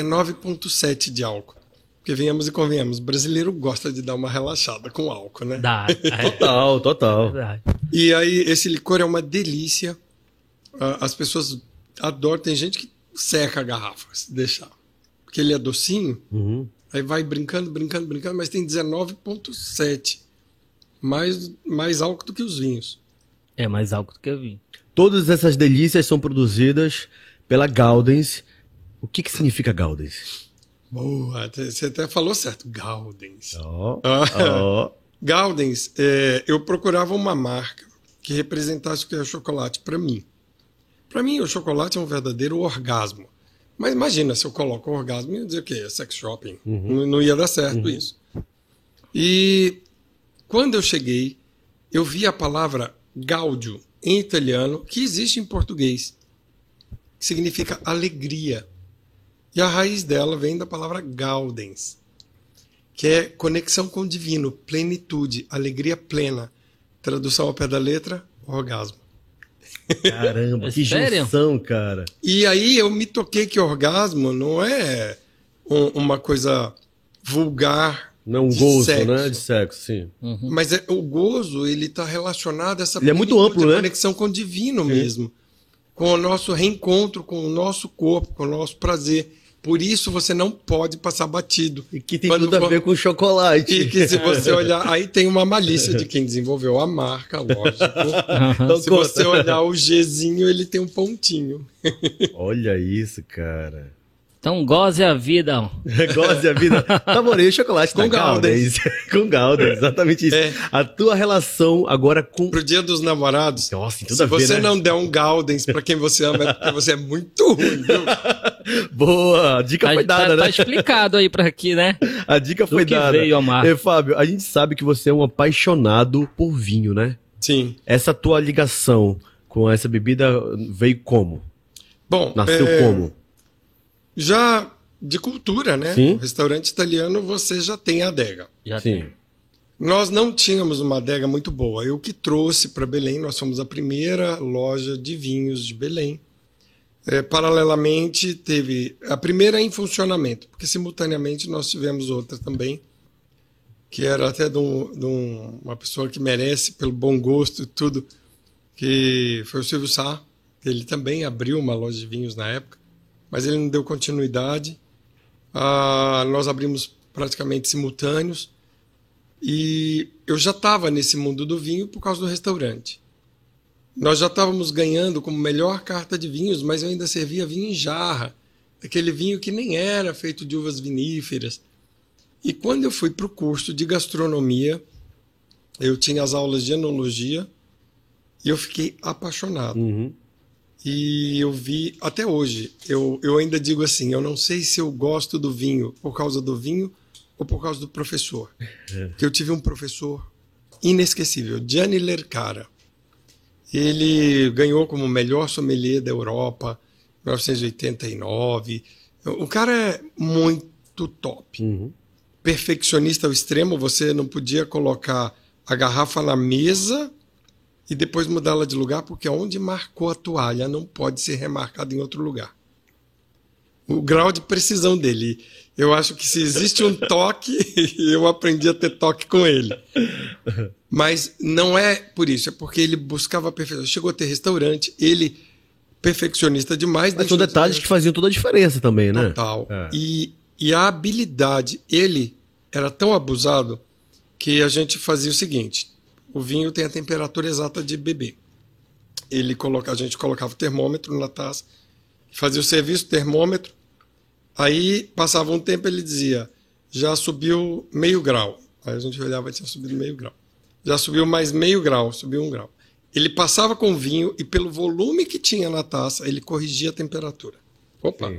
Speaker 3: 19,7 de álcool. Porque venhamos e convenhamos, brasileiro gosta de dar uma relaxada com álcool, né?
Speaker 1: dá. É,
Speaker 2: Total, total.
Speaker 1: verdade.
Speaker 3: E aí, esse licor é uma delícia. Ah, As pessoas adoram. Tem gente que seca a garrafa, se deixar. Porque ele é docinho.
Speaker 2: Uhum.
Speaker 3: Aí vai brincando, brincando, brincando, mas tem 19,7. Mais, mais álcool do que os vinhos.
Speaker 1: é mais álcool do que eu vi.
Speaker 2: Todas essas delícias são produzidas pela Gaudens. O que que significa Gaudens?
Speaker 3: Boa, até- você até falou certo. Gaudens.
Speaker 2: Ó.
Speaker 3: Ah,
Speaker 2: Ó.
Speaker 3: Gaudens, é, eu procurava uma marca que representasse o que é o chocolate para mim. Para mim, o chocolate é um verdadeiro orgasmo. Mas imagina se eu coloco orgasmo, eu ia dizer o quê? É sex shopping. Não, não ia dar certo isso. E quando eu cheguei, eu vi a palavra gaudio em italiano, que existe em português, que significa alegria. E a raiz dela vem da palavra gaudens, que é conexão com o divino, plenitude, alegria plena. Tradução ao pé da letra, orgasmo. É
Speaker 2: Caramba, que
Speaker 1: Sério?
Speaker 2: junção, cara.
Speaker 3: E aí eu me toquei que orgasmo não é um- uma coisa vulgar,
Speaker 2: Não, um
Speaker 3: De
Speaker 2: gozo,
Speaker 3: sexo.
Speaker 2: né? De sexo, sim.
Speaker 1: Uhum.
Speaker 3: mas é- o gozo ele está relacionado a essa
Speaker 2: Ele é muito
Speaker 3: plenitude,
Speaker 2: amplo,
Speaker 3: a
Speaker 2: né?
Speaker 3: conexão com o divino mesmo, com o nosso reencontro com o nosso corpo, com o nosso prazer. Por isso você não pode passar batido.
Speaker 2: E que tem
Speaker 3: Quando
Speaker 2: tudo a
Speaker 3: for-
Speaker 2: ver com
Speaker 3: E
Speaker 2: chocolate.
Speaker 3: que se você olhar, aí tem uma malícia de quem desenvolveu a marca, lógico.
Speaker 2: Então
Speaker 3: Se
Speaker 2: conta.
Speaker 3: você olhar o Gzinho, ele tem um pontinho.
Speaker 2: Olha isso, cara.
Speaker 1: Então goze a vida. ó.
Speaker 2: Goze a vida. Namorei o chocolate
Speaker 3: Com
Speaker 2: da
Speaker 3: Gaudens.
Speaker 2: Gaudens. com Gaudens, exatamente isso.
Speaker 3: É.
Speaker 2: A tua relação agora com.
Speaker 3: Pro Dia dos Namorados,
Speaker 2: Nossa, tem tudo
Speaker 3: Se
Speaker 2: a ver,
Speaker 3: você
Speaker 2: né?
Speaker 3: não der um Gaudens pra quem você ama, é porque você é muito ruim, viu?
Speaker 2: Boa, a dica
Speaker 1: Tá,
Speaker 2: foi dada,
Speaker 1: tá- tá
Speaker 2: né?
Speaker 1: explicado aí pra aqui, né?
Speaker 2: A dica
Speaker 1: Do
Speaker 2: foi
Speaker 1: que
Speaker 2: dada.
Speaker 1: veio Ah. a marca.
Speaker 2: E, Fábio, a gente sabe que você é um apaixonado por vinho, né?
Speaker 3: Sim.
Speaker 2: Essa tua ligação com essa bebida veio como?
Speaker 3: Bom,
Speaker 2: Nasceu
Speaker 3: é,
Speaker 2: como?
Speaker 3: já de né? cultura, né?
Speaker 2: Sim.
Speaker 3: Restaurante italiano, você já tem adega.
Speaker 1: Já tem.
Speaker 2: Sim.
Speaker 3: Nós não tínhamos uma adega muito boa. Eu que trouxe para Belém, nós fomos a primeira loja de vinhos de Belém. É, paralelamente, teve a primeira em funcionamento, porque simultaneamente nós tivemos outra também, que era até de, um- de um- uma pessoa que merece, pelo bom gosto e tudo, que foi o Silvio Sá. Ele também abriu uma loja de vinhos na época, mas ele não deu continuidade. Ah, nós abrimos praticamente simultâneos. E eu já estava nesse mundo do vinho por causa do restaurante. Nós já estávamos ganhando como melhor carta de vinhos, mas eu ainda servia vinho em jarra, aquele vinho que nem era feito de uvas viníferas. E quando eu fui para o curso de gastronomia, eu tinha as aulas de enologia e eu fiquei apaixonado.
Speaker 2: Uhum.
Speaker 3: E eu vi, até hoje, eu, eu ainda digo assim: eu não sei se eu gosto do vinho por causa do vinho ou por causa do professor. Que eu tive um professor inesquecível, Gianni Lercara. Ele ganhou como melhor sommelier da Europa em 1989. O cara é muito top.
Speaker 2: Uhum.
Speaker 3: Perfeccionista ao extremo, você não podia colocar a garrafa na mesa e depois mudá-la de lugar, porque onde marcou a toalha não pode ser remarcada em outro lugar. O grau de precisão dele. Eu acho que se existe um toque, eu aprendi a ter toque com ele. Mas não é por isso, é porque ele buscava a perfeição. Chegou a ter restaurante, ele, perfeccionista demais.
Speaker 4: Mas
Speaker 3: deixou
Speaker 4: são
Speaker 3: de-
Speaker 4: detalhes que faziam toda a diferença também, né?
Speaker 3: Total.
Speaker 4: É.
Speaker 3: E, e a habilidade, ele era tão abusado que a gente fazia o seguinte: o vinho tem a temperatura exata de beber. Ele coloca, a gente colocava o termômetro na taça, fazia o serviço, termômetro. Aí passava um tempo, ele dizia: já subiu meio grau. Aí a gente olhava, tinha subido meio grau. Já subiu mais meio grau, subiu um grau. Ele passava com o vinho e pelo volume que tinha na taça, ele corrigia a temperatura. Opa!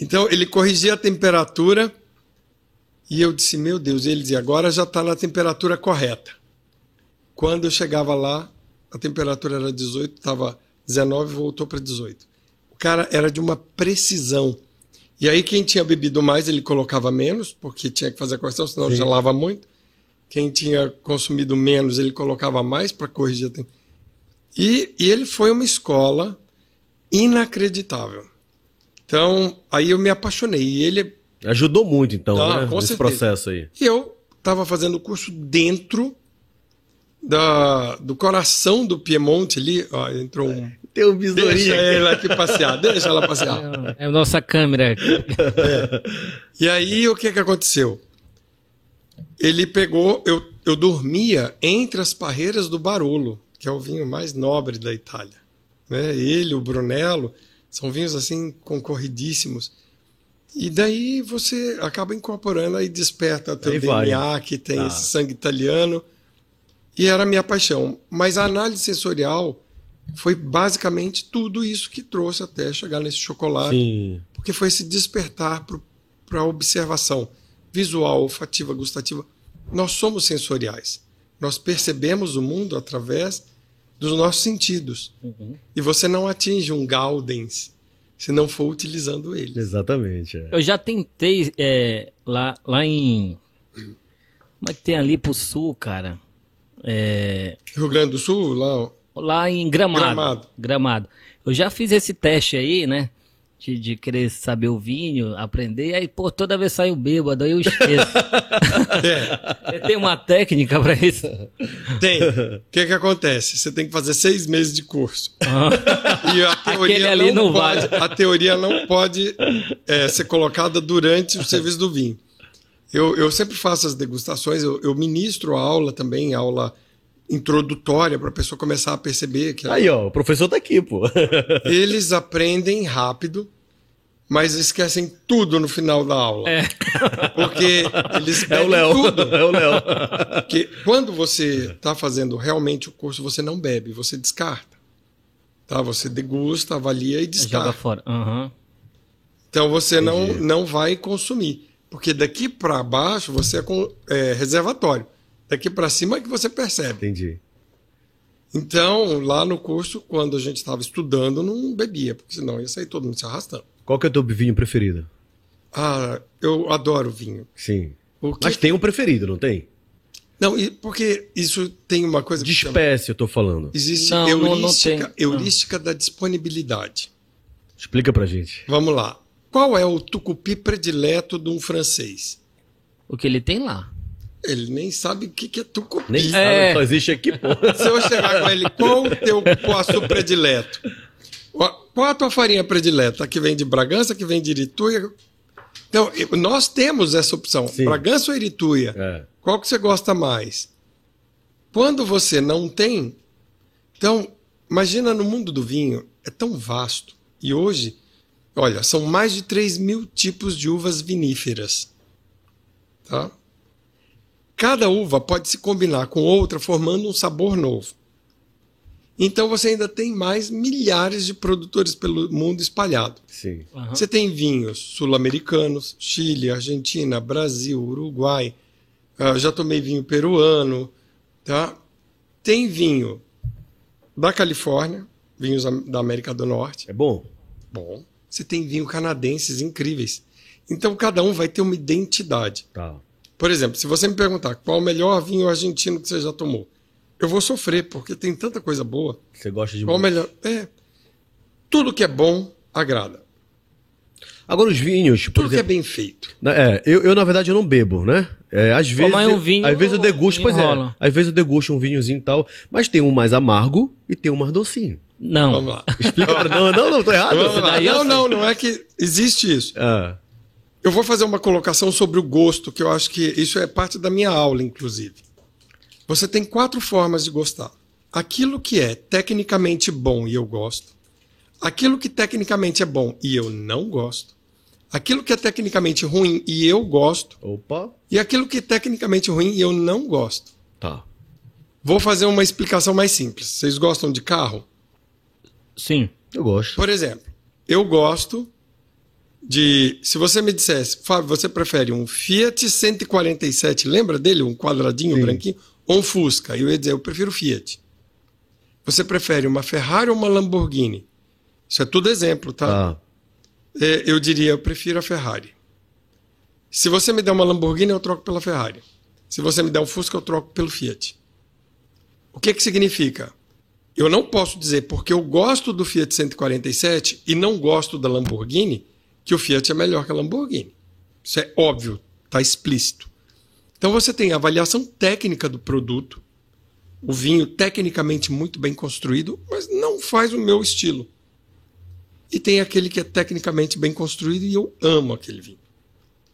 Speaker 3: Então ele corrigia a temperatura e eu disse: Meu Deus, ele dizia, agora já está na temperatura correta. Quando eu chegava lá, a temperatura era 18, estava 19, voltou para 18. O cara era de uma precisão. E aí, quem tinha bebido mais, ele colocava menos, porque tinha que fazer a correção, senão gelava muito. Quem tinha consumido menos, ele colocava mais para corrigir a temperatura. E, e ele foi uma escola inacreditável. Então, aí eu me apaixonei. E ele
Speaker 4: Ajudou muito, então,
Speaker 3: Ah,
Speaker 4: né?
Speaker 3: com
Speaker 4: Nesse
Speaker 3: certeza.
Speaker 4: processo aí.
Speaker 3: e eu estava fazendo o curso dentro da, do coração do Piemonte ali. Ó, entrou um.
Speaker 2: Tem um
Speaker 3: Deixa
Speaker 2: besourinho.
Speaker 3: ela aqui passear, deixa ela passear.
Speaker 1: É a nossa câmera.
Speaker 3: E aí o que, que aconteceu? Ele pegou. Eu, eu dormia entre as parreiras do Barolo, que é o vinho mais nobre da Itália. Né? Ele, o Brunello, são vinhos assim concorridíssimos. E daí você acaba incorporando e desperta teu
Speaker 4: Aí vai.
Speaker 3: DNA, que tem
Speaker 4: Ah.
Speaker 3: esse sangue italiano. E era a minha paixão. Mas a análise sensorial foi basicamente tudo isso que trouxe até chegar nesse chocolate
Speaker 4: Sim.
Speaker 3: porque foi esse despertar para a observação visual, olfativa, gustativa. Nós somos sensoriais. Nós percebemos o mundo através dos nossos sentidos. E você não atinge um Gaudens se não for utilizando ele.
Speaker 4: Exatamente. é.
Speaker 1: Eu já tentei é, lá, lá em. Como é que tem ali pro sul, cara?
Speaker 3: Rio Grande do Sul, lá,
Speaker 1: Lá em Gramado.
Speaker 3: Gramado.
Speaker 1: Gramado. Eu já fiz esse teste aí, né? De, de querer saber o vinho, aprender. Aí, pô, toda vez saiu bêbado, aí eu esqueço. Tem uma técnica pra isso.
Speaker 3: É, tem. O que, que acontece? Você tem que fazer seis meses de curso. E a teoria
Speaker 1: ali
Speaker 3: não,
Speaker 1: não
Speaker 3: pode, a teoria não pode é, ser colocada durante o serviço do vinho. Eu, eu sempre faço as degustações, eu, eu ministro a aula também, aula introdutória, para a pessoa começar a perceber que
Speaker 4: Aí, ó, o professor tá aqui, pô.
Speaker 3: eles aprendem rápido, mas esquecem tudo no final da aula. Porque eles
Speaker 4: É o
Speaker 3: pegam
Speaker 4: Léo.
Speaker 3: tudo.
Speaker 4: É o Léo.
Speaker 3: Porque quando você está fazendo realmente o curso, você não bebe, você descarta. Tá? Você degusta, avalia e
Speaker 1: Joga
Speaker 3: descarta.
Speaker 1: fora. Aham.
Speaker 3: Então você não, não vai consumir. Porque daqui para baixo você é, com- é reservatório. Daqui para cima é que você percebe.
Speaker 4: Entendi.
Speaker 3: Então, lá no curso, quando a gente estava estudando, não bebia, porque senão ia sair todo mundo se arrastando.
Speaker 4: Qual que é o teu vinho preferido?
Speaker 3: Ah, eu adoro vinho.
Speaker 4: Sim.
Speaker 3: O que-
Speaker 4: Mas tem um preferido, não tem?
Speaker 3: Não, e porque isso tem uma coisa.
Speaker 4: De
Speaker 3: que chama-
Speaker 4: espécie, eu tô falando.
Speaker 3: Existe
Speaker 1: Não, não- não
Speaker 3: heurística,
Speaker 1: tem.
Speaker 3: heurística da disponibilidade.
Speaker 4: Explica pra gente.
Speaker 3: Vamos lá. Qual é o tucupi predileto de um francês?
Speaker 1: O que ele tem lá.
Speaker 3: Ele nem sabe o que que é tucupi.
Speaker 4: Nem
Speaker 1: É.
Speaker 4: sabe, só existe aqui, pô.
Speaker 3: Se eu chegar com ele, qual o teu poço predileto? Ó, Qual a tua farinha predileta? A que vem de Bragança, a que vem de Irituia? Então, eu- nós temos essa opção.
Speaker 4: Sim.
Speaker 3: Bragança ou Irituia?
Speaker 4: É.
Speaker 3: Qual que você gosta mais? Quando você não tem, então imagina no mundo do vinho, é tão vasto. E hoje, olha, são mais de 3 mil tipos de uvas viníferas. Tá? Cada uva pode se combinar com outra, formando um sabor novo. Então você ainda tem mais milhares de produtores pelo mundo espalhado.
Speaker 4: Sim.
Speaker 1: Aham.
Speaker 3: Você tem vinhos sul-americanos, Chile, Argentina, Brasil, Uruguai. Ah, já tomei vinho peruano, tá? Tem vinho da Califórnia, vinhos am- da América do Norte.
Speaker 4: É bom?
Speaker 3: Bom. Você tem vinho canadenses incríveis. Então cada um vai ter uma identidade.
Speaker 4: Tá.
Speaker 3: Por exemplo, se você me perguntar qual o melhor vinho argentino que você já tomou, eu vou sofrer porque tem tanta coisa boa.
Speaker 4: Você gosta de.
Speaker 3: Qual o melhor? É. Tudo que é bom agrada.
Speaker 4: Agora os vinhos, por
Speaker 3: Tudo que é
Speaker 4: exemplo.
Speaker 3: bem feito.
Speaker 4: na- É, eu, eu, na verdade, eu não bebo, né? É, às vezes.
Speaker 1: mas um vinho
Speaker 4: às vezes eu degusto, pois
Speaker 1: enrola.
Speaker 4: é. Às vezes eu degusto um vinhozinho e tal. Mas tem um mais amargo e tem um mais docinho.
Speaker 1: Não.
Speaker 3: Vamos lá.
Speaker 4: Explica pra... Não, não, não, tô errado.
Speaker 3: Vamos lá.
Speaker 1: daí eu
Speaker 3: Não,
Speaker 1: sei.
Speaker 3: não, não é que existe isso.
Speaker 4: Ah,
Speaker 3: Eu vou fazer uma colocação sobre o gosto, que eu acho que isso é parte da minha aula, inclusive. Você tem quatro formas de gostar: aquilo que é tecnicamente bom e eu gosto, aquilo que tecnicamente é bom e eu não gosto, aquilo que é tecnicamente ruim e eu gosto,
Speaker 4: opa.
Speaker 3: e aquilo que é tecnicamente ruim e eu não gosto.
Speaker 4: Tá.
Speaker 3: Vou fazer uma explicação mais simples. Vocês gostam de carro?
Speaker 1: Sim.
Speaker 4: Eu gosto.
Speaker 3: Por exemplo, eu gosto de. Se você me dissesse, Fábio, você prefere um Fiat 147, lembra dele? Um quadradinho branquinho? Ou um Fusca? Eu ia dizer, eu prefiro Fiat. Você prefere uma Ferrari ou uma Lamborghini? Isso é tudo exemplo,
Speaker 2: Ah.
Speaker 3: tá?
Speaker 4: Tá.
Speaker 3: É, eu diria, eu prefiro a Ferrari. Se você me der uma Lamborghini, eu troco pela Ferrari. Se você me der um Fusca, eu troco pelo Fiat. O que que significa? Eu não posso dizer porque eu gosto do Fiat 147 e não gosto da Lamborghini que o Fiat é melhor que a Lamborghini. Isso é óbvio, está explícito. Então você tem a avaliação técnica do produto, o vinho tecnicamente muito bem construído, mas não faz o meu estilo. E tem aquele que é tecnicamente bem construído e eu amo aquele vinho.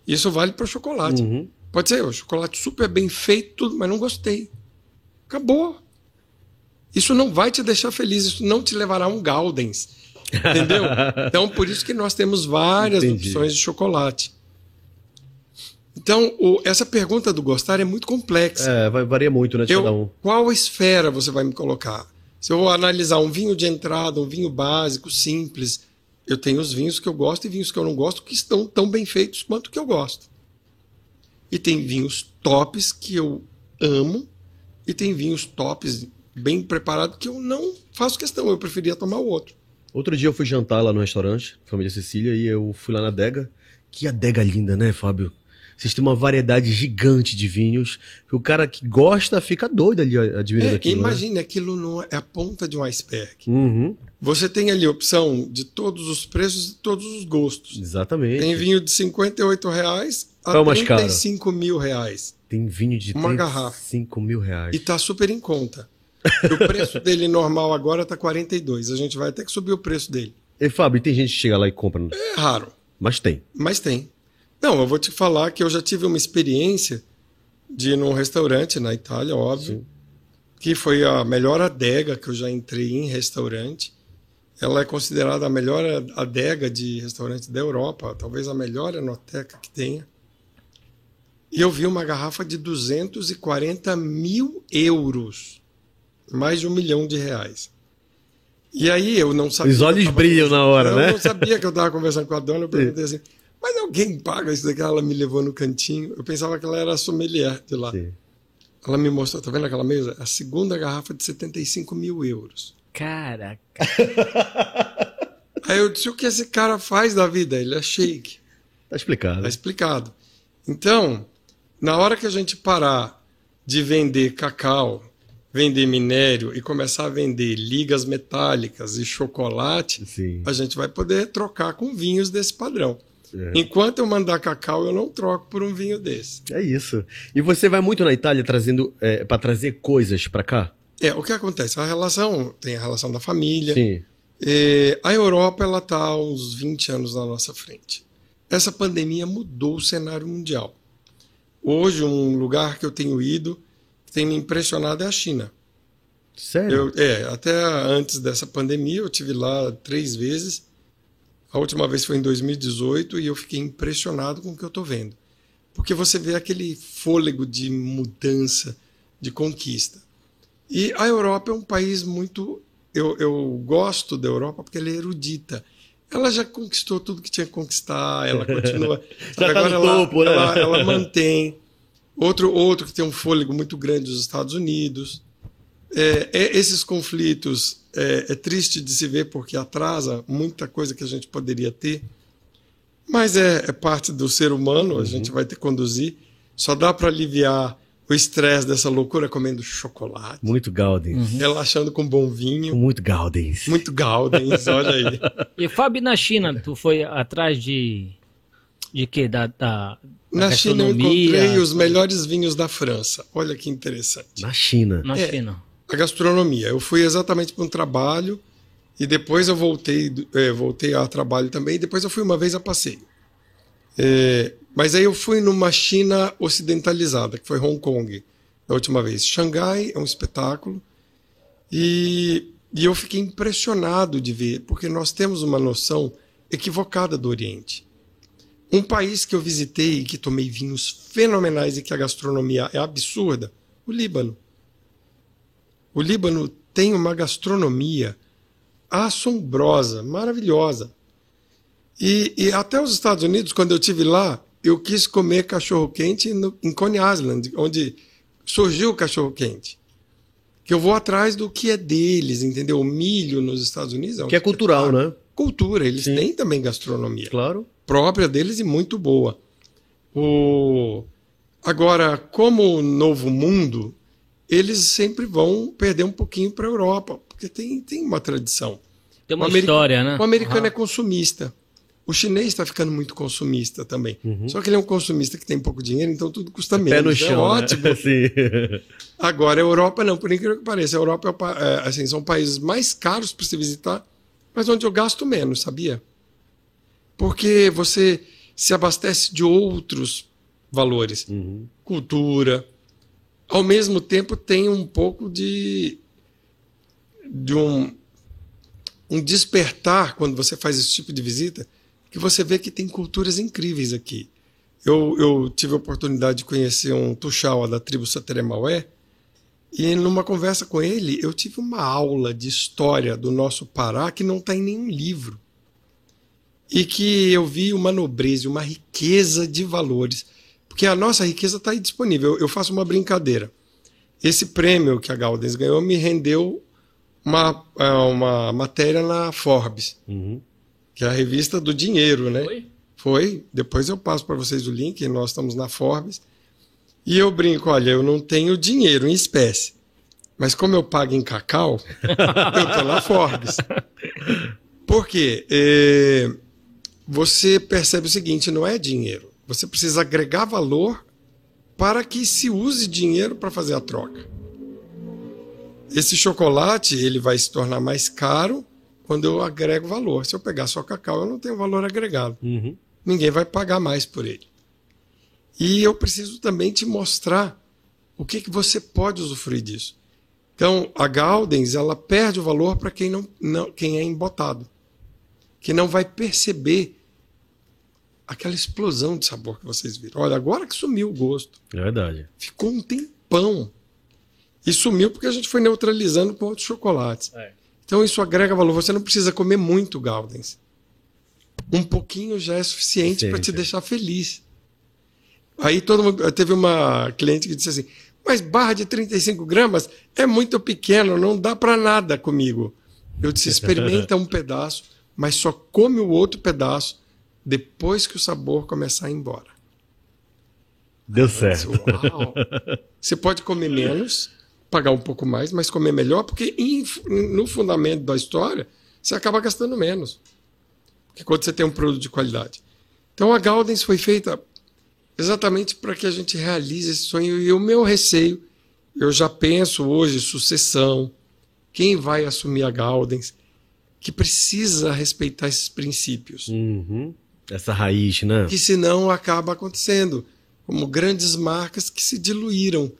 Speaker 3: Isso vale para o chocolate.
Speaker 4: Uhum.
Speaker 3: Pode ser, o chocolate super bem feito, tudo, mas não gostei. Acabou. Isso não vai te deixar feliz, isso não te levará a um Gaudens. Entendeu? Então, por isso que nós temos várias
Speaker 4: Entendi.
Speaker 3: opções de chocolate. Então, o- essa pergunta do gostar é muito complexa.
Speaker 4: É, vai, varia muito, né, de cada um.
Speaker 3: Eu, qual esfera você vai me colocar? Se eu analisar um vinho de entrada, um vinho básico, simples, eu tenho os vinhos que eu gosto e vinhos que eu não gosto que estão tão bem feitos quanto que eu gosto. E tem vinhos tops que eu amo e tem vinhos tops bem preparados que eu não faço questão, eu preferia tomar o outro.
Speaker 4: Outro dia eu fui jantar lá no restaurante, família Cecília, e eu fui lá na adega. Que adega linda, né, Fábio? Vocês têm uma variedade gigante de vinhos. que O cara que gosta fica doido ali ó, admirando
Speaker 3: É,
Speaker 2: né?
Speaker 4: aquilo. Imagina.
Speaker 3: imagine, aquilo não é é a ponta de um iceberg.
Speaker 4: Né? Uhum,
Speaker 3: Você tem ali opção de todos os preços e todos os gostos.
Speaker 4: exatamente.
Speaker 3: Tem
Speaker 4: Tem,
Speaker 3: vinho de 58 reais a
Speaker 4: Qual é o mais caro?
Speaker 3: 35 mil reais.
Speaker 4: vinho de
Speaker 3: Uma
Speaker 4: 35 mil reais.
Speaker 3: E tá super em conta. E o preço dele normal agora tá 42. A gente vai ter que subir o preço dele.
Speaker 4: E, Fábio, tem gente que chega lá e compra, né?
Speaker 3: É raro,
Speaker 4: mas tem.
Speaker 3: mas tem. Não, eu vou te falar que eu já tive uma experiência de ir num restaurante na Itália, óbvio, que foi a melhor adega que eu já entrei em restaurante. Ela é considerada a melhor adega de restaurante da Europa, talvez a melhor enoteca que tenha. E eu vi uma garrafa de 240 mil euros, mais de um milhão de reais. E aí eu não sabia.
Speaker 4: Os olhos
Speaker 3: que eu tava
Speaker 4: brilham na hora,
Speaker 3: tá eu
Speaker 4: né?
Speaker 3: não sabia que eu estava conversando com a dona, eu perguntei assim, mas alguém paga isso daqui? Ela me levou no cantinho, eu pensava que ela era sommelier de lá.
Speaker 4: Sim.
Speaker 3: Ela me mostrou, tá vendo aquela mesa? A segunda garrafa de 75 mil euros.
Speaker 1: Caraca.
Speaker 3: Aí eu disse, o que esse cara faz da vida? Ele é shake.
Speaker 4: Tá explicado.
Speaker 3: Tá explicado. Então, na hora que a gente parar de vender cacau, vender minério e começar a vender ligas metálicas e chocolate,
Speaker 4: Sim.
Speaker 3: a gente vai poder trocar com vinhos desse padrão.
Speaker 4: É.
Speaker 3: Enquanto eu mandar cacau, eu não troco por um vinho desse.
Speaker 4: É isso. E você vai muito na Itália trazendo é, para trazer coisas para cá?
Speaker 3: É, o que acontece? A relação, tem a relação da família,
Speaker 4: Sim.
Speaker 3: É, a Europa ela está uns 20 anos na nossa frente. Essa pandemia mudou o cenário mundial. Hoje, um lugar que eu tenho ido que tem me impressionado é a China.
Speaker 4: Sério?
Speaker 3: Eu, é, até antes dessa pandemia, eu tive lá três vezes. A última vez foi em 2018 e eu fiquei impressionado com o que eu estou vendo. Porque você vê aquele fôlego de mudança, de conquista. E a Europa é um país muito. Eu, eu gosto da Europa porque ela é erudita. Ela já conquistou tudo que tinha que conquistar, ela continua.
Speaker 4: Já
Speaker 3: sabe,
Speaker 4: tá no
Speaker 3: ela-
Speaker 4: topo, né?
Speaker 3: ela, ela mantém. Outro, outro que tem um fôlego muito grande os Estados Unidos. É, é- esses conflitos é, é triste de se ver porque atrasa muita coisa que a gente poderia ter, mas é, é parte do ser humano, a gente vai ter que conduzir. Só dá para aliviar o estresse dessa loucura comendo chocolate,
Speaker 4: Muito Gaudens.
Speaker 3: relaxando com bom vinho,
Speaker 4: Muito Gaudens.
Speaker 3: Uhum. muito Gaudens, olha aí.
Speaker 1: E Fábio, na China, tu foi atrás de. De quê? Da, da, da
Speaker 3: Na China eu
Speaker 1: gastronomia?
Speaker 3: encontrei os melhores vinhos da França, olha que interessante.
Speaker 4: Na China.
Speaker 1: Na
Speaker 3: É.
Speaker 1: China.
Speaker 3: a gastronomia. Eu fui exatamente para um trabalho e depois eu voltei, do- eh, voltei a trabalho também. E depois eu fui uma vez a passeio. Eh, mas aí eu fui numa China ocidentalizada, que foi Hong Kong, da última vez. Xangai é um espetáculo. E, e eu fiquei impressionado de ver, porque nós temos uma noção equivocada do Oriente. Um país que eu visitei e que tomei vinhos fenomenais e que a gastronomia é absurda, o Líbano. O Líbano tem uma gastronomia assombrosa, maravilhosa. E, e até os Estados Unidos, quando eu tive lá, eu quis comer cachorro quente no, em Coney Island, onde surgiu o cachorro quente. Que eu vou atrás do que é deles, entendeu? O milho nos Estados Unidos é um
Speaker 4: Que é cultural, né?
Speaker 3: cultura, eles têm também gastronomia
Speaker 4: Claro.
Speaker 3: própria deles e muito boa. O... Agora, como o novo mundo, eles sempre vão perder um pouquinho para a Europa, porque tem, tem uma tradição.
Speaker 1: Tem uma
Speaker 3: O ameri-
Speaker 1: história,
Speaker 4: Ah,
Speaker 1: né?
Speaker 3: O americano é consumista. O chinês está ficando muito consumista também. Só que ele é um consumista que tem pouco dinheiro, então tudo custa menos.
Speaker 4: Uhum. Pé no
Speaker 3: é
Speaker 4: chão.
Speaker 3: ótimo.
Speaker 4: Né? Sim.
Speaker 3: Agora, a Europa não, por incrível que pareça. A Europa é, o pa- é, assim, são países mais caros para se visitar, mas onde eu gasto menos, sabia? Porque você se abastece de outros valores, cultura. Ao mesmo tempo, tem um pouco de, de um, um despertar quando você faz esse tipo de visita, que você vê que tem culturas incríveis aqui. Eu, eu tive a oportunidade de conhecer um Tuxaua da tribo Sateremaué, e numa conversa com ele, eu tive uma aula de história do nosso Pará que não está em nenhum livro. E que eu vi uma nobreza, uma riqueza de valores. Porque a nossa riqueza está aí disponível. Eu faço uma brincadeira. Esse prêmio que a Gaudens ganhou me rendeu uma, é, uma matéria na Forbes,
Speaker 4: Uhum,
Speaker 3: que é a revista do dinheiro, né?
Speaker 1: Ah, Foi?
Speaker 3: Foi. Depois eu passo para vocês o link. Nós estamos na Forbes. E eu brinco, olha, eu não tenho dinheiro em espécie, mas como eu pago em cacau, eu tô na Forbes. Por quê? Eh, você percebe o seguinte, não é dinheiro. Você precisa agregar valor para que se use dinheiro para fazer a troca. Esse chocolate, ele vai se tornar mais caro quando eu agrego valor. Se eu pegar só cacau, eu não tenho valor agregado
Speaker 4: Uhum.
Speaker 3: ninguém vai pagar mais por ele. E eu preciso também te mostrar o que, que você pode usufruir disso. Então, a Gaudens, ela perde o valor para quem, não, não, quem é embotado, que não vai perceber aquela explosão de sabor que vocês viram. Olha, agora que sumiu o gosto,
Speaker 4: É verdade.
Speaker 3: ficou um tempão. E sumiu porque a gente foi neutralizando com outros chocolates.
Speaker 1: É.
Speaker 3: Então isso agrega valor. Você não precisa comer muito Gaudens. Um pouquinho já é suficiente
Speaker 4: Sim,
Speaker 3: para te
Speaker 4: sim.
Speaker 3: deixar feliz. Aí todo mundo. Teve uma cliente que disse assim: Mas barra de 35 gramas é muito pequeno, não dá para nada comigo. Eu disse: experimenta um pedaço, mas só come o outro pedaço depois que o sabor começar a ir embora.
Speaker 2: Deu certo.
Speaker 3: Uau. É. Você pode comer menos, pagar um pouco mais, mas comer melhor, porque em- no fundamento da história, você acaba gastando menos. Porque quando você tem um produto de qualidade. Então a Gaudens foi feita exatamente para que a gente realize esse sonho. E o meu receio, eu já penso hoje, sucessão, quem vai assumir a Gaudens, que precisa respeitar esses princípios
Speaker 2: Uhum. Essa raiz, né?
Speaker 3: que senão acaba acontecendo, como grandes marcas que se diluíram,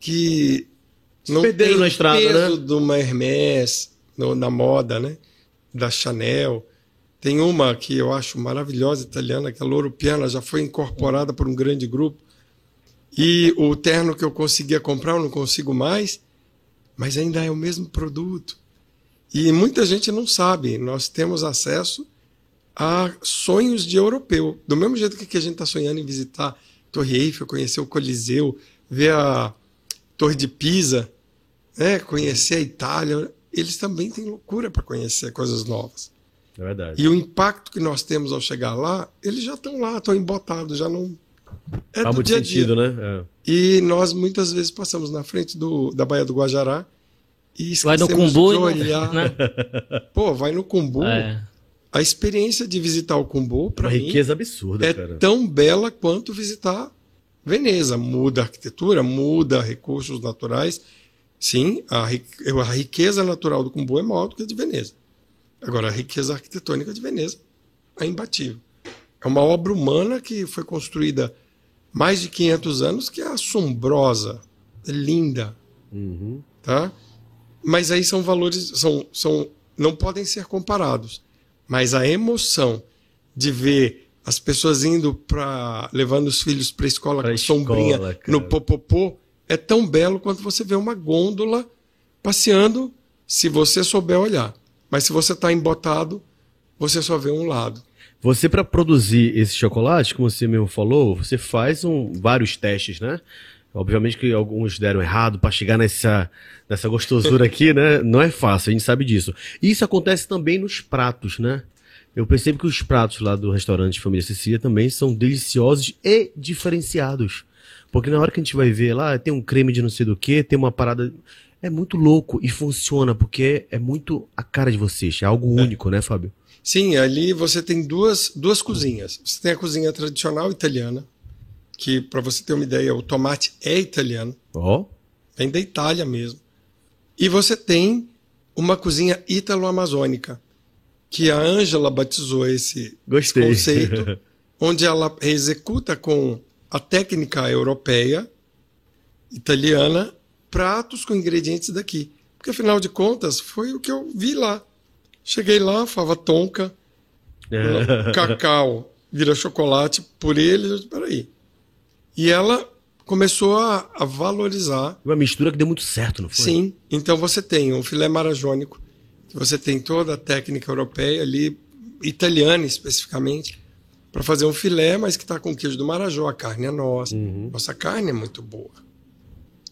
Speaker 3: que não
Speaker 2: perderam
Speaker 3: tem
Speaker 2: na estrada, né?
Speaker 3: peso de uma Hermès no- na moda, né? Da Chanel. Tem uma que eu acho maravilhosa italiana, que é a Loro Piana, já foi incorporada por um grande grupo. E o terno que eu conseguia comprar, eu não consigo mais, mas ainda é o mesmo produto. E muita gente não sabe, nós temos acesso a sonhos de europeu. Do mesmo jeito que que a gente está sonhando em visitar a Torre Eiffel, conhecer o Coliseu, ver a Torre de Pisa, né, conhecer a Itália, eles também têm loucura para conhecer coisas novas.
Speaker 2: É verdade.
Speaker 3: E o impacto que nós temos ao chegar lá, eles já estão lá, estão embotados, já não. É
Speaker 2: Faz
Speaker 3: do
Speaker 2: muito
Speaker 3: dia a dia.
Speaker 2: sentido,
Speaker 4: É.
Speaker 2: né?
Speaker 3: E nós muitas vezes passamos na frente do, da Baía do Guajará e
Speaker 1: Vai no
Speaker 3: esquecemos
Speaker 1: Cumbu,
Speaker 3: de
Speaker 1: e
Speaker 3: olhar.
Speaker 1: não- né?
Speaker 3: Pô, vai no Cumbu.
Speaker 1: É.
Speaker 3: A experiência de visitar o Cumbu,
Speaker 2: É. Uma
Speaker 3: para mim,
Speaker 2: riqueza absurda,
Speaker 3: é
Speaker 2: cara.
Speaker 3: tão bela quanto visitar Veneza. Muda a arquitetura, muda recursos naturais. Sim, a, ri- a riqueza natural do Cumbu é maior do que a de Veneza. Agora, a riqueza arquitetônica de Veneza é imbatível. É uma obra humana que foi construída mais de 500 anos, que é assombrosa, é linda,
Speaker 2: Uhum.
Speaker 3: tá? Mas aí são valores, são, são, não podem ser comparados. Mas a emoção de ver as pessoas indo para levando os filhos para a escola
Speaker 2: Pra
Speaker 3: com sombrinha
Speaker 2: escola, cara.
Speaker 3: no popopô é tão belo quanto você vê uma gôndola passeando, se você souber olhar. Mas se você está embotado, você só vê um lado.
Speaker 2: Você, pra produzir esse chocolate, como você mesmo falou, você faz um- vários testes, né? Obviamente que alguns deram errado pra chegar nessa, nessa gostosura aqui, né? Não é fácil, a gente sabe disso. E isso acontece também nos pratos, né? Eu percebo que os pratos lá do restaurante Família Cecília também são deliciosos e diferenciados. Porque na hora que a gente vai ver lá, tem um creme de não sei do que, tem uma parada. É muito louco e funciona, porque é muito a cara de vocês. É algo único, né, Fábio?
Speaker 3: Sim, ali você tem duas, duas cozinhas. Você tem a cozinha tradicional italiana, que, para você ter uma ideia, o tomate é italiano,
Speaker 2: Ó.
Speaker 3: vem da Itália mesmo. E você tem uma cozinha ítalo-amazônica, que a Ângela batizou esse
Speaker 2: Gostei.
Speaker 3: conceito, onde ela executa com a técnica europeia, italiana, pratos com ingredientes daqui. Porque, afinal de contas, foi o que eu vi lá. Cheguei lá, fava tonka,
Speaker 2: É.
Speaker 3: cacau vira chocolate por ele, eu disse, peraí. E ela começou a, a valorizar,
Speaker 2: Uma mistura que deu muito certo, não foi?
Speaker 3: sim. Então você tem um filé marajônico, que você tem toda a técnica europeia ali, italiana especificamente, para fazer um filé, mas que está com queijo do marajó, a carne é nossa.
Speaker 2: Uhum.
Speaker 3: Nossa carne é muito boa.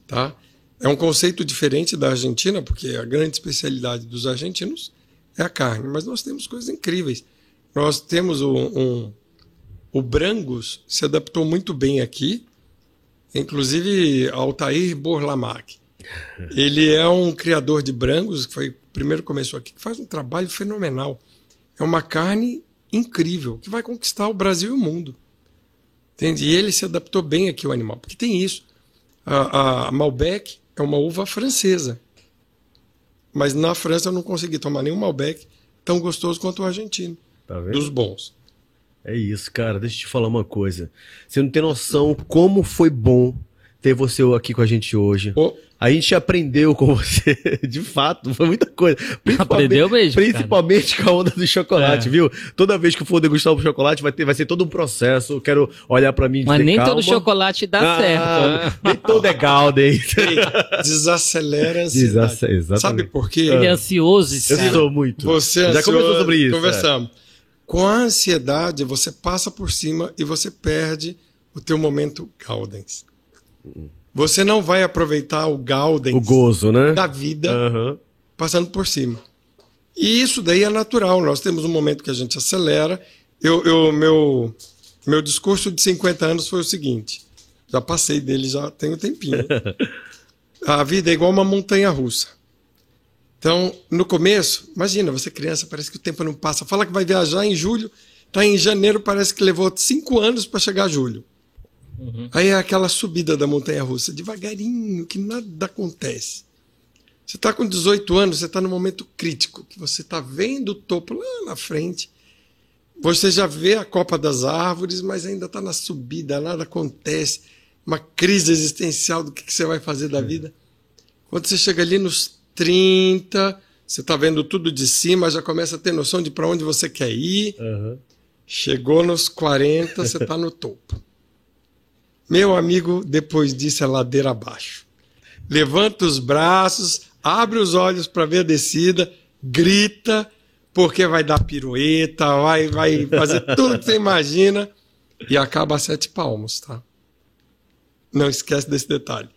Speaker 3: Tá? É um conceito diferente da Argentina, porque a grande especialidade dos argentinos é a carne, mas nós temos coisas incríveis. Nós temos um, um- o Brangos se adaptou muito bem aqui, inclusive Altair Borlamac. Ele é um criador de brangos, que foi o primeiro que começou aqui, que faz um trabalho fenomenal. É uma carne incrível, que vai conquistar o Brasil e o mundo. Entende? E ele se adaptou bem aqui ao animal, porque tem isso. A, a Malbec é uma uva francesa. Mas na França eu não consegui tomar nenhum Malbec tão gostoso quanto o argentino,
Speaker 2: Tá
Speaker 3: dos bons.
Speaker 2: É isso, cara. Deixa eu te falar uma coisa. Você não tem noção como foi bom ter você aqui com a gente hoje.
Speaker 3: O-
Speaker 2: A gente aprendeu com você, de fato, foi muita coisa. Principalmente-
Speaker 1: Aprendeu mesmo, cara.
Speaker 2: Principalmente com a onda do chocolate,
Speaker 1: É.
Speaker 2: viu? Toda vez que for degustar o chocolate, vai, ter, vai ser todo um processo. Eu Quero olhar pra mim e
Speaker 1: Mas
Speaker 2: dizer,
Speaker 1: nem
Speaker 2: calma.
Speaker 1: todo chocolate dá
Speaker 2: Ah,
Speaker 1: certo. né?
Speaker 2: Nem todo é Galden.
Speaker 3: Desacelera a ansiedade.
Speaker 2: Desassa- exatamente.
Speaker 3: Sabe por quê?
Speaker 1: Ele é ansioso.
Speaker 2: Eu
Speaker 1: cara.
Speaker 2: sou muito.
Speaker 3: Você é
Speaker 2: Já
Speaker 3: ansioso-
Speaker 2: conversou sobre isso. é.
Speaker 3: Conversamos. Com a ansiedade, você passa por cima e você perde o teu momento Gaudens. Você não vai aproveitar o
Speaker 2: é.
Speaker 3: Gaudens
Speaker 2: Hum. O gozo, né?
Speaker 3: da vida
Speaker 2: Aham.
Speaker 3: passando por cima. E isso daí é natural. Nós temos um momento que a gente acelera. Eu, eu- meu, meu discurso de 50 anos foi o seguinte: Já passei dele, já tem um tempinho. a vida é igual uma montanha russa. Então, no começo, imagina, você é criança, parece que o tempo não passa. Fala que vai viajar em julho, tá em janeiro, parece que levou cinco anos para chegar a julho. Aí é aquela subida da montanha russa, devagarinho, que nada acontece. Você está com 18 anos, você está no momento crítico, que você está vendo o topo lá na frente. Você já vê a copa das árvores, mas ainda está na subida, nada acontece. Uma crise existencial do que, que você vai fazer da vida. Quando você chega ali nos 30, você está vendo tudo de cima, já começa a ter noção de para onde você quer ir. Chegou nos 40, você está no topo. Meu amigo, depois disso é ladeira abaixo. Levanta os braços, abre os olhos para ver a descida, grita, porque vai dar pirueta, vai, vai fazer tudo que você imagina e acaba a sete palmos, tá? Não esquece desse detalhe.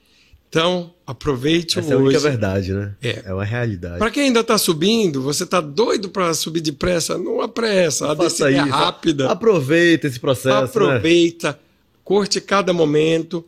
Speaker 3: Então, aproveite
Speaker 2: Essa é a
Speaker 3: o
Speaker 2: única
Speaker 3: hoje.
Speaker 2: verdade, né?
Speaker 3: É.
Speaker 2: É uma realidade.
Speaker 3: Para quem ainda tá subindo, você tá doido para subir depressa, não apressa, a descida é rápida.
Speaker 2: Aproveita esse processo. né? Aproveita.
Speaker 3: Aproveita, curte cada momento.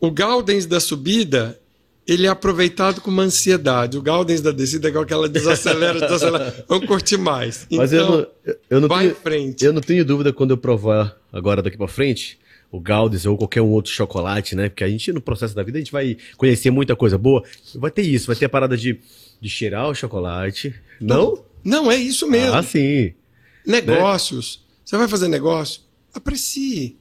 Speaker 3: O Gaudens da subida, ele é aproveitado com uma ansiedade. O Gaudens da descida é igual que ela desacelera, desacelera. Vamos curtir mais. Então,
Speaker 2: Mas eu não, eu- eu não
Speaker 3: vai
Speaker 2: tenho,
Speaker 3: em frente.
Speaker 2: Eu não tenho dúvida quando eu provar agora daqui pra frente o Gaudes ou qualquer um outro chocolate, né? Porque a gente, no processo da vida, a gente vai conhecer muita coisa boa. Vai ter isso, vai ter a parada de, de cheirar o chocolate. Não?
Speaker 3: Não, é isso mesmo.
Speaker 2: Ah, né? sim.
Speaker 3: Negócios. Você vai fazer negócio? Aprecie.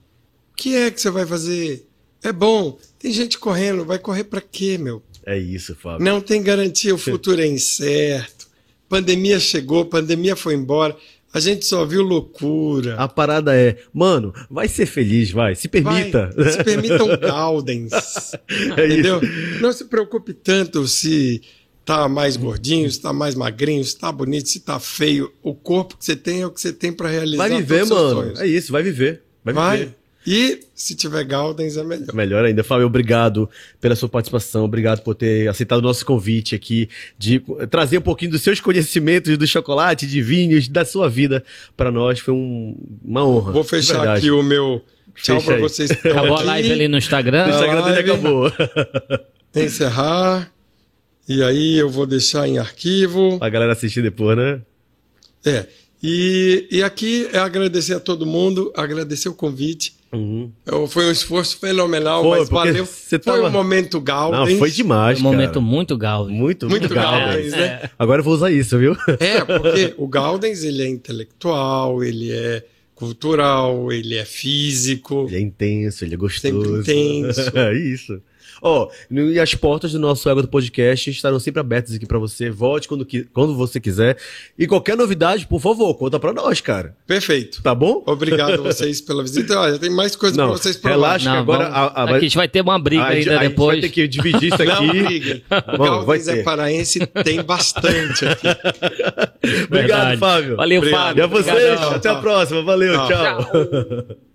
Speaker 3: O que é que você vai fazer? É bom. Tem gente correndo. Vai correr para quê, meu?
Speaker 2: É isso, Fábio.
Speaker 3: Não tem garantia, o futuro é incerto. Pandemia chegou, pandemia foi embora. A gente só viu loucura.
Speaker 2: A parada é, mano, vai ser feliz, vai. Se permita.
Speaker 3: Vai, se permitam Gaudens.
Speaker 2: É isso.
Speaker 3: entendeu? Não se preocupe tanto se tá mais gordinho, se tá mais magrinho, se tá bonito, se tá feio. O corpo que você tem é o que você tem para realizar.
Speaker 2: Vai viver,
Speaker 3: todos os seus
Speaker 2: mano.
Speaker 3: sonhos.
Speaker 2: É isso, vai viver. Vai,
Speaker 3: Vai.
Speaker 2: viver.
Speaker 3: E se tiver Gaudens é melhor.
Speaker 2: Melhor ainda. Fábio, obrigado pela sua participação. Obrigado por ter aceitado o nosso convite aqui de trazer um pouquinho dos seus conhecimentos do chocolate, de vinhos, da sua vida para nós. Foi um- uma honra.
Speaker 3: Vou fechar aqui o meu tchau
Speaker 2: é Fecha
Speaker 3: para
Speaker 2: aí.
Speaker 3: vocês.
Speaker 1: Acabou a live ali no
Speaker 2: O
Speaker 1: Instagram. É um
Speaker 2: Instagram dele acabou.
Speaker 3: Encerrar. E aí eu vou deixar em arquivo.
Speaker 2: a galera assistir depois, né?
Speaker 3: É. E, e aqui é agradecer a todo mundo, agradecer o convite. Eu- Foi um esforço fenomenal,
Speaker 2: Foi,
Speaker 3: mas
Speaker 2: Uhum. porque
Speaker 3: valeu.
Speaker 2: você
Speaker 3: Foi
Speaker 2: tava-
Speaker 3: um momento
Speaker 2: Não,
Speaker 3: Gaudens.
Speaker 2: foi demais,
Speaker 1: Um momento
Speaker 2: cara.
Speaker 1: muito É. gal.
Speaker 2: Muito,
Speaker 3: Muito
Speaker 2: Gaudens.
Speaker 3: Gaudens, né?
Speaker 2: Agora eu vou usar isso, viu?
Speaker 3: É, porque o Gaudens ele é intelectual, ele é cultural, ele é físico.
Speaker 2: Ele é intenso, ele é gostoso.
Speaker 3: Sempre intenso.
Speaker 2: É isso. Ó, no- e as portas do nosso Ego do Podcast estarão sempre abertas aqui pra você. Volte quando, qui- quando você quiser. E qualquer novidade, por favor, conta pra nós, cara.
Speaker 3: Perfeito.
Speaker 2: Tá bom?
Speaker 3: Obrigado a vocês pela visita. Olha, tem mais coisas para
Speaker 2: Não,
Speaker 3: vocês
Speaker 2: relaxa
Speaker 1: Não,
Speaker 2: que agora
Speaker 1: vamos-
Speaker 2: a, a-
Speaker 1: aqui a gente vai ter uma briga
Speaker 2: Ah, a gente-
Speaker 1: ainda
Speaker 2: a gente
Speaker 1: depois.
Speaker 2: vai ter que dividir isso
Speaker 3: Não
Speaker 2: aqui.
Speaker 3: briguem. O
Speaker 2: Vamos, vai
Speaker 3: Gaudens é
Speaker 2: ter.
Speaker 3: paraense, tem bastante aqui.
Speaker 2: Obrigado,
Speaker 1: Verdade.
Speaker 2: Fábio.
Speaker 1: Valeu,
Speaker 3: Obrigado.
Speaker 2: E
Speaker 1: Fábio.
Speaker 2: a vocês,
Speaker 3: Obrigadão.
Speaker 2: até a próxima. Valeu,
Speaker 3: Tchau.
Speaker 2: tchau.